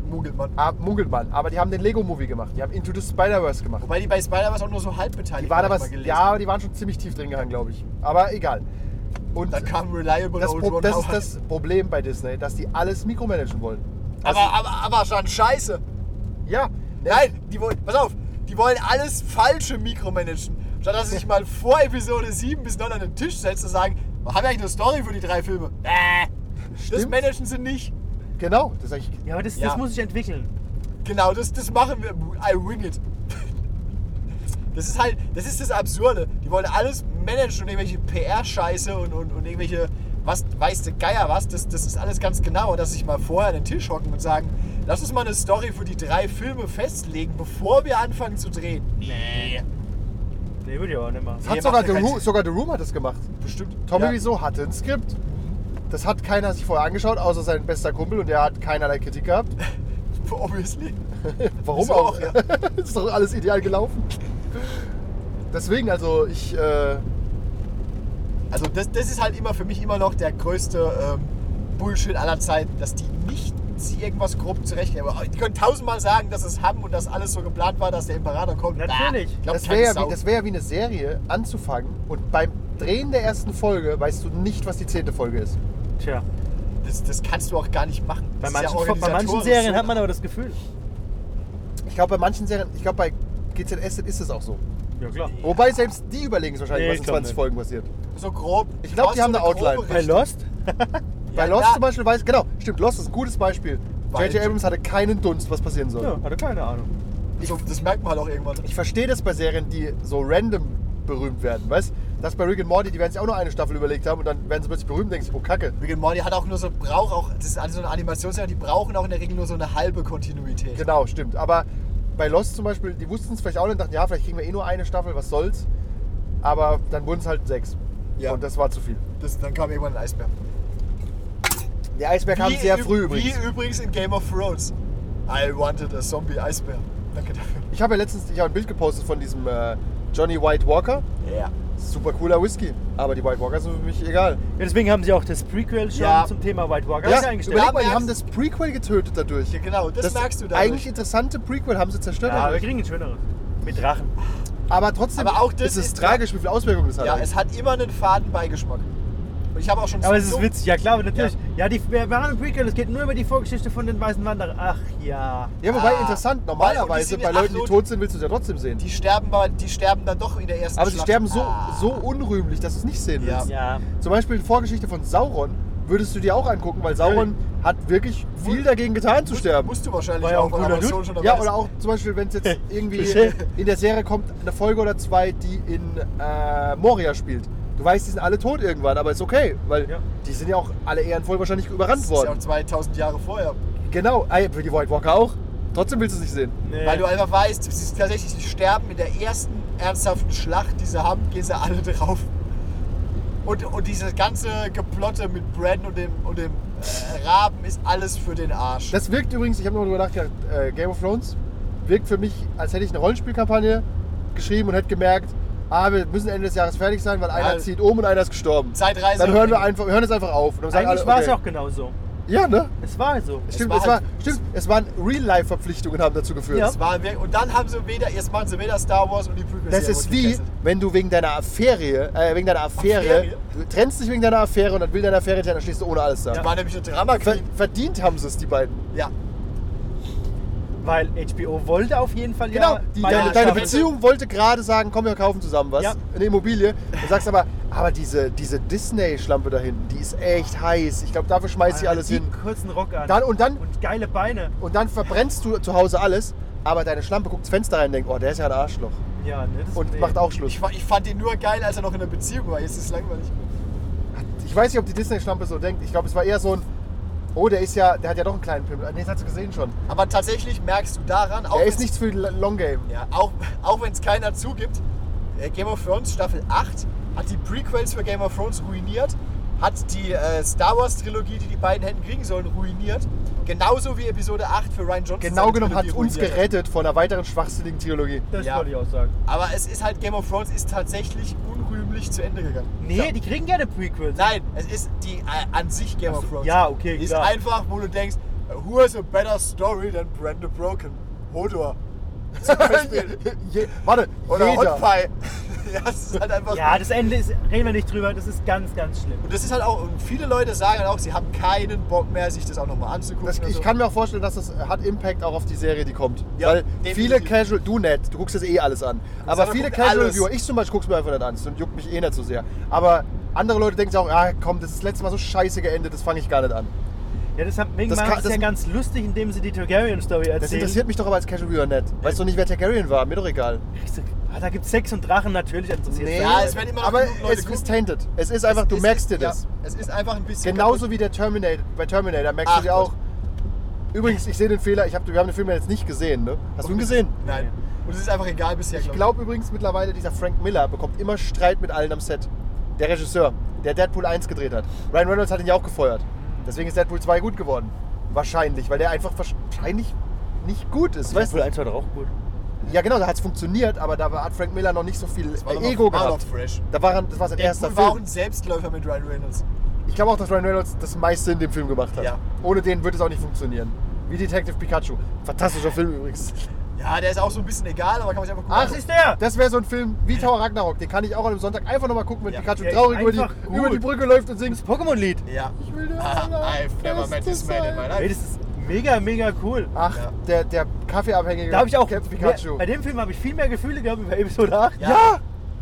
Mugelmann.
Ah, Mungelmann. Aber die haben den Lego-Movie gemacht. Die haben Into the Spider-Verse gemacht.
Wobei die bei Spider-Man auch nur so halb beteiligt
Die waren
hab ich
aber,
mal gelesen.
ja, aber die waren schon ziemlich tief drin gehangen, glaube ich. Aber egal. Und
Dann kam Reliable
das,
Old
Pro
Ron
das ist
Howard.
das Problem bei Disney, dass die alles mikromanagen wollen. Also,
Aber, aber, aber schon scheiße.
Ja,
Nein, die wollen, pass auf, die wollen alles falsche mikromanagen. Statt dass sie sich mal vor Episode 7 bis 9 an den Tisch setzt und sagen, wir haben ja eigentlich eine Story für die drei Filme. Äh, das
Stimmt.
managen sie nicht.
genau. Das ist eigentlich,
Ja, aber das,
Ja.
das muss ich entwickeln.
Genau, das, das machen wir. I wing it. Das ist halt, das ist das Absurde. Die wollen alles managen und irgendwelche PR-Scheiße und, und, und irgendwelche, was weiß der Geier was, das, das ist alles ganz genau. Und dass sich mal vorher an den Tisch hocken und sagen, lass uns mal eine Story für die drei Filme festlegen, bevor wir anfangen zu drehen. Nee.
Nee, würde ich aber auch nicht machen.
das hat
macht
sogar,
ja
The
keinen
Room,
Sinn.
sogar The Room hat das gemacht.
Bestimmt.
Tommy
ja.
Wiseau hatte ein Skript. Das hat keiner sich vorher angeschaut, außer sein bester Kumpel und der hat keinerlei Kritik gehabt.
Obviously.
Warum
Wieso
auch?
auch, ja.
ist doch alles ideal gelaufen. Deswegen, also ich, äh,
Also das, das ist halt immer für mich immer noch der größte ähm, Bullshit aller Zeiten, dass die nicht sich irgendwas grob zurechnen. Aber die können tausendmal sagen, dass es haben und dass alles so geplant war, dass der Imperator kommt.
Natürlich.
Ah, glaubt
das
keine
wäre ja,
Sau.
wie- das wär ja wie eine Serie anzufangen und beim Drehen der ersten Folge weißt du nicht, was die zehnte Folge ist.
Tja,
das, das kannst du auch gar nicht machen. Das
bei
ist
manchen,
ja
bei manchen
organisatorisch
Serien
so.
hat man aber das Gefühl.
Ich glaube, bei manchen Serien, ich glaube, bei GZS ist es auch so.
Ja, klar.
Wobei selbst die überlegen es wahrscheinlich,
Nee,
was in
ich glaub
20
nicht.
Folgen passiert.
so grob.
Ich glaub,
Du
die haben
brauchst
eine
so
Outline.
grobe
Bei
Richtung.
Lost?
Bei
Ja,
Lost
klar.
zum Beispiel weiß, genau, stimmt, Lost ist ein gutes Beispiel.
Weil-
J.J. Abrams hatte keinen Dunst, was passieren soll.
Ja, hatte keine Ahnung.
So, das merkt man halt auch irgendwann.
Ich verstehe das bei Serien, die so random berühmt werden, weißt? Das bei Rick and Morty, die werden sich auch nur eine Staffel überlegt haben und dann werden sie plötzlich berühmt und denken sich, oh Kacke.
Rick and Morty hat auch nur so, braucht auch, das ist also so eine Animationsserie, die brauchen auch in der Regel nur so eine halbe Kontinuität.
Genau, stimmt. Aber bei Lost zum Beispiel, die wussten es vielleicht auch nicht und dachten, ja, vielleicht kriegen wir eh nur eine Staffel, was soll's. Aber dann wurden es halt sechs.
Ja.
Und das war zu viel.
Das, dann kam irgendwann ein Eisbär.
Der Eisbär kam
Wie
sehr
üb-
früh übrigens.
Wie übrigens in Game of Thrones. I wanted a zombie Eisbär. Danke dafür.
Ich habe ja letztens ich habe ein Bild gepostet von diesem äh, Johnny White Walker.
Ja.
Super cooler Whisky. Aber die White Walkers sind für mich egal.
Ja, deswegen haben sie auch das Prequel schon
Ja.
zum Thema White Walker
Ja,
eingestellt.
überleg mal, die
merkst-
haben das Prequel getötet dadurch.
ja genau, das, merkst du dadurch.
Eigentlich interessante Prequel haben sie zerstört.
Ja, wir
dadurch.
kriegen ein schöneres. Mit Drachen.
aber trotzdem
Aber auch das
ist es
ist-
tragisch, wie viele Auswirkungen das hat.
Ja, es hat immer einen faden Beigeschmack. Und ich habe auch schon
Aber es
so-
ist witzig, ja klar, aber natürlich. Ja, die, wir wir haben ein Prequel, es geht nur über die Vorgeschichte von den weißen Wanderern. Ach ja.
ja, wobei
Ah.
interessant,
Weil- und die
normalerweise
sind
bei
ja
Leuten, die
absolut-
tot sind, willst du es ja trotzdem sehen.
Die sterben, aber- die sterben dann doch in der ersten
Aber sie
Schlacht.
sterben so,
Ah.
so unrühmlich, dass du es nicht sehen
Ja.
willst.
Ja.
Zum Beispiel die Vorgeschichte von Sauron würdest du dir auch angucken, weil Sauron hat wirklich viel dagegen getan zu
Musst-
sterben.
Musst du wahrscheinlich
War ja
auch,
auch ein
weil
cooler
Amazon
Dude.
schon dabei
Ja,
ist.
oder auch zum Beispiel, wenn es jetzt irgendwie
Verstehe.
in der Serie kommt, eine Folge oder zwei, die in äh, Moria spielt. Du weißt, die sind alle tot irgendwann, aber ist okay, weil
Ja.
die sind ja auch alle ehrenvoll wahrscheinlich überrannt
Das ist ja auch
worden.
2000 Jahre vorher.
Genau, Ey, für die White Walker auch. Trotzdem willst du es nicht sehen.
Nee.
Weil du halt einfach weißt, sie sind tatsächlich sie sterben in der ersten ernsthaften Schlacht, die sie haben, gehen sie alle drauf. Und, und dieses ganze Geplotte mit Brandon und dem, und dem äh, Raben ist alles für den Arsch.
Das wirkt übrigens, ich habe nochmal drüber nachgedacht, äh, Game of Thrones wirkt für mich, als hätte ich eine Rollenspielkampagne geschrieben und hätte gemerkt, ah, wir müssen Ende des Jahres fertig sein, weil einer
Ja.
zieht um und einer ist gestorben.
Zeitreise.
Dann hören wir einfach, hören es einfach auf. Und dann sagen
Eigentlich
alle,
war es
okay.
ja auch genau so.
Ja, ne?
Es war so.
Stimmt,
war
es war,
halt-
stimmt, es waren Real-Life-Verpflichtungen haben dazu geführt.
Ja.
Es war wirklich, und dann haben sie weder, jetzt machen sie weder Star Wars und die Prequels.
Das
die
ist
wurden
wie,
gecancelt.
wenn du wegen deiner Affäre, äh, wegen deiner Affäre,
Affäre?
du trennst dich wegen deiner Affäre und dann will deine Affäre dich, dann stehst du ohne alles da.
Das war nämlich eine drama
Ver verdient haben sie es, die beiden.
Ja.
Weil HBO wollte auf jeden Fall
Genau,
ja.
die,
beide
deine, deine
Staffeln.
Beziehung wollte gerade sagen, komm, wir kaufen zusammen was,
Ja.
eine Immobilie. Du sagst aber, aber diese, diese Disney-Schlampe da hinten, die ist echt heiß. Ich glaube, dafür schmeiß ich
Alter,
alles hin.
dicken, kurzen Rock an.
Dann- und dann-
Und geile Beine.
Und dann verbrennst du zu Hause alles, aber deine Schlampe guckt ins Fenster rein und denkt, oh, der ist ja ein Arschloch.
Ja, ne, das
Und
nee.
macht auch Schluss.
Ich, fa- ich fand ihn nur geil, als er noch in einer Beziehung war. Jetzt ist es langweilig.
Ich weiß nicht, ob die Disney-Schlampe so denkt. Ich glaube, es war eher so ein, oh, der ist ja, der hat ja doch einen kleinen Pimmel. Ah, Nee, das hast du gesehen schon.
Aber tatsächlich merkst du daran, auch
Der ist
wenn's-
nichts für die Long Game.
Ja, auch, auch wenn es keiner zugibt, äh, Game of Thrones Staffel 8 hat die Prequels für Game of Thrones ruiniert, hat die äh, Star Wars Trilogie, die die beiden hätten kriegen sollen, ruiniert. Genauso wie Episode 8 für Ryan Johnson.
Genau
seine
genommen hat
Trilogie
es uns
ruiniert
gerettet vor einer weiteren schwachsinnigen Theologie.
Das
Ja.
wollte ich auch sagen.
Aber es ist halt, Game of Thrones ist tatsächlich unrühmlich zu Ende gegangen.
Nee, die kriegen gerne Prequels.
Nein, es ist die äh, an sich Game of Thrones.
ja, okay,
Ist
klar.
einfach, wo du denkst, who has a better story than Brenda Broken? Hodor. Zum Beispiel.
Je, warte,
Oder
jeder.
Hot Pie. ja, es ist halt einfach.
Ja, das Ende ist, reden wir nicht drüber, das ist ganz, ganz schlimm.
Und das ist halt auch, und viele Leute sagen halt auch, sie haben keinen Bock mehr, sich das auch nochmal anzugucken.
Das,
oder
ich
so.
kann mir auch vorstellen, dass das hat Impact auch auf die Serie, die kommt.
Ja,
Weil
definitiv.
viele Casual, du nicht, du guckst das eh alles an. Aber
andere
viele
gucken
Casual
alles.
Viewer, ich zum Beispiel guck's mir einfach nicht an, es juckt mich eh nicht so sehr. Aber andere Leute denken sich auch, ah komm, das ist das letzte Mal so scheiße geendet, das fange ich gar nicht an.
Ja, das hat Ming
Das
macht
kann-
es
das-
ja ganz lustig, indem sie die Targaryen-Story
Das
erzählen.
interessiert mich doch aber als Casual Viewer nicht. Weißt du
Äh.
nicht, wer Targaryen war? Mir doch egal.
Ich so, ah, da gibt es Sex und Drachen, natürlich interessiert
Nee,
mich.
Ja, es werden immer noch
aber
genug Leute
es
gucken.
ist tainted. Es ist einfach,
Es-
du
es
merkst
ist-
dir das.
Ja, es ist einfach ein bisschen.
Genauso wie der Terminator, bei Terminator merkst
Ach
du dir auch.
Gott.
Übrigens, ich sehe den Fehler, ich hab, wir haben den Film ja jetzt nicht gesehen, ne? Hast du ihn gesehen?
kaputt. Nein. Und es ist einfach egal bisher.
Ich glaube übrigens mittlerweile, dieser Frank Miller bekommt immer Streit mit allen am Set. Der Regisseur, der Deadpool 1 gedreht hat. Ryan Reynolds hat ihn ja auch gefeuert. Deswegen ist Deadpool 2 gut geworden. Wahrscheinlich, weil der einfach wahrscheinlich nicht gut ist. Weißt du?
war doch auch gut.
Ja genau, da hat es funktioniert, aber da war- hat Frank Miller noch nicht so viel
war doch noch-
Ego
war
gehabt.
noch fresh.
Da war, er- das war sein
der
erster
Film war auch
Film.
ein Selbstläufer mit Ryan Reynolds.
Ich glaube auch, dass Ryan Reynolds das meiste in dem Film gemacht hat.
Ja.
Ohne den würde es auch nicht funktionieren. Wie Detective Pikachu. Fantastischer Film übrigens.
Ja, der ist auch so ein bisschen egal, aber kann man sich einfach gucken.
Ach,
Das ist der!
Das wäre so ein Film wie Thor Ragnarok. Den kann ich auch an einem Sonntag einfach nochmal gucken, wenn
Ja.
Pikachu
Ja,
traurig über
einfach
die,
gut.
über die Brücke läuft und singt.
Das Pokémon-Lied.
ja.
Ich will nur
Ah, I've never
allein
met this man in my
sein.
Ey,
life.
das ist mega, mega cool.
Ach,
Ja.
der, der Kaffeeabhängige
Da habe ich auch.
Ah, Captain
Ja,
Pikachu.
bei dem Film habe ich viel mehr Gefühle gehabt über Episode 8.
Ja!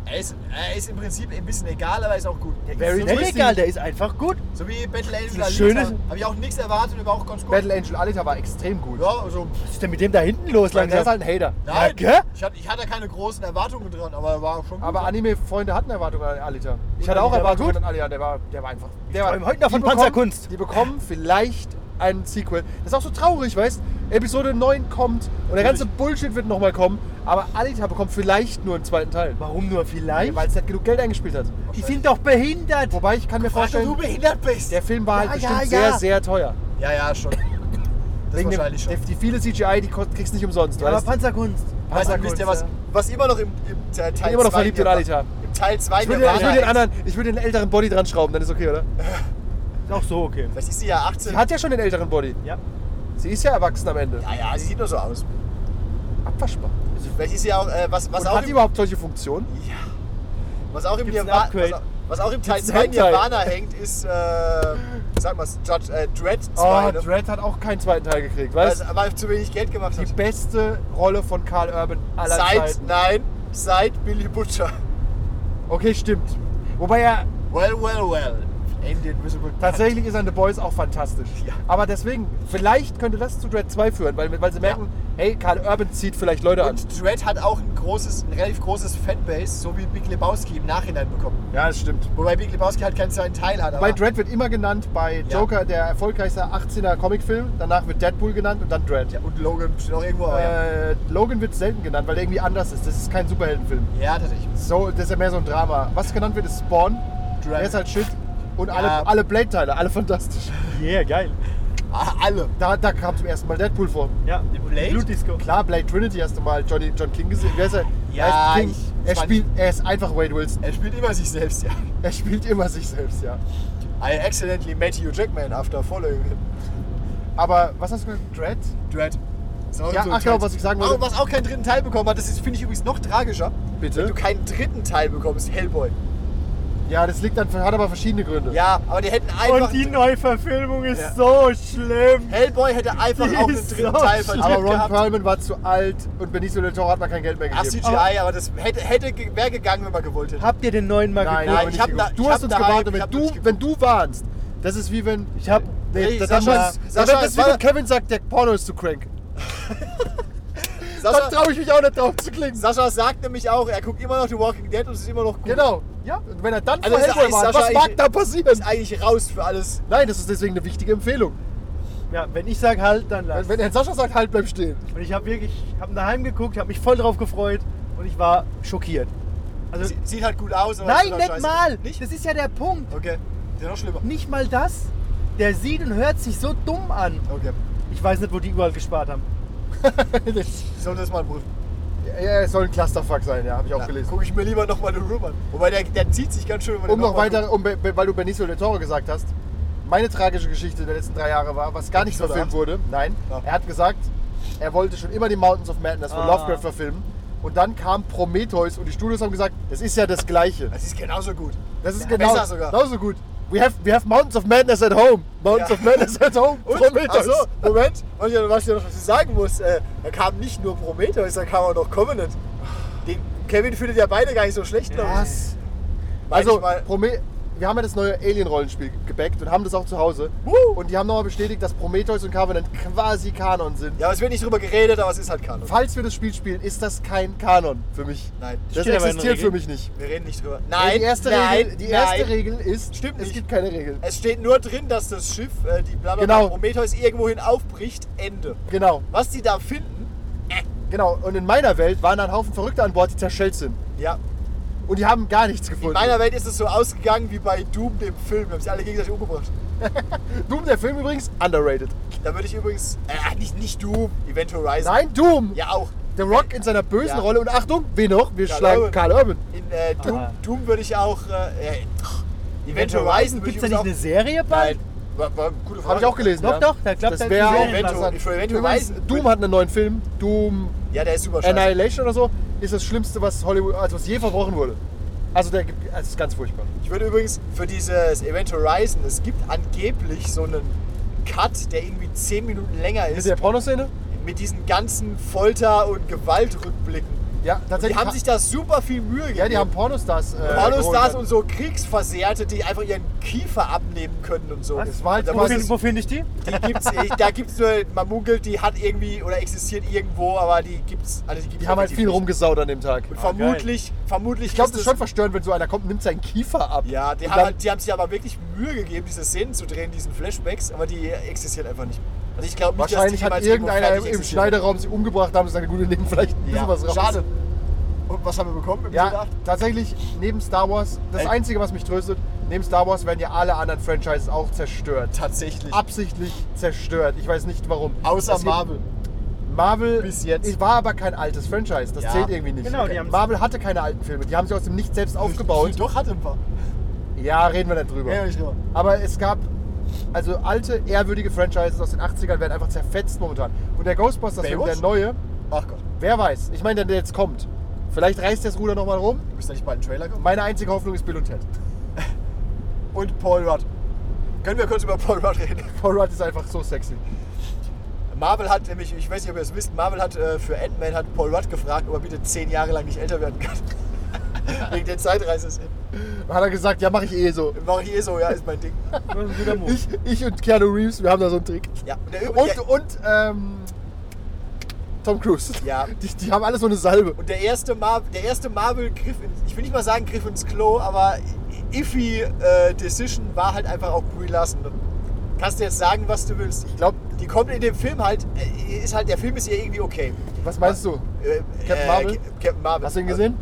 Er ist, er ist im Prinzip ein bisschen egal, aber er ist auch gut.
Very
so,
der
wie-
egal, der ist einfach gut.
so wie Battle Angel
Das ist
Alita.
schönes-
Habe ich auch nichts erwartet, aber auch ganz gut.
Battle Angel Alita war extrem gut.
ja, also.
Was ist denn mit dem da hinten los
Der ist
langsam?
halt ein Hater.
Nein,
gell?
ich, hatte, ich hatte keine großen Erwartungen dran, aber er war schon gut.
Aber Anime-Freunde hatten Erwartungen an Alita. Ich
Und
hatte auch
Alita war
Erwartungen
gut?
an Alita. Der war, der war einfach. Der
träum heute noch
die
von
bekommen-
Panzerkunst.
Die bekommen vielleicht ein Sequel. Das ist auch so traurig, weißt Episode 9 kommt und der ganze Bullshit wird nochmal kommen. Aber Alita bekommt vielleicht nur einen zweiten Teil.
Warum nur vielleicht?
Weil es nicht genug Geld eingespielt hat.
die sind doch behindert.
Wobei ich kann mir
Weil du
vorstellen,
behindert bist.
der Film war halt
Ja,
bestimmt
ja, ja.
sehr, sehr teuer.
Ja, ja, schon. Das
dem,
wahrscheinlich schon.
der- die viele CGI, die ko- kriegst du nicht umsonst.
Aber
weißt?
Panzerkunst.
Weißt du, wisst ihr, was,
ja.
was immer noch im, im äh, Teil 2
immer noch verliebt in Alita.
Im Teil 2
Ich würde den, ich würd den anderen, ich würde den älteren Body dran schrauben, dann ist okay, oder?
Ist auch so okay.
Vielleicht ist sie ja 18.
Sie hat ja schon den älteren Body.
Ja.
Sie ist ja erwachsen am Ende.
ja, ja, sie sieht nur so aus.
Abwaschbar.
Vielleicht ist sie ja auch, äh, was, was
Und
auch
hat die
im,
überhaupt solche Funktionen?
was auch im,
Gibt's ein
Nirvana, was,
Upgrade?
auch- was auch im Teil
Gibt's ein
2
Hentai?
Nirvana hängt, ist, äh, sag mal, Judge, äh, Dread 2.
Oh,
ne?
Dredd hat auch keinen zweiten Teil gekriegt,
Weil
weißt
es aber zu wenig Geld gemacht
Die
hat.
beste Rolle von Karl Urban aller
Seit,
Zeiten.
nein, seit Billy Butcher.
Okay, stimmt. Wobei er,
Well, well, well. Aim the invisible gun.
tatsächlich ist an The Boys auch fantastisch.
Ja.
Aber deswegen, vielleicht könnte das zu Dread 2 führen, weil, weil sie merken, hey, Karl Urban zieht vielleicht Leute an.
Und Dredd hat auch ein großes, ein relativ großes Fanbase, so wie Big Lebowski im Nachhinein bekommen.
Ja, das stimmt.
Wobei Big Lebowski halt keinen zweiten Teil hat.
Bei
Aber
Dread wird immer genannt, bei
Ja.
Joker der erfolgreichste 18er Comicfilm, danach wird Deadpool genannt und dann Dread.
ja, und Logan steht auch irgendwo. aber ja.
Äh, Logan wird selten genannt, weil der irgendwie anders ist. Das ist kein Superheldenfilm.
ja, tatsächlich.
So, das ist ja mehr so ein Drama. Was genannt wird, ist Spawn.
Dread.
Der ist halt shit. Und
Ja.
alle, alle Blade-Teile, alle fantastisch.
Yeah, geil.
Ah, alle.
Da, da kam zum ersten Mal Deadpool vor.
Ja.
Die Blade?
Blutdisco.
Klar, Blade Trinity hast du mal Johnny, John King gesehen. Wer ist er?
Ja,
er, ist King.
ich-
er
ich fand-
spielt, er ist einfach Wade Wilson.
Er spielt immer sich selbst, ja.
Er spielt immer sich selbst, ja.
I accidentally met you, Jackman, after following him.
Aber was hast du gesagt? Dread?
Dread. Ist auch
Ja,
so ein
ach genau,
Dread.
was ich sagen wollte.
Oh, was auch keinen dritten Teil bekommen hat, das ist- finde ich übrigens noch tragischer.
Bitte?
Wenn du keinen dritten Teil bekommst, Hellboy.
Ja, das liegt an, hat aber verschiedene Gründe.
Ja, aber die hätten einfach.
Und die Neuverfilmung ist
Ja.
so schlimm.
Hellboy hätte einfach
Die
auch einen
ist
dritten
so
Teil
schlimm.
verdient
Aber Ron
gehabt.
Perlman war zu alt und Benicio del Toro hat mal kein Geld mehr
Ach,
gegeben.
CGI, aber das hätte, hätte ge- wäre gegangen, wenn man gewollt hätte.
Habt ihr den neuen mal
Nein,
geguckt?
nein,
ich
ich
hab
hab
da-
du
ich hab
hast uns
daheim,
gewarnt,
ich
und wenn
hab
du,
nicht geguckt.
wenn du warnst, das ist wie wenn.
Ich hab.
Hey,
das,
Sascha,
das, das,
Sascha,
das ist wie wenn
warte.
Kevin sagt, der Porno ist zu crank.
Sascha,
Dann traue ich mich auch nicht drauf zu klicken.
Sascha sagt nämlich auch, er guckt immer noch The Walking Dead und es ist immer noch gut.
Genau. Ja, und wenn er dann
Also
vor
ist-
Hellboy
ist
war,
Sascha
was
eigentlich-
mag da
Ist
passieren?
eigentlich raus für alles.
Nein, das ist deswegen eine wichtige Empfehlung.
Ja, wenn ich sage halt, dann lass.
Wenn, wenn Herr Sascha sagt, halt, bleib stehen.
Und ich habe wirklich, ich habe daheim geguckt, habe mich voll drauf gefreut und ich war schockiert. Also
Sie- Sieht halt gut aus, aber ist
nein,
doch
nicht
scheiße.
mal.
Nicht?
Das ist ja der Punkt.
Okay, ist ja noch schlimmer.
Nicht mal das. Der sieht und hört sich so dumm an.
Okay,
Ich weiß nicht, wo die überall gespart haben.
ich sollte das mal prüfen.
Ja, ja, es soll ein Clusterfuck sein, ja, habe ich auch
Ja,
gelesen.
Guck ich mir lieber nochmal den Room an. Wobei der, der zieht sich ganz schön. wenn man
Um
den
noch
mal
weiter, um, be- weil du Benicio del Toro gesagt hast, meine tragische Geschichte der letzten drei Jahre war, was gar nicht
Episode
verfilmt
acht.
wurde. Nein,
Ja.
er hat gesagt, er wollte schon immer die Mountains of Madness von
Ah.
Lovecraft verfilmen. Und dann kam Prometheus und die Studios haben gesagt, das ist ja das Gleiche.
guckt. Das ist genauso gut.
Das ist
Ja,
genau,
besser sogar.
genauso gut. We have, we have Mountains of Madness at home. Mountains
Ja.
of Madness at home.
Und,
Prometheus.
also, Moment, was ich, was ich noch sagen muss, äh, da kam nicht nur Prometheus, da kam auch noch Covenant. Den Kevin findet ja beide gar nicht so schlecht, glaub ich.
Was?
Meine
Also,
ich mal-
Prome wir haben ja das neue Alien-Rollenspiel gebackt und haben das auch zu Hause.
Woo!
Und die haben nochmal bestätigt, dass Prometheus und Covenant quasi Kanon sind.
Ja, aber es wird nicht drüber geredet, aber es ist halt Kanon.
Falls wir das Spiel spielen, ist das kein Kanon für mich.
Nein,
Das
Steht aber in der
existiert
Regel.
für mich nicht.
wir reden nicht drüber.
Ey,
Nein,
die erste,
nein,
Regel, die erste
nein.
Regel ist,
Stimmt
es
nicht.
gibt keine Regel.
Es steht nur drin, dass das Schiff, äh, die blablabla
Genau.
Prometheus irgendwohin aufbricht, Ende.
Genau,
Was die da finden,
genau. Und in meiner Welt waren da ein Haufen Verrückte an Bord, die zerschellt sind.
ja.
Und die haben gar nichts gefunden.
In meiner Welt ist es so ausgegangen wie bei Doom, dem Film. Wir haben sich alle gegenseitig umgebracht.
Doom, der Film übrigens, underrated.
Da würde ich übrigens. Äh, nicht, nicht Doom, Event Horizon.
Nein, Doom!
Ja, auch.
The Rock in seiner bösen
Ja.
Rolle. Und Achtung, wen noch? Wir
Karl
schlagen
Urban.
Karl Urban.
In äh,
Aha.
Doom, Doom würde ich auch. Äh, äh, Event Horizon würde ich
Gibt es da nicht eine
übrigens
Serie
auch.
bald?
War, war, gute Frage.
Habe ich auch gelesen. ne? ja.
Doch, doch, da klappt
das
halt
wäre
die
auch
Serie
lassen. Für Event
Übrigens,
Horizon-
Doom hat einen neuen Film. Doom
Ja, der ist super
Äh,
scheiße.
Annihilation oder so ist das Schlimmste, was Hollywood, also was je verbrochen wurde. Also der gibt, also ist ganz furchtbar.
Ich würde übrigens für dieses Event Horizon, es gibt angeblich so einen Cut, der irgendwie 10 Minuten länger
Ist
ist,
der Pornoszene?
mit diesen ganzen Folter- und Gewaltrückblicken.
Ja,
Die
tatsächlich.
haben sich da super viel Mühe gegeben.
Also ja, die haben Pornostars. Äh,
Pornostars und
geholt.
so Kriegsversehrte, die einfach ihren Kiefer abnehmen können und so.
Was?
Das war halt
da
immer-
Wo
war
finde
es,
wo find ich die?
die gibt's, äh, da gibt's nur, man munkelt, die hat irgendwie oder existiert irgendwo, aber die gibt's, also die gibt's
Die haben halt
definitiv
viel
nicht.
rumgesaut an dem Tag.
Und
Ich
vermutlich, vermutlich
glaube,
ist
das ist
es-
schon verstörend, wenn so einer kommt und nimmt seinen Kiefer ab.
Ja, die
Und
haben,
dann-
halt- die haben sich aber wirklich Mühe gegeben, diese Szenen zu drehen, diesen Flashbacks, aber die existieren einfach nicht. Also ich glaube nicht,
Wahrscheinlich
dass die
hat
jemals irgendwo
irgendeiner im,
fertig
im
existiert haben.
Schneiderraum sie umgebracht, haben sie gesagt, gut, wir nehmen vielleicht ein bisschen
Ja,
was raus.
schade. Und was haben wir bekommen?
Ja, tatsächlich, neben Star Wars, das
Ey.
Einzige, was mich tröstet, neben Star Wars werden ja alle anderen Franchises auch zerstört.
tatsächlich.
Absichtlich zerstört. Ich weiß nicht warum.
Außer
Es gibt-
Marvel.
Marvel
Bis jetzt.
Es war aber kein altes Franchise. Das
Ja.
zählt irgendwie nicht.
Genau, die haben's-
Marvel hatte keine alten Filme. Die haben sich aus dem Nichts selbst aufgebaut.
Doch, hat ein paar.
Ja, reden wir nicht drüber.
Ja, ich glaube.
Aber es gab also alte, ehrwürdige Franchises aus den 80ern werden einfach zerfetzt momentan. Und der Ghostbusters-Film,
Baywatch?
der neue,
Ach Gott,
wer weiß. Ich meine, der, der jetzt kommt. Vielleicht reißt das Ruder nochmal rum.
müsste nicht bald ein Trailer kommen.
Meine einzige Hoffnung ist Bill und Ted.
Und Paul Rudd. Können wir kurz über Paul Rudd reden?
Paul Rudd ist einfach so sexy.
Marvel hat nämlich, ich weiß nicht, ob ihr es wisst, Marvel hat äh, für Ant-Man hat Paul Rudd gefragt, ob er bitte zehn Jahre lang nicht älter werden kann. Wegen der Zeitreise.
Da hat er gesagt, ja, mache ich eh so.
Mache ich eh so, ja, ist mein Ding.
Das ist ein guter Move.
Ich, ich und Keanu Reeves, wir haben da so einen Trick.
Ja, und, der,
Und,
der,
und ähm, Tom Cruise.
Ja.
Die, die haben alle so eine Salbe.
und der erste, Mar der erste Marvel griff ins, ich will nicht mal sagen griff ins Klo, aber iffy äh, Decision war halt einfach auch Brie Larson. Kannst du jetzt sagen, was du willst? Ich
Ich glaube,
Die kommt in dem Film halt, äh, ist halt, der Film ist ihr irgendwie okay.
was meinst du?
Äh,
Captain Marvel?
Cap- Captain Marvel.
Hast du ihn gesehen?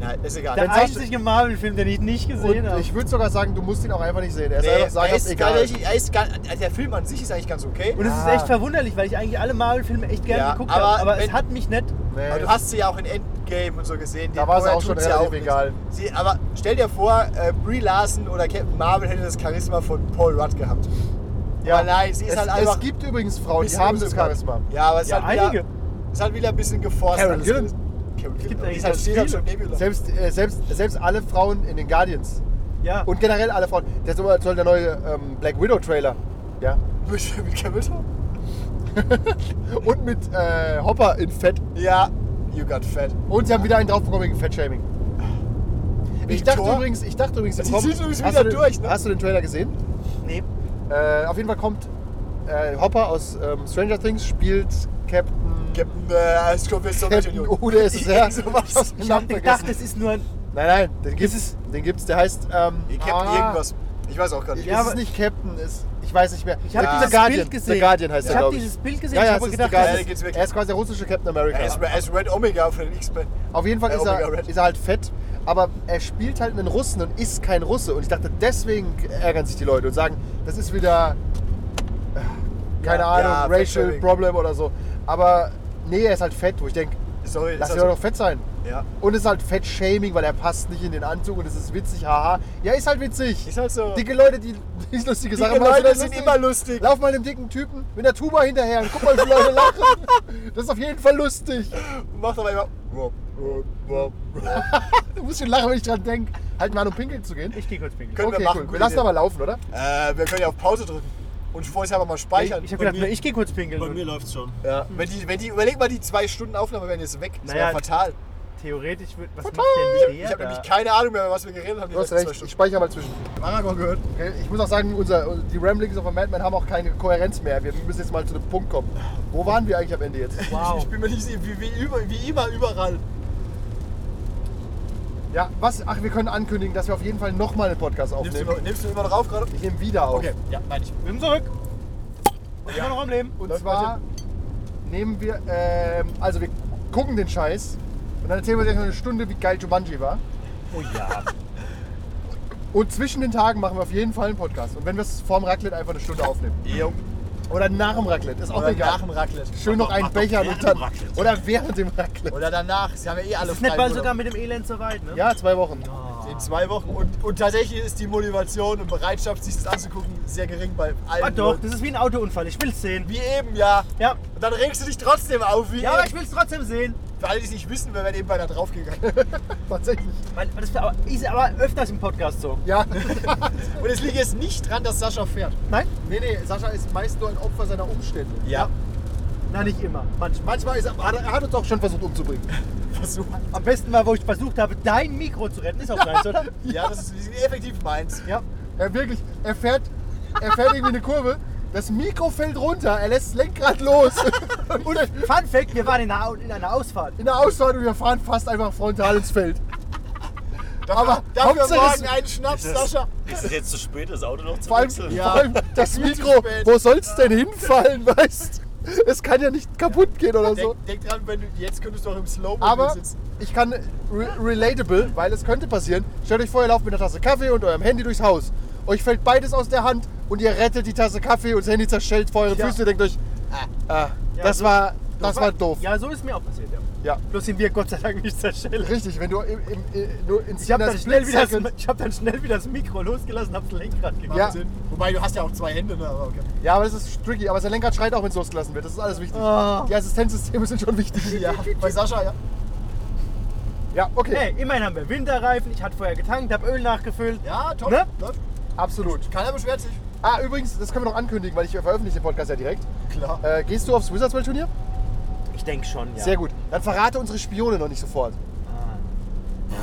Nein, ist egal.
Der
Wenn's hast du-
einzige Marvel-Film, den ich nicht gesehen
Und
habe.
ich würde sogar sagen, du musst ihn auch einfach nicht sehen. Er ist
Nee,
einfach sagen,
er
ist
ist
egal.
tatsächlich- er ist gar, also der Film an sich ist eigentlich ganz okay.
Und es ist
Ah.
echt verwunderlich, weil ich eigentlich alle Marvel-Filme echt gerne
Ja,
geguckt
aber
habe. Aber es
wenn-
hat mich nicht.
Nee.
aber du hast sie ja auch in Endgame Endgame und so gesehen.
Da
Den
war es
vorher
auch schon
tut's ja
relativ
nichts.
egal.
Sie, aber stell dir vor, äh, Brie Larson oder Captain Marvel hätte das Charisma von Paul Rudd gehabt.
Ja,
Aber nein, sie ist
es,
halt einfach
Es gibt übrigens Frauen, Oh, die
bisschen
haben das
unsympathisch.
Charisma.
Ja, aber es ist
Ja,
halt wieder,
einige.
Ist halt wieder ein bisschen geforst.
Karen
alles
Gillan.
gewesen. Karen
gibt
Gillan. Die
eigentlich
ist halt
ganz
steht halt
viele.
schon Nebula.
Selbst, äh, selbst, selbst alle Frauen in den Guardians
Ja.
und generell alle Frauen. Der soll soll der neue ähm, Black Widow Trailer. Ja.
Mit, mit Camilla?
Und mit äh, Hopper in Fett.
Ja, you got fat.
Und sie haben wieder einen draufbekommen wegen Fettshaming. Ich dachte
Tor?
übrigens, ich dachte übrigens, im
Sie
Kom-
sind übrigens
hast
wieder
du den,
durch, ne?
Hast du den Trailer gesehen?
nee.
Äh, auf jeden Fall kommt äh, Hopper aus ähm, Stranger Things, spielt Captain.
Captain, äh, es kommt jetzt
Captain
Sowjetunion.
UdSSR.
Irgend sowas.
Ich habe gedacht, es ist nur ein.
Nein, nein, den gibt's. den gibt's, der heißt. Ähm,
Ihr Captain
ah,
irgendwas. Ich weiß auch gar nicht.
Ja, ist es nicht Captain, ist, ich weiß nicht mehr.
Ich habe
Ja.
dieses
The Guardian,
Bild gesehen.
The Guardian heißt
ich
er,
habe
glaube ich.
dieses Bild gesehen.
Ja, ja,
ich
es
habe
ist
gedacht,
The Guardian.
das
Guardian. geht's wirklich.
er ist quasi der russische Captain America.
Er ist, er ist Red Omega von den X-Men.
Auf jeden Fall
Äh,
ist er,
Omega Red.
ist er halt fett, aber er spielt halt einen Russen und ist kein Russe. Und ich dachte, deswegen ärgern sich die Leute und sagen, das ist wieder, äh, keine
Ja,
Ahnung,
ja,
Racial
Fettshaming.
Problem oder so. Aber nee, er ist halt fett, wo ich denke,
Sorry,
lass
ist also
ihn
das
doch fett sein.
so? Ja.
Und es ist halt Fettshaming, weil er passt nicht in den Anzug und es ist witzig, haha. Ja, ist halt witzig.
Ist halt so.
Dicke Leute, die nicht lustige Sachen
Dicke
machen,
Leute
das
sind
lustig.
immer lustig.
Lauf mal einem dicken Typen mit der Tuba hinterher und guck mal, wie viele Leute lachen. Das ist auf jeden Fall lustig.
Macht aber immer.
Du musst schon lachen, wenn ich dran denke. Halt mal an, um pinkeln zu gehen.
Ich gehe kurz pinkeln.
Können wir machen,
cool.
gute
Wir lassen
Idee.
aber laufen, oder?
Äh, wir können ja auf Pause drücken. Und vorher aber mal
Ich,
speichern.
ich habe gedacht,
Und-
nur ich gehe kurz pinkeln.
Bei mir
Und
läuft's schon.
ja. wenn die, wenn die, überleg mal, die zwei Stunden Aufnahme wären jetzt weg. Das
Naja,
wäre fatal.
theoretisch wird. Was macht denn der?
Ich habe
da?
nämlich keine Ahnung mehr, was wir geredet haben. die
Du hast
letzten
recht,
zwei Stunden.
ich speichere mal zwischen.
Aragorn gehört.
Okay? Ich muss auch sagen, unser, die Ramblings of a Madman haben auch keine Kohärenz mehr. Wir müssen jetzt mal zu dem Punkt kommen. Wo waren wir eigentlich am Ende jetzt?
Wow.
Ich bin mir nicht sicher, wie, wie, über, wie immer überall.
Ja, was? Ach, wir können ankündigen, dass wir auf jeden Fall nochmal einen Podcast
Nimmst du,
aufnehmen.
immer- nimmst du immer noch auf gerade?
Ich nehme wieder auf.
Okay, ja, nein, ich.
Wir sind zurück. Ich bin noch am Leben.
Und
Läuft
zwar nehmen wir, ähm, also wir gucken den Scheiß und dann erzählen wir euch noch eine Stunde, wie geil Jumanji war.
Oh ja.
Und zwischen den Tagen machen wir auf jeden Fall einen Podcast. Und wenn wir es vorm Raclette einfach eine Stunde aufnehmen.
Jo.
Oder nach dem Raclette, ist auch
Oder
egal.
nach dem Raclette.
Schön noch einen
Mach doch
Becher
während
und dann,
dem Raclette.
Oder während dem Raclette.
Oder danach. Sie haben ja eh alle
Ist nicht
frei,
bald
oder?
sogar mit dem Elend so weit, ne?
Ja, zwei Wochen.
In zwei Wochen. Und, und tatsächlich ist die Motivation und Bereitschaft, sich das anzugucken, sehr gering bei allen.
Ah, doch,
Leuten.
das ist wie ein Autounfall. Ich will's sehen.
Wie eben, ja.
Ja.
Und dann regst du dich trotzdem auf, wie
Ja, aber ich
eben.
will's trotzdem sehen.
Für alle, die es nicht wissen, wir wären eben beinahe draufgegangen.
Tatsächlich.
Weil das ist aber, ist aber öfters im Podcast so.
Ja.
Und es liegt jetzt nicht dran, dass Sascha fährt.
Nein?
nee, nee, Sascha ist meist nur ein Opfer seiner Umstände.
Ja.
Na, nicht immer. Manchmal.
Manchmal ist er, hat er- er hat uns auch schon versucht umzubringen.
Versuch.
Am besten war, wo ich versucht habe, dein Mikro zu retten. Ist auch nice, oder?
Ja, das ist effektiv meins.
Ja.
Er wirklich, er fährt, er fährt irgendwie eine Kurve, das Mikro fällt runter, er lässt das Lenkrad los.
Und Fun Fact, wir waren in einer, in einer Ausfahrt.
in der Ausfahrt und wir fahren fast einfach frontal ins Feld. Aber
Dafür
Hauptsache es-
morgen einen Schnaps,
Ist das-
Sascha.
Ist es jetzt zu spät, das Auto noch zu
vor allem,
wechseln?
vor allem das Mikro,
spät.
wo soll's denn hinfallen, weißt? Es kann ja nicht kaputt gehen oder so.
Denk, denk dran, wenn du, jetzt könntest du auch im Slow
Also- Aber
sitzen.
ich kann re relatable, weil es könnte passieren. Stellt euch vor, ihr lauft mit einer Tasse Kaffee und eurem Handy durchs Haus. Euch fällt beides aus der Hand und ihr rettet die Tasse Kaffee und das Handy zerschellt vor euren
Ja.
Füßen. Ihr denkt euch, ah, das,
so-
war, das war doof.
Ja, so ist mir auch passiert, ja.
Ja.
Bloß sind wir Gott sei Dank nicht zerschellt.
Richtig, wenn du im, im, im, nur in
Ich habe
in
dann,
der
schnell wieder
Split-Second-
das- ich hab dann schnell wieder das Mikro losgelassen, hab's Lenkrad gegeben.
Ja.
Sinn. Wobei du hast ja auch zwei Hände, ne? Aber okay.
Ja, aber das ist tricky. Aber sein Lenkrad schreit auch, wenn es losgelassen wird. Das ist alles wichtig.
Ah.
Die Assistenzsysteme sind schon wichtig.
Ja, bei Sascha, ja.
Ja, okay.
Hey, immerhin haben wir Winterreifen. Ich hatte vorher getankt, habe Öl nachgefüllt.
Ja, top.
Ne?
Läuft.
Absolut.
Keiner beschwert sich.
Ah, übrigens, das können wir noch ankündigen, weil ich veröffentliche den Podcast ja direkt.
Klar.
Äh, gehst du aufs Wizards World Turnier?
Ich denke schon, ja.
Sehr gut. Dann verrate unsere Spione noch nicht sofort.
Ah.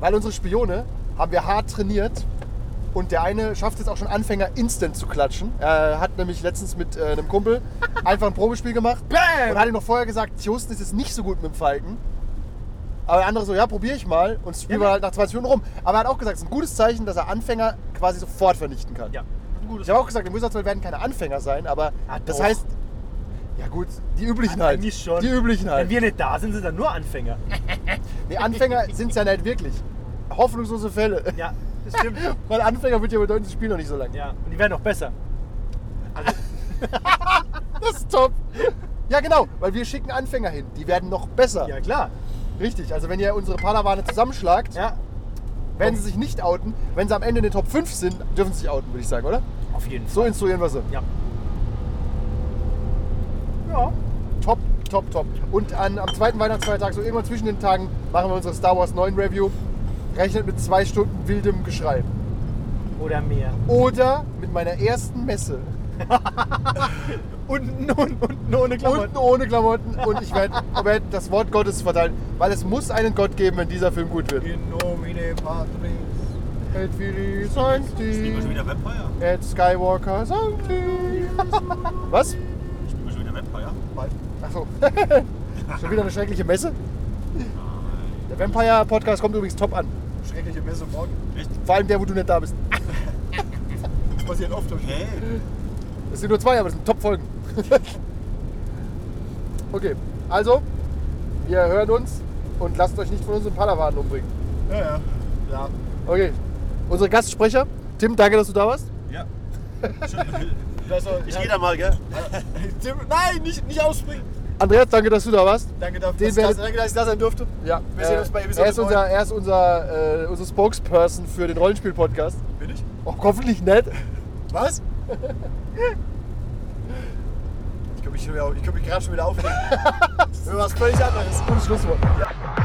Weil unsere Spione haben wir hart trainiert und der eine schafft es auch schon Anfänger instant zu klatschen. Er hat nämlich letztens mit äh, einem Kumpel einfach ein Probespiel gemacht
Bam!
und hat ihm noch vorher gesagt, Tjosten ist es nicht so gut mit dem Falken. Aber der andere so, ja, probiere ich mal und spielen wir
ja.
halt nach 20 Minuten rum. Aber er hat auch gesagt, es ist ein gutes Zeichen, dass er Anfänger quasi sofort vernichten kann.
Ja. Ein gutes
Ich habe auch gesagt, im Wizards World werden keine Anfänger sein, aber
Ah,
das
doch.
heißt, ja gut, die üblichen halt.
Eigentlich schon.
Die üblichen halt.
Wenn wir nicht da sind, sind dann nur Anfänger.
Nee, Anfänger sind es ja nicht wirklich. Hoffnungslose Fälle.
Ja, das stimmt.
Weil Anfänger wird ja bedeuten, das Spiel noch nicht so lange.
ja, und die werden auch besser.
Das ist top. Ja, genau, weil wir schicken Anfänger hin. Die werden noch besser.
Ja, klar.
Richtig, also wenn ihr unsere Padawane zusammenschlagt,
Ja,
werden sie sich nicht outen. Wenn sie am Ende in den Top 5 sind, dürfen sie sich outen, würde ich sagen, oder?
auf jeden Fall.
So instruieren wir sie.
Ja. Ja.
Top, top, top. Und an, am zweiten Weihnachtsfeiertag, so irgendwann zwischen den Tagen, machen wir unsere Star Wars 9 Review. Rechnet mit zwei Stunden wildem Geschrei.
Oder mehr.
Oder mit meiner ersten Messe.
Unten, unten, unten ohne
Unten ohne Klamotten. Und ich werde werd das Wort Gottes verteilen. Weil es muss einen Gott geben, wenn dieser Film gut wird.
In nomine patris.
Et Viris
Spielen wir schon
Sancti,
wieder Vampire?
et Skywalker Sancti. Was?
Spielen wir schon wieder Vampire?
Achso. Schon wieder eine schreckliche Messe? Der Vampire-Podcast kommt übrigens top an.
Schreckliche Messe morgen.
Echt?
Vor allem der, wo du nicht da bist.
Das passiert oft. hab ich
Hey,
Es sind nur zwei, aber es sind Top-Folgen. okay, also, wir hören uns und lasst euch nicht von unseren Padawanen umbringen.
gehört. Ja, ja. Ja.
Okay, unsere Gastsprecher. Tim, danke, dass du da warst.
ja.
Das soll,
Ich gehe da mal, gell?
Tim, nein, nicht, nicht ausspringen.
Andreas, danke, dass du da warst.
Danke, dass,
Den
dass,
werdet-
danke, dass ich da sein durfte.
Ja,
Wir sehen uns bei Episode
er ist
9.
unser, er ist unser, äh, unser Spokesperson für den Rollenspiel-Podcast.
Bin ich?
Oh, hoffentlich nett.
Was? ich kann mich, schon wieder- ich kann mich gerade schon wieder aufregen. Über was völlig anderes.
Gutes Schlusswort.
Ja.